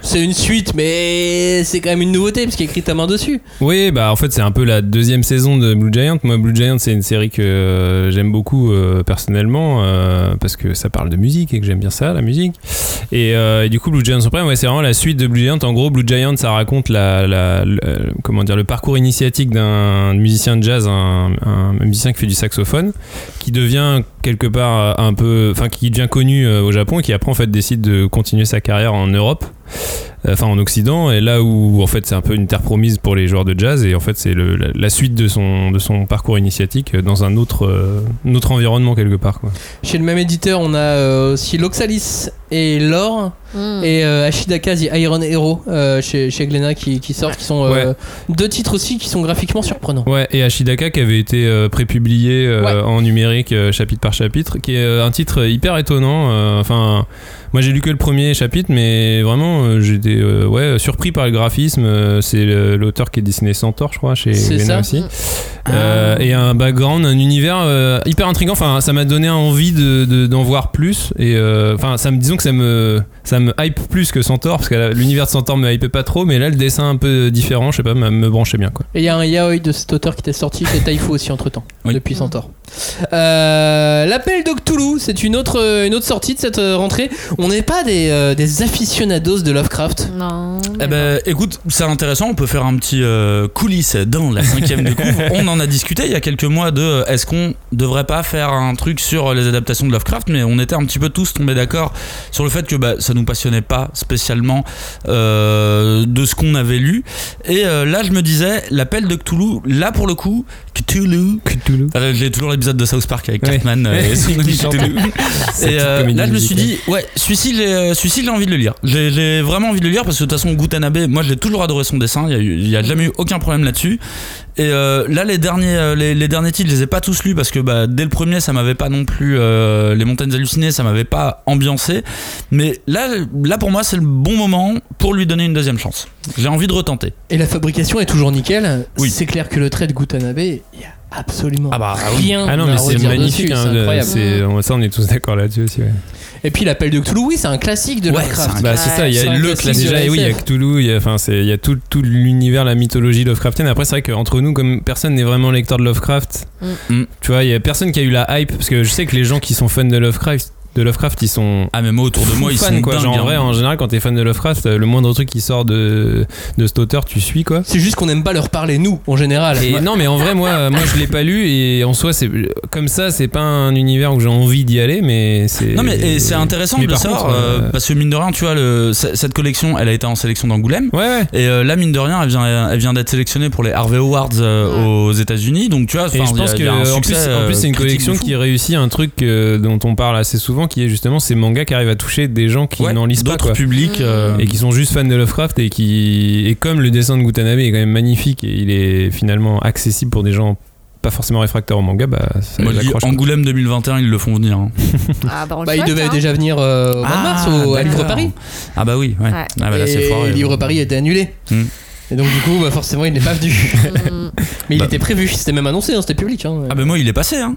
[SPEAKER 1] C'est une suite, mais c'est quand même une nouveauté parce qu'il y a écrit ta main dessus.
[SPEAKER 2] Oui, bah en fait c'est un peu la deuxième saison de Blue Giant. Moi, Blue Giant c'est une série que euh, j'aime beaucoup euh, personnellement euh, parce que ça parle de musique et que j'aime bien ça, la musique. Et, euh, et du coup, Blue Giant Supreme, ouais, c'est vraiment la suite de Blue Giant. En gros, Blue Giant ça raconte la, la- le- euh, comment dire le parcours initiatique d'un musicien de jazz, un, un musicien qui fait du saxophone, qui devient quelque part euh, un peu, enfin qui devient connu euh, au Japon et qui après en fait décide de continuer sa carrière en Europe enfin en Occident, et là où en fait c'est un peu une terre promise pour les joueurs de jazz, et en fait c'est le- la, la suite de son, de son parcours initiatique euh, dans un autre, euh, un autre environnement quelque part. Quoi.
[SPEAKER 1] Chez le même éditeur, on a euh, aussi Loxalis et Lore.
[SPEAKER 3] Mm.
[SPEAKER 1] et euh, Ashidaka The Iron Hero euh, chez, chez Glénat qui, qui sortent, qui sont euh,
[SPEAKER 2] Ouais.
[SPEAKER 1] deux titres aussi qui sont graphiquement surprenants.
[SPEAKER 2] Ouais, et Ashidaka qui avait été euh, prépublié euh,
[SPEAKER 1] Ouais.
[SPEAKER 2] en numérique euh, chapitre par chapitre, qui est euh, un titre hyper étonnant. euh, Enfin, moi j'ai lu que le premier chapitre, mais vraiment euh, j'étais euh, ouais, surpris par le graphisme. euh, c'est le- l'auteur qui a dessiné Centaure, je crois, chez
[SPEAKER 1] C'est ça. Ah.
[SPEAKER 2] Glénat aussi.
[SPEAKER 3] Mm.
[SPEAKER 2] Euh, et un background, un univers euh, hyper intrigant. Enfin, ça m'a donné envie de, de- d'en voir plus. Et euh, enfin, ça me disons que ça me ça me hype plus que Centaure parce que là, l'univers de Centaure me hypait pas trop, mais là le dessin un peu différent, je sais pas, m'a- me branchait bien quoi.
[SPEAKER 1] Et il y a un yaoi de cet auteur qui était sorti chez Taifu aussi entre temps,
[SPEAKER 4] Oui.
[SPEAKER 1] depuis Centaure. Euh, L'appel de Cthulhu, c'est une autre, euh, une autre sortie de cette euh, rentrée. On n'est pas des, euh, des aficionados de Lovecraft.
[SPEAKER 3] Non.
[SPEAKER 4] Eh
[SPEAKER 3] mais
[SPEAKER 4] ben, écoute, c'est intéressant. On peut faire un petit euh, coulisses dans la cinquième de couvre. On en a discuté il y a quelques mois de euh, est-ce qu'on devrait pas faire un truc sur euh, les adaptations de Lovecraft, mais on était un petit peu tous tombés d'accord sur le fait que bah, ça nous passionnait pas spécialement euh, de ce qu'on avait lu. Et euh, là, je me disais, l'appel de Cthulhu, là pour le coup, Cthulhu. Euh, J'ai toujours l'épisode de South Park avec
[SPEAKER 2] Ouais.
[SPEAKER 4] Cartman euh, et son
[SPEAKER 2] Qui
[SPEAKER 4] ami
[SPEAKER 2] chante.
[SPEAKER 4] Cthulhu. Et
[SPEAKER 2] Cette
[SPEAKER 4] euh,
[SPEAKER 2] comédie
[SPEAKER 4] là, je me suis
[SPEAKER 2] musicale.
[SPEAKER 4] dit, ouais, celui-ci, j'ai euh, celui-ci, j'ai envie de le lire. J'ai j'ai vraiment envie de le lire parce que de toute façon, Gutanabe, moi, j'ai toujours adoré son dessin. Il y a eu- Il n'y a, jamais eu aucun problème là-dessus. Et euh, là, les derniers, euh, les, les derniers titres, je les ai pas tous lus parce que bah, dès le premier, ça m'avait pas non plus. euh, les montagnes hallucinées, ça m'avait pas ambiancé. Mais là, là pour moi, c'est le bon moment pour lui donner une deuxième chance. J'ai envie de retenter.
[SPEAKER 1] Et la fabrication est toujours nickel.
[SPEAKER 4] Oui.
[SPEAKER 1] C'est clair que le trait de Gutanabe, il n'y a absolument
[SPEAKER 4] Ah bah, ah oui.
[SPEAKER 1] rien
[SPEAKER 2] Ah non,
[SPEAKER 1] à
[SPEAKER 2] mais c'est
[SPEAKER 1] redire
[SPEAKER 2] magnifique.
[SPEAKER 1] dessus,
[SPEAKER 2] hein,
[SPEAKER 1] c'est
[SPEAKER 2] le-
[SPEAKER 1] incroyable.
[SPEAKER 2] c'est- on- ça, on est tous d'accord là-dessus aussi. ouais.
[SPEAKER 1] Et puis l'appel de Cthulhu, oui, c'est un classique de
[SPEAKER 4] Ouais,
[SPEAKER 1] Lovecraft.
[SPEAKER 4] c'est un-
[SPEAKER 2] Bah, c'est ça, il y
[SPEAKER 1] c'est
[SPEAKER 2] a
[SPEAKER 1] un
[SPEAKER 2] le
[SPEAKER 1] classique
[SPEAKER 2] classique.
[SPEAKER 1] de la
[SPEAKER 2] Déjà, et oui, il y a
[SPEAKER 1] SF.
[SPEAKER 2] Cthulhu, il y a, enfin, c'est- il y a tout, tout l'univers, la mythologie Lovecraftienne. Après, c'est vrai qu'entre nous, comme personne n'est vraiment lecteur de Lovecraft,
[SPEAKER 4] Mm. Mm.
[SPEAKER 2] tu vois, il y a personne qui a eu la hype. Parce que je sais que les gens qui sont fans de Lovecraft, de Lovecraft ils sont
[SPEAKER 4] Ah, mais moi, autour de moi, ils
[SPEAKER 2] fans,
[SPEAKER 4] sont
[SPEAKER 2] quoi.
[SPEAKER 4] dingues,
[SPEAKER 2] Genre, en
[SPEAKER 4] hein.
[SPEAKER 2] vrai, en général, quand t'es fan de Lovecraft, le moindre truc qui sort de, de cet auteur, tu suis, quoi.
[SPEAKER 1] C'est juste qu'on n'aime pas leur parler, nous, en général.
[SPEAKER 2] Et non, mais en vrai, moi, moi, je l'ai pas lu et en soi, c'est comme ça, c'est pas un univers où j'ai envie d'y aller, mais c'est.
[SPEAKER 4] Non mais et c'est intéressant
[SPEAKER 2] mais
[SPEAKER 4] de le
[SPEAKER 2] par
[SPEAKER 4] savoir
[SPEAKER 2] contre, euh,
[SPEAKER 4] euh, parce que mine de rien, tu vois, le, c- cette collection, elle a été en sélection d'Angoulême.
[SPEAKER 2] Ouais, ouais.
[SPEAKER 4] Et euh, là, mine de rien, elle vient, elle vient d'être sélectionnée pour les Harvey Awards euh, aux États-Unis. Donc, tu vois,
[SPEAKER 2] Et je
[SPEAKER 4] enfin, il y a-
[SPEAKER 2] pense
[SPEAKER 4] il y
[SPEAKER 2] que
[SPEAKER 4] a un
[SPEAKER 2] en
[SPEAKER 4] succès,
[SPEAKER 2] plus, en plus, c'est une
[SPEAKER 4] euh, critique de
[SPEAKER 2] collection
[SPEAKER 4] fou.
[SPEAKER 2] qui réussit un truc euh, dont on parle assez souvent, qui est justement ces mangas qui arrivent à toucher des gens qui
[SPEAKER 4] Ouais,
[SPEAKER 2] n'en lisent pas,
[SPEAKER 4] d'autres
[SPEAKER 2] quoi.
[SPEAKER 4] publics.
[SPEAKER 3] Mm.
[SPEAKER 4] euh,
[SPEAKER 2] Et qui sont juste fans de Lovecraft et qui et comme le dessin de Gutanabe est quand même magnifique et il est finalement accessible pour des gens pas forcément réfractaires au manga, bah ça
[SPEAKER 4] moi,
[SPEAKER 2] les
[SPEAKER 4] je dis,
[SPEAKER 2] accroche.
[SPEAKER 4] Angoulême 2021, ils le font venir. hein.
[SPEAKER 3] Ah, bah, on le
[SPEAKER 1] Bah, il
[SPEAKER 3] souhaite,
[SPEAKER 1] devait
[SPEAKER 3] hein.
[SPEAKER 1] déjà venir euh, au mois de mars au, à
[SPEAKER 4] d'accord.
[SPEAKER 1] Livre Paris.
[SPEAKER 4] Ah bah oui, ouais.
[SPEAKER 3] Ouais.
[SPEAKER 4] Ah bah là, c'est
[SPEAKER 1] et
[SPEAKER 4] foiré.
[SPEAKER 1] Livre Paris était annulé.
[SPEAKER 4] Hmm.
[SPEAKER 1] Et donc, du coup, bah, forcément, il n'est pas venu.
[SPEAKER 3] Mm.
[SPEAKER 1] Mais il
[SPEAKER 4] Bah.
[SPEAKER 1] était prévu, c'était même annoncé, hein, c'était public. hein.
[SPEAKER 4] Ah bah moi, il est passé. Hein.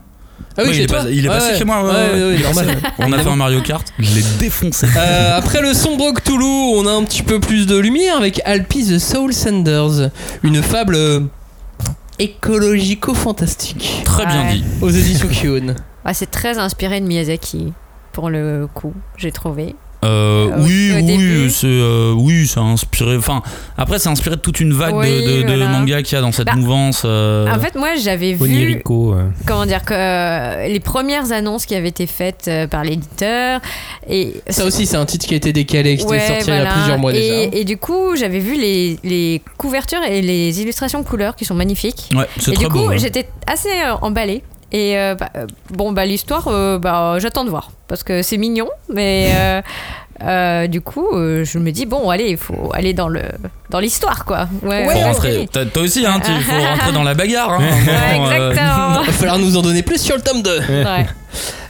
[SPEAKER 1] Ah oui,
[SPEAKER 4] il,
[SPEAKER 1] chez
[SPEAKER 4] est
[SPEAKER 1] toi.
[SPEAKER 4] pas- il est
[SPEAKER 1] Ouais,
[SPEAKER 4] passé
[SPEAKER 1] ouais.
[SPEAKER 4] chez moi. ouais,
[SPEAKER 1] Ouais,
[SPEAKER 4] ouais,
[SPEAKER 1] ouais,
[SPEAKER 4] ouais.
[SPEAKER 1] ouais,
[SPEAKER 4] Il est
[SPEAKER 1] normal.
[SPEAKER 4] passé. On a fait un Mario Kart, je l'ai défoncé.
[SPEAKER 1] Euh, après le sombre Cthulhu, on a un petit peu plus de lumière avec Alpi the Soul Senders, une fable euh, écologico-fantastique
[SPEAKER 4] Très bien
[SPEAKER 3] Ouais.
[SPEAKER 4] dit.
[SPEAKER 1] aux éditions Kion.
[SPEAKER 3] Ah, c'est très inspiré de Miyazaki, pour le coup, j'ai trouvé.
[SPEAKER 4] Euh,
[SPEAKER 3] Au-
[SPEAKER 4] oui,
[SPEAKER 3] Ah au
[SPEAKER 4] oui,
[SPEAKER 3] début.
[SPEAKER 4] c'est euh, oui, ça a inspiré. Enfin, après, ça a inspiré de toute une vague de-
[SPEAKER 3] Oui,
[SPEAKER 4] de, de,
[SPEAKER 3] voilà.
[SPEAKER 4] mangas qu'il y a dans cette
[SPEAKER 3] Bah,
[SPEAKER 4] mouvance. euh,
[SPEAKER 3] En fait, moi, j'avais vu
[SPEAKER 2] Onirico. euh.
[SPEAKER 3] comment dire que euh, les premières annonces qui avaient été faites euh, par l'éditeur et
[SPEAKER 1] Ça aussi, c'est un titre qui a été décalé, qui
[SPEAKER 3] Ouais,
[SPEAKER 1] était sorti il y a
[SPEAKER 3] voilà.
[SPEAKER 1] plusieurs mois
[SPEAKER 3] et,
[SPEAKER 1] déjà. hein.
[SPEAKER 3] Et du coup, j'avais vu les, les couvertures et les illustrations couleurs qui sont magnifiques.
[SPEAKER 4] Ouais, c'est
[SPEAKER 3] Et
[SPEAKER 4] très
[SPEAKER 3] du coup,
[SPEAKER 4] beau. hein. ouais.
[SPEAKER 3] j'étais assez euh, emballée. Et euh, bah, euh, bon, bah, l'histoire, euh, bah, euh, j'attends de voir. Parce que c'est mignon, mais euh, euh, du coup, euh, je me dis, bon, allez, il faut aller dans le dans l'histoire, quoi. Ouais,
[SPEAKER 4] Faut
[SPEAKER 3] ouais,
[SPEAKER 4] rentrer.
[SPEAKER 3] ouais.
[SPEAKER 4] T'as- Toi aussi, hein, il faut rentrer dans la bagarre. Hein,
[SPEAKER 3] Ouais,
[SPEAKER 4] Bon, euh,
[SPEAKER 3] exactement.
[SPEAKER 1] Il va falloir nous en donner plus sur le tome 2.
[SPEAKER 3] Ouais.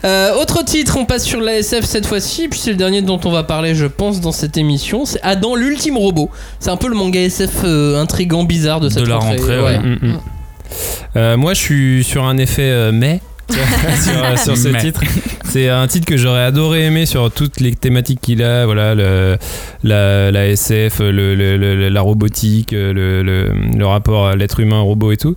[SPEAKER 1] Euh, autre titre, on passe sur l'ASF cette fois-ci, puis c'est le dernier dont on va parler, je pense, dans cette émission. C'est Adam l'ultime robot. C'est un peu le manga SF euh, intrigant, bizarre de cette
[SPEAKER 4] la rentrée, ouais.
[SPEAKER 2] Mm, mm, mm. Euh, moi, je suis sur un effet euh, mais. sur, euh, sur ce
[SPEAKER 4] Mais.
[SPEAKER 2] titre, c'est un titre que j'aurais adoré aimer sur toutes les thématiques qu'il a, voilà le- la, la SF, le- le- le- la robotique, euh, le, le- le rapport à l'être humain, robot et tout.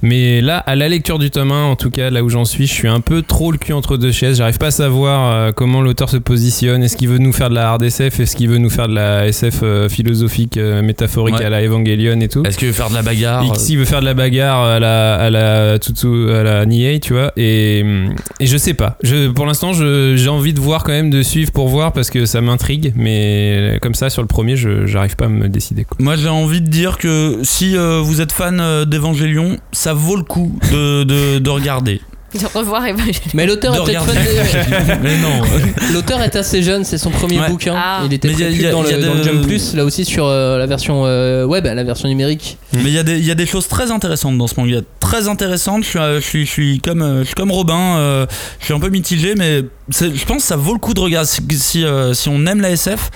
[SPEAKER 2] Mais là, à la lecture du tome 1, en tout cas là où j'en suis, je suis un peu trop le cul entre deux chaises. J'arrive pas à savoir euh, comment l'auteur se positionne. Est-ce qu'il veut nous faire de la hard SF, est-ce qu'il veut nous faire de la SF euh, philosophique, euh, métaphorique
[SPEAKER 4] Ouais.
[SPEAKER 2] à la Evangelion et tout.
[SPEAKER 4] Est-ce qu'il veut faire de la bagarre
[SPEAKER 2] Et que s'il veut faire de la bagarre à la, à la Tutsu, à la Niei, tu vois. Et, et je sais pas. Je, pour l'instant, je- j'ai envie de voir quand même, de suivre pour voir parce que ça m'intrigue. Mais comme ça, sur le premier, je j'arrive pas à me décider. Quoi.
[SPEAKER 4] euh? Moi, j'ai envie de dire que si euh, vous êtes fan euh, d'Evangelion, ça vaut le coup de, de, de regarder.
[SPEAKER 3] Je revoir Evangelion.
[SPEAKER 1] Mais l'auteur
[SPEAKER 4] De
[SPEAKER 1] est peut-être
[SPEAKER 4] regarder.
[SPEAKER 1] fan de-
[SPEAKER 4] Mais non.
[SPEAKER 1] L'auteur est assez jeune, c'est son premier
[SPEAKER 4] Ouais.
[SPEAKER 1] bouquin.
[SPEAKER 3] Ah.
[SPEAKER 1] Il était
[SPEAKER 4] Mais y a-
[SPEAKER 1] prévu
[SPEAKER 4] y a-
[SPEAKER 1] dans,
[SPEAKER 4] y a
[SPEAKER 1] le, dans le
[SPEAKER 4] de-
[SPEAKER 1] Jump Plus, là aussi sur euh, la version euh, web, la version numérique.
[SPEAKER 2] Mm.
[SPEAKER 4] Mais il y, a des- il y a des choses très intéressantes dans ce manga. Très intéressantes. Je suis, euh, je suis, je suis comme, euh, je suis comme Robin. euh, je suis un peu mitigé, mais c'est- je pense que ça vaut le coup de regarder. Si, si, euh, si on aime la SF,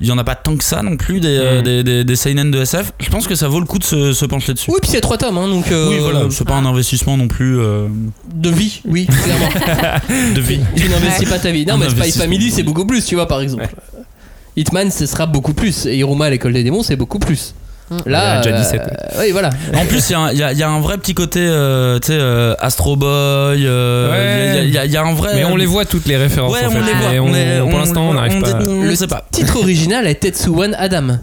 [SPEAKER 4] il y en a pas tant que ça non plus, des, euh,
[SPEAKER 2] Mm.
[SPEAKER 4] des, des- des seinen de SF. Je pense que ça vaut le coup de se, se pencher dessus.
[SPEAKER 1] Oui, puis c'est trois tomes, hein, donc euh,
[SPEAKER 4] Oui, voilà, c'est pas un investissement non plus euh,
[SPEAKER 1] de vie, oui, clairement.
[SPEAKER 4] de vie.
[SPEAKER 1] tu n'investis pas ta vie. Non,
[SPEAKER 4] Un
[SPEAKER 1] mais Spy
[SPEAKER 4] investissement.
[SPEAKER 1] Family, c'est beaucoup plus, tu vois, par exemple. Hitman, ce sera beaucoup plus. Et Hiruma à l'école des démons, c'est beaucoup plus.
[SPEAKER 3] Mm.
[SPEAKER 1] Là,
[SPEAKER 2] On a déjà dit
[SPEAKER 1] euh,
[SPEAKER 2] sept,
[SPEAKER 1] oui, voilà.
[SPEAKER 4] En plus, il y a un- il y, a- il y a un vrai petit côté, euh, tu sais, euh, Astro Boy. euh,
[SPEAKER 2] Ouais.
[SPEAKER 4] Il y, a- il y a- il y a un vrai.
[SPEAKER 2] Mais on les voit hein, toutes les références.
[SPEAKER 4] Ouais,
[SPEAKER 2] en
[SPEAKER 4] on
[SPEAKER 2] fait,
[SPEAKER 4] les voit.
[SPEAKER 2] mais on-
[SPEAKER 4] on est-
[SPEAKER 2] pour
[SPEAKER 4] on-
[SPEAKER 2] l'instant, on n'arrive pas. à-
[SPEAKER 4] On
[SPEAKER 1] Le
[SPEAKER 4] le sait pas.
[SPEAKER 1] titre original est Tetsuwan Adam.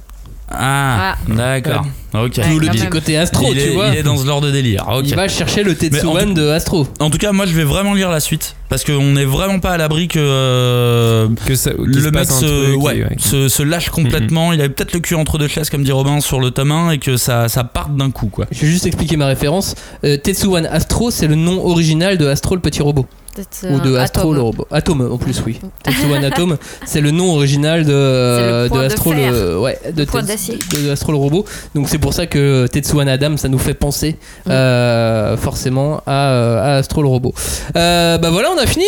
[SPEAKER 4] Ah, d'accord. Ok.
[SPEAKER 3] Ouais,
[SPEAKER 1] D'où le
[SPEAKER 3] quand
[SPEAKER 1] petit
[SPEAKER 3] même.
[SPEAKER 1] côté Astro,
[SPEAKER 4] il,
[SPEAKER 1] tu
[SPEAKER 4] est,
[SPEAKER 1] vois.
[SPEAKER 4] il est dans ce genre de délire. Ok.
[SPEAKER 1] Il va chercher le Tetsuwan de Astro.
[SPEAKER 4] En tout cas, moi, je vais vraiment lire la suite parce qu'on n'est vraiment pas à l'abri que euh,
[SPEAKER 2] Que ça, qu'il se
[SPEAKER 4] le mec
[SPEAKER 2] passe un
[SPEAKER 4] se,
[SPEAKER 2] truc,
[SPEAKER 4] ouais,
[SPEAKER 2] ouais, qui-
[SPEAKER 4] se, se lâche
[SPEAKER 1] Mm-hmm.
[SPEAKER 4] complètement. Il avait peut-être le cul entre deux chaises, comme dit Robin, sur le tome 1 et que ça, ça parte d'un coup, quoi.
[SPEAKER 1] Je vais juste expliquer ma référence. Euh, Tetsuwan Astro, c'est le nom original de Astro le petit robot.
[SPEAKER 3] Peut-être,
[SPEAKER 1] Ou de
[SPEAKER 3] euh,
[SPEAKER 1] Astro
[SPEAKER 3] Atom.
[SPEAKER 1] le robot. Atome en plus, oui. Tetsuwan Atom, c'est le nom original de, euh,
[SPEAKER 3] point
[SPEAKER 1] de
[SPEAKER 3] de
[SPEAKER 1] Astro
[SPEAKER 3] fer.
[SPEAKER 1] le. Ouais, de,
[SPEAKER 3] Point
[SPEAKER 1] Tets-
[SPEAKER 3] d'acier.
[SPEAKER 1] de- de Astro le robot. Donc c'est pour ça que Tetsuwan Adam, ça nous fait penser
[SPEAKER 3] Mm.
[SPEAKER 1] euh, forcément à, euh, à Astro le robot. Euh, bah voilà, on a fini.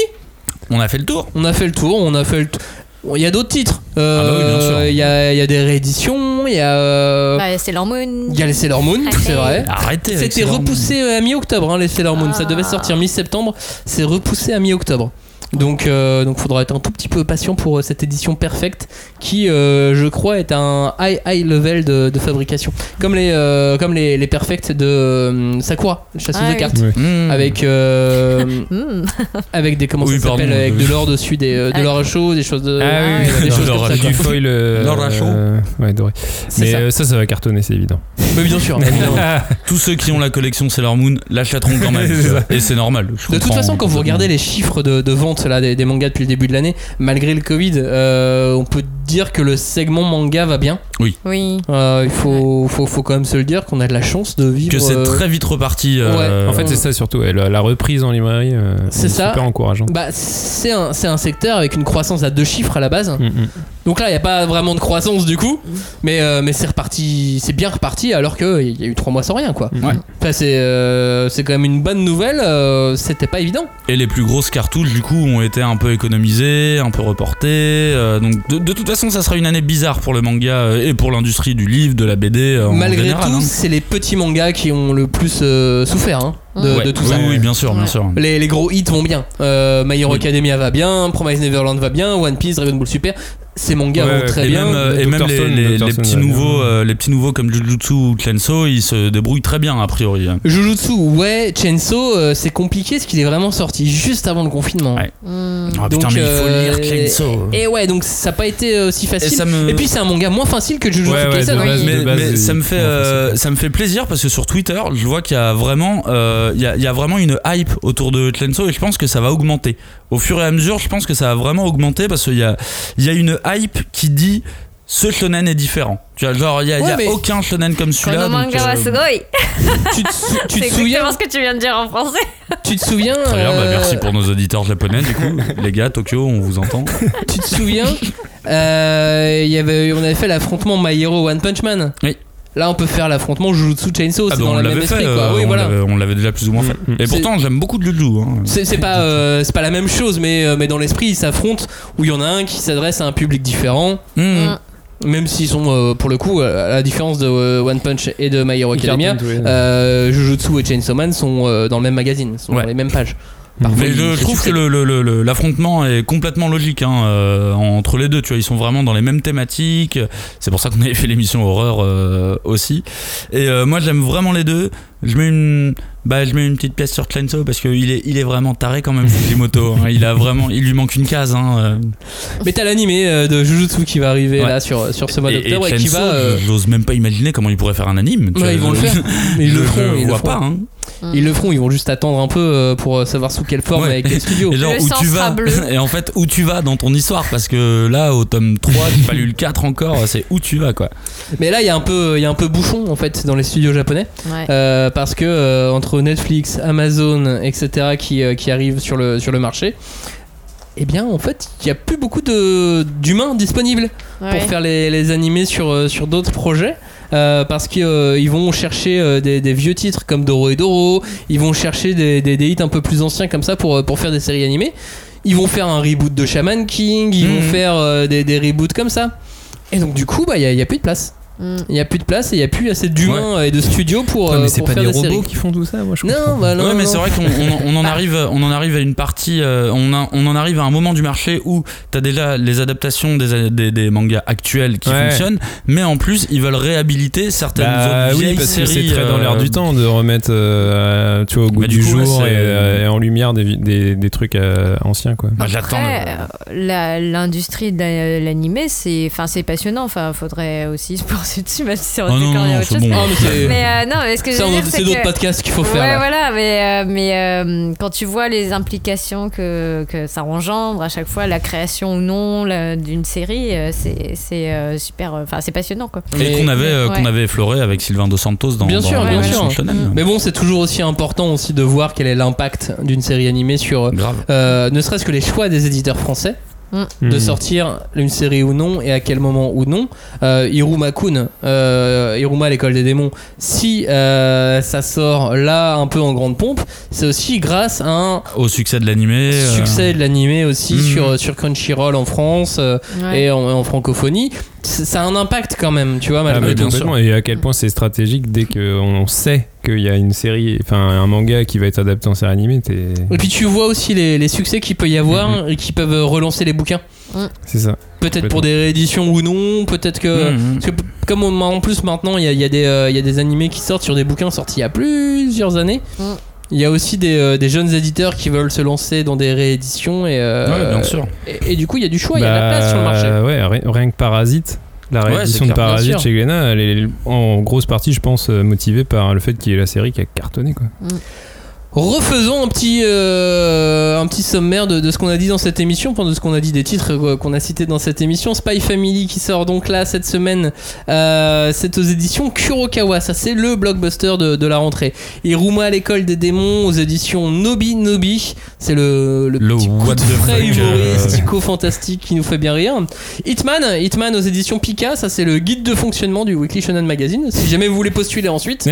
[SPEAKER 4] On a fait le tour.
[SPEAKER 1] On a fait le tour, on a fait le tour. Bon, Il y a d'autres titres.
[SPEAKER 4] Ah bah oui, bien sûr.
[SPEAKER 1] Euh, Il y, a, il y a des rééditions, il y a. euh,
[SPEAKER 3] Ouais, Bah, c'est l'hormone.
[SPEAKER 1] Il y a les Sailor Moon,
[SPEAKER 3] Arrête.
[SPEAKER 1] c'est vrai.
[SPEAKER 4] Arrêtez. avec
[SPEAKER 1] C'était
[SPEAKER 4] ces
[SPEAKER 1] repoussé euh, à mi-octobre, hein, les Sailor Moon. Ça
[SPEAKER 3] Ah.
[SPEAKER 1] devait sortir mi-septembre. C'est repoussé à mi-octobre. Donc, euh, donc, faudra être un tout petit peu patient pour euh, cette édition perfecte qui, euh, je crois, est un high high level de, de fabrication, comme les euh, comme les, les perfects de euh, Sakura, le chasseuse
[SPEAKER 3] Ah
[SPEAKER 1] de
[SPEAKER 3] oui.
[SPEAKER 1] cartes,
[SPEAKER 2] Ouais. Hmm.
[SPEAKER 4] normes. Mm.
[SPEAKER 1] avec euh,
[SPEAKER 3] Hmm.
[SPEAKER 1] avec des comment
[SPEAKER 4] Oui,
[SPEAKER 1] ça s'appelle,
[SPEAKER 4] pardon.
[SPEAKER 1] avec de l'or dessus, des euh, de
[SPEAKER 3] Ah.
[SPEAKER 1] l'or à chaud, des choses de
[SPEAKER 2] Ah oui,
[SPEAKER 1] des
[SPEAKER 4] non,
[SPEAKER 1] choses
[SPEAKER 4] l'or
[SPEAKER 1] comme
[SPEAKER 4] à
[SPEAKER 1] ça,
[SPEAKER 4] chaud.
[SPEAKER 1] quoi.
[SPEAKER 2] du foil. euh,
[SPEAKER 4] L'or à chaud.
[SPEAKER 2] euh, ouais, doré.
[SPEAKER 1] C'est
[SPEAKER 2] Mais
[SPEAKER 1] ça.
[SPEAKER 2] euh, ça. ça, va cartonner, c'est évident.
[SPEAKER 1] Mais bien sûr. évidemment.
[SPEAKER 4] Tous ceux qui ont la collection Sailor Moon l'achèteront quand même.
[SPEAKER 2] C'est ça.
[SPEAKER 4] et c'est normal. je
[SPEAKER 1] De toute
[SPEAKER 4] comprends
[SPEAKER 1] façon, quand vous regardez les chiffres de, de vente là, des, des mangas depuis le début de l'année, malgré le Covid, euh, on peut dire que le segment manga va bien.
[SPEAKER 3] Oui.
[SPEAKER 1] Euh, il faut, faut, faut quand même se le dire qu'on a de la chance de vivre.
[SPEAKER 4] que c'est
[SPEAKER 1] euh,
[SPEAKER 4] très vite reparti. euh,
[SPEAKER 1] Ouais.
[SPEAKER 2] En fait, c'est ça surtout. ouais, la, la reprise en librairie, euh,
[SPEAKER 1] C'est ça.
[SPEAKER 2] super encourageant.
[SPEAKER 1] Bah, c'est un, c'est un secteur avec une croissance à deux chiffres à la base.
[SPEAKER 2] Mm, mm.
[SPEAKER 1] Donc là, il n'y a pas vraiment de croissance du coup, mais, euh, mais c'est reparti, c'est bien reparti alors qu'il y a eu trois mois sans rien quoi.
[SPEAKER 2] Ouais.
[SPEAKER 1] Enfin, c'est euh, c'est quand même une bonne nouvelle, euh, c'était pas évident.
[SPEAKER 4] Et les plus grosses cartouches, du coup, ont été un peu économisées, un peu reportées. euh, donc, de, de toute façon, ça sera une année bizarre pour le manga euh, et pour l'industrie du livre, de la BD euh, en
[SPEAKER 1] Malgré
[SPEAKER 4] général,
[SPEAKER 1] tout,
[SPEAKER 4] hein.
[SPEAKER 1] c'est les petits mangas qui ont le plus euh, souffert hein, de,
[SPEAKER 4] Ouais.
[SPEAKER 1] de tout
[SPEAKER 4] oui,
[SPEAKER 1] ça.
[SPEAKER 4] Oui, bien sûr, bien
[SPEAKER 3] Ouais.
[SPEAKER 4] sûr.
[SPEAKER 1] Les, les gros hits vont bien. Euh, My Hero Academia va bien, Promise Neverland va bien, One Piece, Dragon Ball Super. Ces mangas
[SPEAKER 2] Ouais,
[SPEAKER 1] vont
[SPEAKER 2] ouais.
[SPEAKER 1] très
[SPEAKER 4] et
[SPEAKER 1] bien.
[SPEAKER 4] même, euh, et
[SPEAKER 2] Dr.
[SPEAKER 4] même les,
[SPEAKER 2] Stone,
[SPEAKER 4] les-
[SPEAKER 2] Dr.
[SPEAKER 4] les
[SPEAKER 2] Stone,
[SPEAKER 4] petits
[SPEAKER 2] ouais.
[SPEAKER 4] nouveaux, euh, les petits nouveaux comme Jujutsu ou Clenso, ils se débrouillent très bien a priori. hein.
[SPEAKER 1] Jujutsu, ouais, Chenso, euh, c'est compliqué parce qu'il est vraiment sorti juste avant le confinement.
[SPEAKER 4] Ouais.
[SPEAKER 3] Hmm.
[SPEAKER 4] Ah,
[SPEAKER 1] Donc,
[SPEAKER 4] putain, mais il faut
[SPEAKER 1] euh,
[SPEAKER 4] lire Clenso.
[SPEAKER 1] Et ouais, donc ça n'a pas été euh, aussi facile.
[SPEAKER 4] Et ça me-
[SPEAKER 1] puis c'est un manga moins facile que Jujutsu
[SPEAKER 2] Ouais, ouais,
[SPEAKER 1] Kaisen,
[SPEAKER 2] de
[SPEAKER 1] hein.
[SPEAKER 2] base,
[SPEAKER 4] mais,
[SPEAKER 2] de base,
[SPEAKER 4] mais
[SPEAKER 2] il-
[SPEAKER 4] ça me fait
[SPEAKER 2] Bon,
[SPEAKER 4] euh,
[SPEAKER 2] c'est-
[SPEAKER 4] ça me fait plaisir parce que sur Twitter je vois qu'il y a vraiment euh, il y, a, il y a vraiment une hype autour de Clenso et je pense que ça va augmenter au fur et à mesure je pense que ça va vraiment augmenter parce qu'il y a il y a une hype qui dit ce shonen est différent tu vois genre il y a, il y
[SPEAKER 1] Ouais,
[SPEAKER 4] a
[SPEAKER 1] mais-
[SPEAKER 4] aucun shonen comme celui-là
[SPEAKER 3] Kono
[SPEAKER 4] donc,
[SPEAKER 3] manga
[SPEAKER 4] euh,
[SPEAKER 3] wa sugoi.
[SPEAKER 1] tu, te sou- tu
[SPEAKER 3] C'est
[SPEAKER 1] te
[SPEAKER 3] exactement
[SPEAKER 1] souviens
[SPEAKER 3] ce que tu viens de dire en français.
[SPEAKER 1] Tu te souviens
[SPEAKER 4] Très bien, bah,
[SPEAKER 1] euh,
[SPEAKER 4] merci pour nos auditeurs japonais du coup. Les gars, Tokyo, on vous entend.
[SPEAKER 1] Tu te souviens euh, il y avait, On avait fait l'affrontement My Hero One Punch Man.
[SPEAKER 4] Oui.
[SPEAKER 1] Là, on peut faire l'affrontement Jujutsu Chainsaw.
[SPEAKER 4] Ah
[SPEAKER 1] c'est
[SPEAKER 4] bah,
[SPEAKER 1] dans
[SPEAKER 4] on
[SPEAKER 1] le même
[SPEAKER 4] l'avait
[SPEAKER 1] esprit,
[SPEAKER 4] fait,
[SPEAKER 1] quoi.
[SPEAKER 4] euh,
[SPEAKER 1] Oui,
[SPEAKER 4] on
[SPEAKER 1] voilà. Mm.
[SPEAKER 4] l'avait- on l'avait déjà plus ou moins fait. Et
[SPEAKER 1] C'est-
[SPEAKER 4] pourtant, j'aime beaucoup de Juju. Hein.
[SPEAKER 1] C'est c'est pas, euh, c'est pas la même chose, mais, euh, mais dans l'esprit, ils s'affrontent où il y en a un qui s'adresse à un public différent.
[SPEAKER 4] Hmm.
[SPEAKER 1] Même s'ils sont, euh, pour le coup, euh, à la différence de euh, One Punch et de My Hero Academia,
[SPEAKER 2] Cartoon, ouais.
[SPEAKER 1] euh, Jujutsu et Chainsaw Man sont euh, dans le même magazine, sont
[SPEAKER 4] Ouais.
[SPEAKER 1] dans les mêmes pages.
[SPEAKER 4] Ah Mais
[SPEAKER 1] ils-
[SPEAKER 4] je,
[SPEAKER 1] ils
[SPEAKER 4] je trouve que
[SPEAKER 1] succèdent.
[SPEAKER 4] le- le- le- le- l'affrontement est complètement logique hein, euh, entre les deux. Tu vois, ils sont vraiment dans les mêmes thématiques. C'est pour ça qu'on avait fait l'émission horreur euh, aussi. Et euh, moi, j'aime vraiment les deux. Je mets une, bah, je mets une petite pièce sur Clenso parce qu'il est, il est vraiment taré quand même Fujimoto. hein. Il a vraiment, il lui manque une case. hein, euh.
[SPEAKER 1] Mais t'as l'animé euh, de Jujutsu qui va arriver
[SPEAKER 4] Ouais.
[SPEAKER 1] là sur, sur ce mois
[SPEAKER 4] Et- et
[SPEAKER 1] d'octobre et, qui
[SPEAKER 4] Clenso,
[SPEAKER 1] va. Bah, euh,
[SPEAKER 4] je- j'ose même pas imaginer comment il pourrait faire un anime. tu
[SPEAKER 1] ouais, ils
[SPEAKER 4] vois.
[SPEAKER 1] vont le faire, mais ils
[SPEAKER 4] Je-
[SPEAKER 1] le feront.
[SPEAKER 4] je
[SPEAKER 1] Ils le
[SPEAKER 4] vois
[SPEAKER 1] feront.
[SPEAKER 4] pas. hein.
[SPEAKER 1] Ils le feront, ils vont juste attendre un peu euh, pour savoir sous quelle forme
[SPEAKER 4] Ouais.
[SPEAKER 1] avec les studios.
[SPEAKER 4] Et genre,
[SPEAKER 3] Le
[SPEAKER 4] où
[SPEAKER 3] sang
[SPEAKER 4] tu
[SPEAKER 3] sera
[SPEAKER 4] vas
[SPEAKER 3] bleu.
[SPEAKER 4] Et en fait, où tu vas dans ton histoire Parce que là, au tome 3, j'ai pas lu le 4 encore, c'est où tu vas quoi.
[SPEAKER 1] Mais là, il y a un peu, il y a un peu bouchon en fait dans les studios japonais.
[SPEAKER 3] Ouais.
[SPEAKER 1] Euh, parce que euh, entre Netflix, Amazon, etc., qui, euh, qui arrivent sur le, sur le marché, eh bien, en fait, il n'y a plus beaucoup de- d'humains disponibles pour
[SPEAKER 3] Ouais.
[SPEAKER 1] faire les, les animés sur, euh, sur d'autres projets. euh, parce qu'ils vont chercher euh, des, des vieux titres comme Doro et Doro, ils vont chercher des, des, des hits un peu plus anciens comme ça pour, euh, pour faire des séries animées. Ils vont faire un reboot de Shaman King, ils vont
[SPEAKER 2] Hmm.
[SPEAKER 4] Mhm.
[SPEAKER 1] faire euh, des, des reboots comme ça. Et donc du coup, bah, il n'y a, il y a plus de place.
[SPEAKER 3] Hmm.
[SPEAKER 1] Il n'y a plus de place et il n'y a plus assez d'humains et de studios pour,
[SPEAKER 2] Ouais,
[SPEAKER 1] euh,
[SPEAKER 2] mais c'est
[SPEAKER 1] pour
[SPEAKER 2] pas
[SPEAKER 1] faire
[SPEAKER 2] des
[SPEAKER 1] des séries.
[SPEAKER 2] robots qui font tout ça, moi je
[SPEAKER 1] Non,
[SPEAKER 2] comprends.
[SPEAKER 1] bah non.
[SPEAKER 4] ouais, mais
[SPEAKER 1] non.
[SPEAKER 4] c'est vrai qu'on on, on en arrive, on en arrive à une partie, euh, on, a- on en arrive à un moment du marché où t'as déjà les adaptations des, des, des mangas actuels qui
[SPEAKER 2] Ouais.
[SPEAKER 4] fonctionnent, mais en plus ils veulent réhabiliter certaines
[SPEAKER 2] Bah
[SPEAKER 4] autres
[SPEAKER 2] oui,
[SPEAKER 4] vieilles
[SPEAKER 2] parce que c'est
[SPEAKER 4] séries,
[SPEAKER 2] très dans l'air
[SPEAKER 4] euh,
[SPEAKER 2] du temps de remettre euh, tu vois, au goût
[SPEAKER 4] Bah,
[SPEAKER 2] du,
[SPEAKER 4] du coup, ouais,
[SPEAKER 2] jour
[SPEAKER 4] c'est-
[SPEAKER 2] et, euh, et en lumière des, vi- des, des trucs euh, anciens. Quoi.
[SPEAKER 4] bah, j'attends.
[SPEAKER 3] Après, euh, la- l'industrie de la- l'animé, c'est, enfin, c'est passionnant. Enfin, faudrait aussi se pencher dessus, même si c'est
[SPEAKER 4] Ah non, non,
[SPEAKER 3] encore il y a
[SPEAKER 4] non,
[SPEAKER 3] autre
[SPEAKER 4] c'est
[SPEAKER 3] chose.
[SPEAKER 4] bon.
[SPEAKER 1] Ah, mais c'est-
[SPEAKER 3] Mais euh, non, mais ce que je
[SPEAKER 1] Ça,
[SPEAKER 3] veux
[SPEAKER 1] on-
[SPEAKER 3] dire,
[SPEAKER 1] c'est
[SPEAKER 3] c'est
[SPEAKER 1] d'autres
[SPEAKER 3] que-
[SPEAKER 1] podcasts qu'il faut faire.
[SPEAKER 3] ouais,
[SPEAKER 1] là.
[SPEAKER 3] voilà, mais, euh, mais euh, quand tu vois les implications que, que ça engendre à chaque fois, la création ou non la- d'une série, euh, c'est c'est, euh, super, euh, enfin c'est passionnant quoi.
[SPEAKER 4] Et
[SPEAKER 1] Mais-
[SPEAKER 4] qu'on avait, euh,
[SPEAKER 3] Ouais.
[SPEAKER 4] qu'on avait effleuré avec Sylvain Dos Santos dans,
[SPEAKER 1] Bien
[SPEAKER 4] dans,
[SPEAKER 1] sûr,
[SPEAKER 4] dans
[SPEAKER 3] bien
[SPEAKER 4] son
[SPEAKER 1] sûr.
[SPEAKER 4] shonen.
[SPEAKER 1] Mais bon, c'est toujours aussi important aussi de voir quel est l'impact d'une série animée sur
[SPEAKER 4] Grave.
[SPEAKER 1] euh, ne serait-ce que les choix des éditeurs français de
[SPEAKER 4] Mhm.
[SPEAKER 2] Hmm.
[SPEAKER 1] sortir une série ou non et à quel moment ou non. Euh, Hiruma Kun, euh, Hiruma à l'école des démons, si euh, ça sort là un peu en grande pompe, c'est aussi grâce à un
[SPEAKER 4] Au succès de l'animé. euh,
[SPEAKER 1] succès de l'animé aussi
[SPEAKER 4] Mhm.
[SPEAKER 1] sur, euh, sur Crunchyroll en France euh,
[SPEAKER 3] Ouais.
[SPEAKER 1] et en, en francophonie. C- Ça a un impact quand même, tu vois,
[SPEAKER 2] Ah,
[SPEAKER 1] malgré
[SPEAKER 2] mais
[SPEAKER 1] tout.
[SPEAKER 2] complètement. Et à quel point c'est stratégique dès qu'on sait qu'il y a une série, enfin un manga qui va être adapté en série animée, t'es-
[SPEAKER 1] Et puis tu vois aussi les, les succès qu'il peut y avoir
[SPEAKER 4] Mhm.
[SPEAKER 1] et qui peuvent relancer les bouquins.
[SPEAKER 2] c'est ça.
[SPEAKER 1] Peut-être
[SPEAKER 2] Complètement.
[SPEAKER 1] pour des rééditions ou non, peut-être que.
[SPEAKER 4] Mhm.
[SPEAKER 1] Parce que p- comme on- en plus maintenant il y a, il y a des, euh, il y a des animés qui sortent sur des bouquins sortis il y a plusieurs années,
[SPEAKER 3] Mm.
[SPEAKER 1] il y a aussi des, euh, des jeunes éditeurs qui veulent se lancer dans des rééditions et, euh,
[SPEAKER 4] Ouais, bien sûr.
[SPEAKER 1] et, et du coup il y a du choix, il y a de la place sur le marché.
[SPEAKER 2] Bah, Ouais, ri- rien que Parasite. La
[SPEAKER 4] Ouais,
[SPEAKER 2] réédition
[SPEAKER 4] c'est
[SPEAKER 2] de
[SPEAKER 4] clair.
[SPEAKER 1] Bien
[SPEAKER 2] Parasite
[SPEAKER 1] sûr.
[SPEAKER 2] chez Glénat, elle est en grosse partie, je pense, euh, motivée par le fait qu'il y ait la série qui a cartonné. Quoi.
[SPEAKER 1] Refaisons un petit, euh, un petit sommaire de, de ce qu'on a dit dans cette émission, enfin de ce qu'on a dit des titres euh, qu'on a cités dans cette émission. Spy Family qui sort donc là cette semaine, euh, c'est aux éditions Kurokawa, ça c'est le blockbuster de, de la rentrée. Et Ruma à l'école des démons aux éditions Nobi Nobi, c'est le, le,
[SPEAKER 4] Le
[SPEAKER 1] petit coup
[SPEAKER 4] what
[SPEAKER 1] de
[SPEAKER 4] the
[SPEAKER 1] frais
[SPEAKER 4] fuck, euh.
[SPEAKER 1] humoristico-fantastique qui nous fait bien rire. Hitman, Hitman aux éditions Pika, ça c'est le guide de fonctionnement du Weekly Shonen Magazine, si jamais vous voulez postuler ensuite.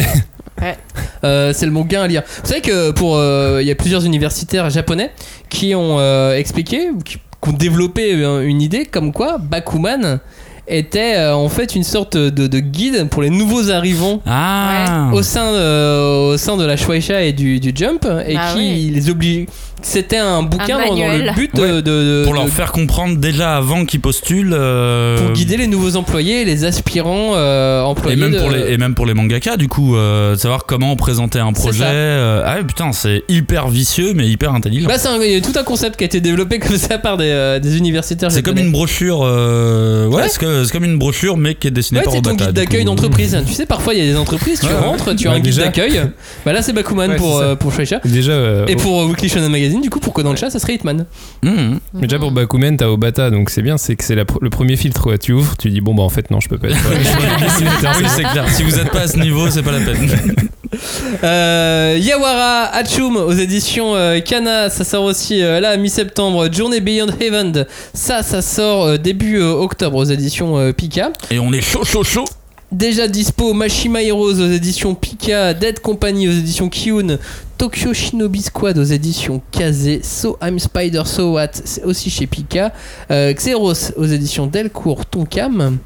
[SPEAKER 1] Euh, c'est le bon gain à lire. Vous savez que pour euh, il y a plusieurs universitaires japonais qui ont euh, expliqué qui- qui ont développé euh, une idée comme quoi Bakuman était euh, en fait une sorte de, de guide pour les nouveaux arrivants
[SPEAKER 4] Ah
[SPEAKER 1] au sein, euh, au sein de la Shueisha et du, du Jump et
[SPEAKER 3] Ah
[SPEAKER 1] qui
[SPEAKER 3] oui.
[SPEAKER 1] les oblige. C'était un bouquin dans- dans le
[SPEAKER 3] manuel.
[SPEAKER 1] but
[SPEAKER 4] Ouais.
[SPEAKER 1] euh, de, de-
[SPEAKER 4] Pour leur
[SPEAKER 1] de-
[SPEAKER 4] faire comprendre déjà avant qu'ils postulent. euh,
[SPEAKER 1] pour guider les nouveaux employés et les aspirants euh,
[SPEAKER 4] Et
[SPEAKER 1] employés.
[SPEAKER 4] même,
[SPEAKER 1] de-
[SPEAKER 4] pour les, et même pour les mangaka, du coup, euh, de savoir comment présenter un projet.
[SPEAKER 1] ça.
[SPEAKER 4] euh, ah ouais, putain, c'est hyper vicieux, mais hyper intelligent.
[SPEAKER 1] Bah, c'est un- il y a tout un concept qui a été développé comme ça par des, euh, des universitaires.
[SPEAKER 4] c'est comme
[SPEAKER 1] japonais.
[SPEAKER 4] une brochure. euh, ouais,
[SPEAKER 1] Ouais.
[SPEAKER 4] c'est que- c'est comme une brochure, mais qui est dessinée
[SPEAKER 1] Ouais,
[SPEAKER 4] par
[SPEAKER 1] c'est ton
[SPEAKER 4] Obata.
[SPEAKER 1] guide
[SPEAKER 4] du
[SPEAKER 1] d'accueil
[SPEAKER 4] coup.
[SPEAKER 1] d'entreprise. Tu sais, parfois il y a des entreprises, tu
[SPEAKER 2] Ouais, ouais.
[SPEAKER 1] rentres, tu as
[SPEAKER 2] Bah,
[SPEAKER 1] un guide
[SPEAKER 2] déjà.
[SPEAKER 1] d'accueil. Bah là, c'est Bakuman
[SPEAKER 2] Ouais,
[SPEAKER 1] pour,
[SPEAKER 2] c'est ça.
[SPEAKER 1] euh, pour Shueisha.
[SPEAKER 2] Déjà, euh,
[SPEAKER 1] Et
[SPEAKER 4] oh.
[SPEAKER 2] au-
[SPEAKER 1] pour euh, Weekly Shonen Magazine, du coup, pour Kodansha, ça serait Hitman.
[SPEAKER 4] Mhm.
[SPEAKER 2] mais déjà pour Bakumen, t'as Obata, donc c'est bien, c'est que c'est la pr- le premier filtre. quoi. Tu ouvres, tu dis bon bah en fait non, je peux pas. Être, je peux pas être dessinateur,
[SPEAKER 4] Oui, c'est clair. Si vous n'êtes pas à ce niveau, c'est pas la peine.
[SPEAKER 1] Euh, Yawara Hachum aux éditions euh, Kana, ça sort aussi euh, là mi-septembre. Journée Beyond Heaven, ça, ça sort euh, début euh, octobre aux éditions euh, Pika.
[SPEAKER 4] Et on est chaud, chaud, chaud.
[SPEAKER 1] Déjà dispo Mashima Heroes aux éditions Pika, Dead Company aux éditions Kiun, Tokyo Shinobi Squad aux éditions Kaze, So I'm Spider So What, c'est aussi chez Pika, euh, Xeros aux éditions Delcourt Tonkam.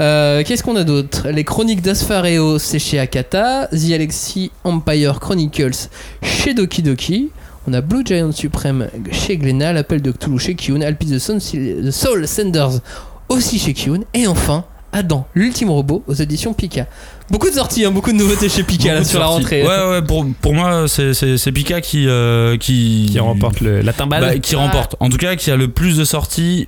[SPEAKER 1] Euh, Qu'est-ce qu'on a d'autre Les Chroniques d'Asphareo, c'est chez Akata, The Alexi Empire Chronicles chez Doki Doki. On a Blue Giant Supreme chez Glénat, L'Appel de Cthulhu chez Kiun, Alpis the Sun- The Soul Senders aussi chez Kiun, et enfin Adam, l'ultime robot aux éditions Pika. Beaucoup de sorties, hein, beaucoup de nouveautés chez Pika là,
[SPEAKER 4] Beaucoup de
[SPEAKER 1] sur la
[SPEAKER 4] sorties.
[SPEAKER 1] rentrée.
[SPEAKER 4] Ouais, ouais, pour, pour moi, c'est- c'est c'est Pika qui, euh, qui.
[SPEAKER 2] qui remporte le, la
[SPEAKER 4] Bah,
[SPEAKER 2] timbale.
[SPEAKER 4] qui remporte. En tout cas, qui a le plus de sorties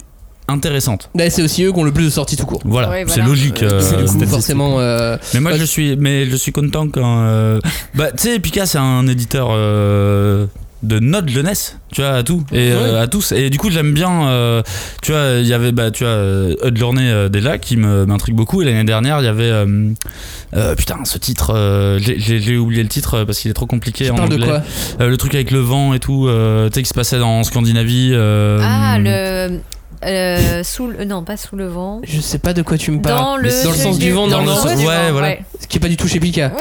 [SPEAKER 4] intéressantes.
[SPEAKER 1] Là, c'est aussi eux qui ont le plus de sorties tout court.
[SPEAKER 4] Voilà,
[SPEAKER 3] Ouais,
[SPEAKER 4] c'est
[SPEAKER 3] voilà.
[SPEAKER 4] logique. euh,
[SPEAKER 1] C'est du coup,
[SPEAKER 4] statistiquement.
[SPEAKER 1] forcément. euh,
[SPEAKER 4] Mais moi
[SPEAKER 1] Bah,
[SPEAKER 4] je suis, mais je suis content quand. euh, Bah tu sais, Pika c'est un éditeur euh, de notre jeunesse, tu vois, à tout et euh, à tous. Et du coup j'aime bien, euh, tu vois, il y avait bah tu vois, euh, Hud Lornay euh, déjà qui me- m'intrigue beaucoup. Et l'année dernière il y avait euh, euh, putain ce titre, euh, j'ai- j'ai j'ai oublié le titre euh, parce qu'il est trop compliqué
[SPEAKER 1] tu
[SPEAKER 4] en
[SPEAKER 1] parles de
[SPEAKER 4] anglais.
[SPEAKER 1] quoi
[SPEAKER 4] Euh, le truc avec le vent et tout, euh, tu sais qui se passait en Scandinavie. euh,
[SPEAKER 3] Ah, le. euh, sous le, non, pas sous le vent.
[SPEAKER 1] Je sais pas de quoi tu me parles.
[SPEAKER 3] Dans le,
[SPEAKER 1] dans le sens du vent, dans le
[SPEAKER 4] sens-
[SPEAKER 3] du vent,
[SPEAKER 4] ouais, voilà.
[SPEAKER 1] Ce qui est pas du tout chez Pika.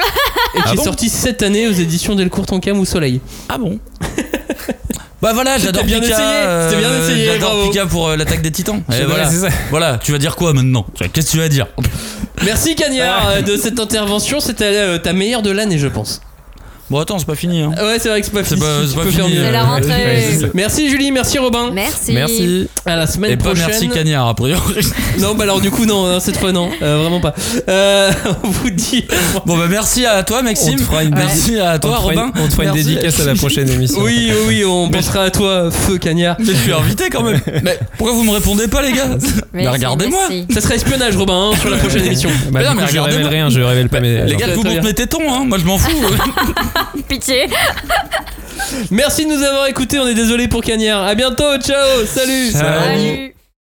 [SPEAKER 1] Et qui
[SPEAKER 4] Ah
[SPEAKER 1] est
[SPEAKER 4] bon
[SPEAKER 1] sorti cette année aux éditions Delcourt en Cam ou Soleil.
[SPEAKER 4] Ah bon Bah voilà, j'adore
[SPEAKER 1] bien
[SPEAKER 4] Pika.
[SPEAKER 1] essayé,
[SPEAKER 4] euh,
[SPEAKER 1] c'était bien essayé, bravo.
[SPEAKER 4] J'adore Pika pour euh, l'attaque des Titans. Et
[SPEAKER 2] Ouais,
[SPEAKER 4] voilà.
[SPEAKER 2] c'est ça.
[SPEAKER 4] Voilà, tu vas dire quoi maintenant Tu vois, Qu'est-ce que tu vas dire
[SPEAKER 1] Merci
[SPEAKER 4] Ah.
[SPEAKER 1] Cagnard euh, de cette intervention. C'était euh, ta meilleure de l'année, je pense. Ah
[SPEAKER 4] Bon attends, c'est pas fini. Hein.
[SPEAKER 1] Ouais, c'est vrai que c'est pas
[SPEAKER 4] C'est
[SPEAKER 1] fini.
[SPEAKER 4] pas-
[SPEAKER 1] Tu
[SPEAKER 4] c'est pas
[SPEAKER 1] peux faire
[SPEAKER 4] fini, euh,
[SPEAKER 1] mieux.
[SPEAKER 3] C'est la rentrée.
[SPEAKER 2] Ouais, c'est ça.
[SPEAKER 1] Merci Julie, merci Robin.
[SPEAKER 3] Merci.
[SPEAKER 4] Merci.
[SPEAKER 1] À la semaine
[SPEAKER 4] Et pas
[SPEAKER 1] prochaine.
[SPEAKER 4] Eh ben, merci Cagnard a priori.
[SPEAKER 1] non, bah alors du coup non, hein, cette fois non, Euh, vraiment pas. Euh, on vous dit.
[SPEAKER 4] Bon bah merci à toi Maxime.
[SPEAKER 2] On te fera une
[SPEAKER 4] merci à toi
[SPEAKER 2] on te fera une-
[SPEAKER 4] Robin.
[SPEAKER 2] on te fera une
[SPEAKER 4] Merci.
[SPEAKER 2] dédicace à la prochaine émission.
[SPEAKER 1] Oui, oui, oui, on pensera à toi, feu cagnard.
[SPEAKER 4] Mais je suis invité quand même. Mais pourquoi vous me répondez pas les gars Mais
[SPEAKER 3] Merci,
[SPEAKER 4] regardez-moi.
[SPEAKER 3] merci.
[SPEAKER 1] Ça sera espionnage, Robin, hein, sur la prochaine émission.
[SPEAKER 2] Bah,
[SPEAKER 4] Mais non,
[SPEAKER 2] du coup,
[SPEAKER 4] mais
[SPEAKER 2] je
[SPEAKER 4] regardez-moi.
[SPEAKER 2] révèle rien, je révèle pas mes.
[SPEAKER 1] Très,
[SPEAKER 4] Les gars, je vous
[SPEAKER 1] très
[SPEAKER 4] montre
[SPEAKER 1] bien.
[SPEAKER 4] mes tétons, hein. moi je m'en fous.
[SPEAKER 3] Pitié.
[SPEAKER 1] Merci de nous avoir écoutés, on est désolé pour cagnard. À bientôt, ciao, salut.
[SPEAKER 2] Ciao.
[SPEAKER 3] Salut.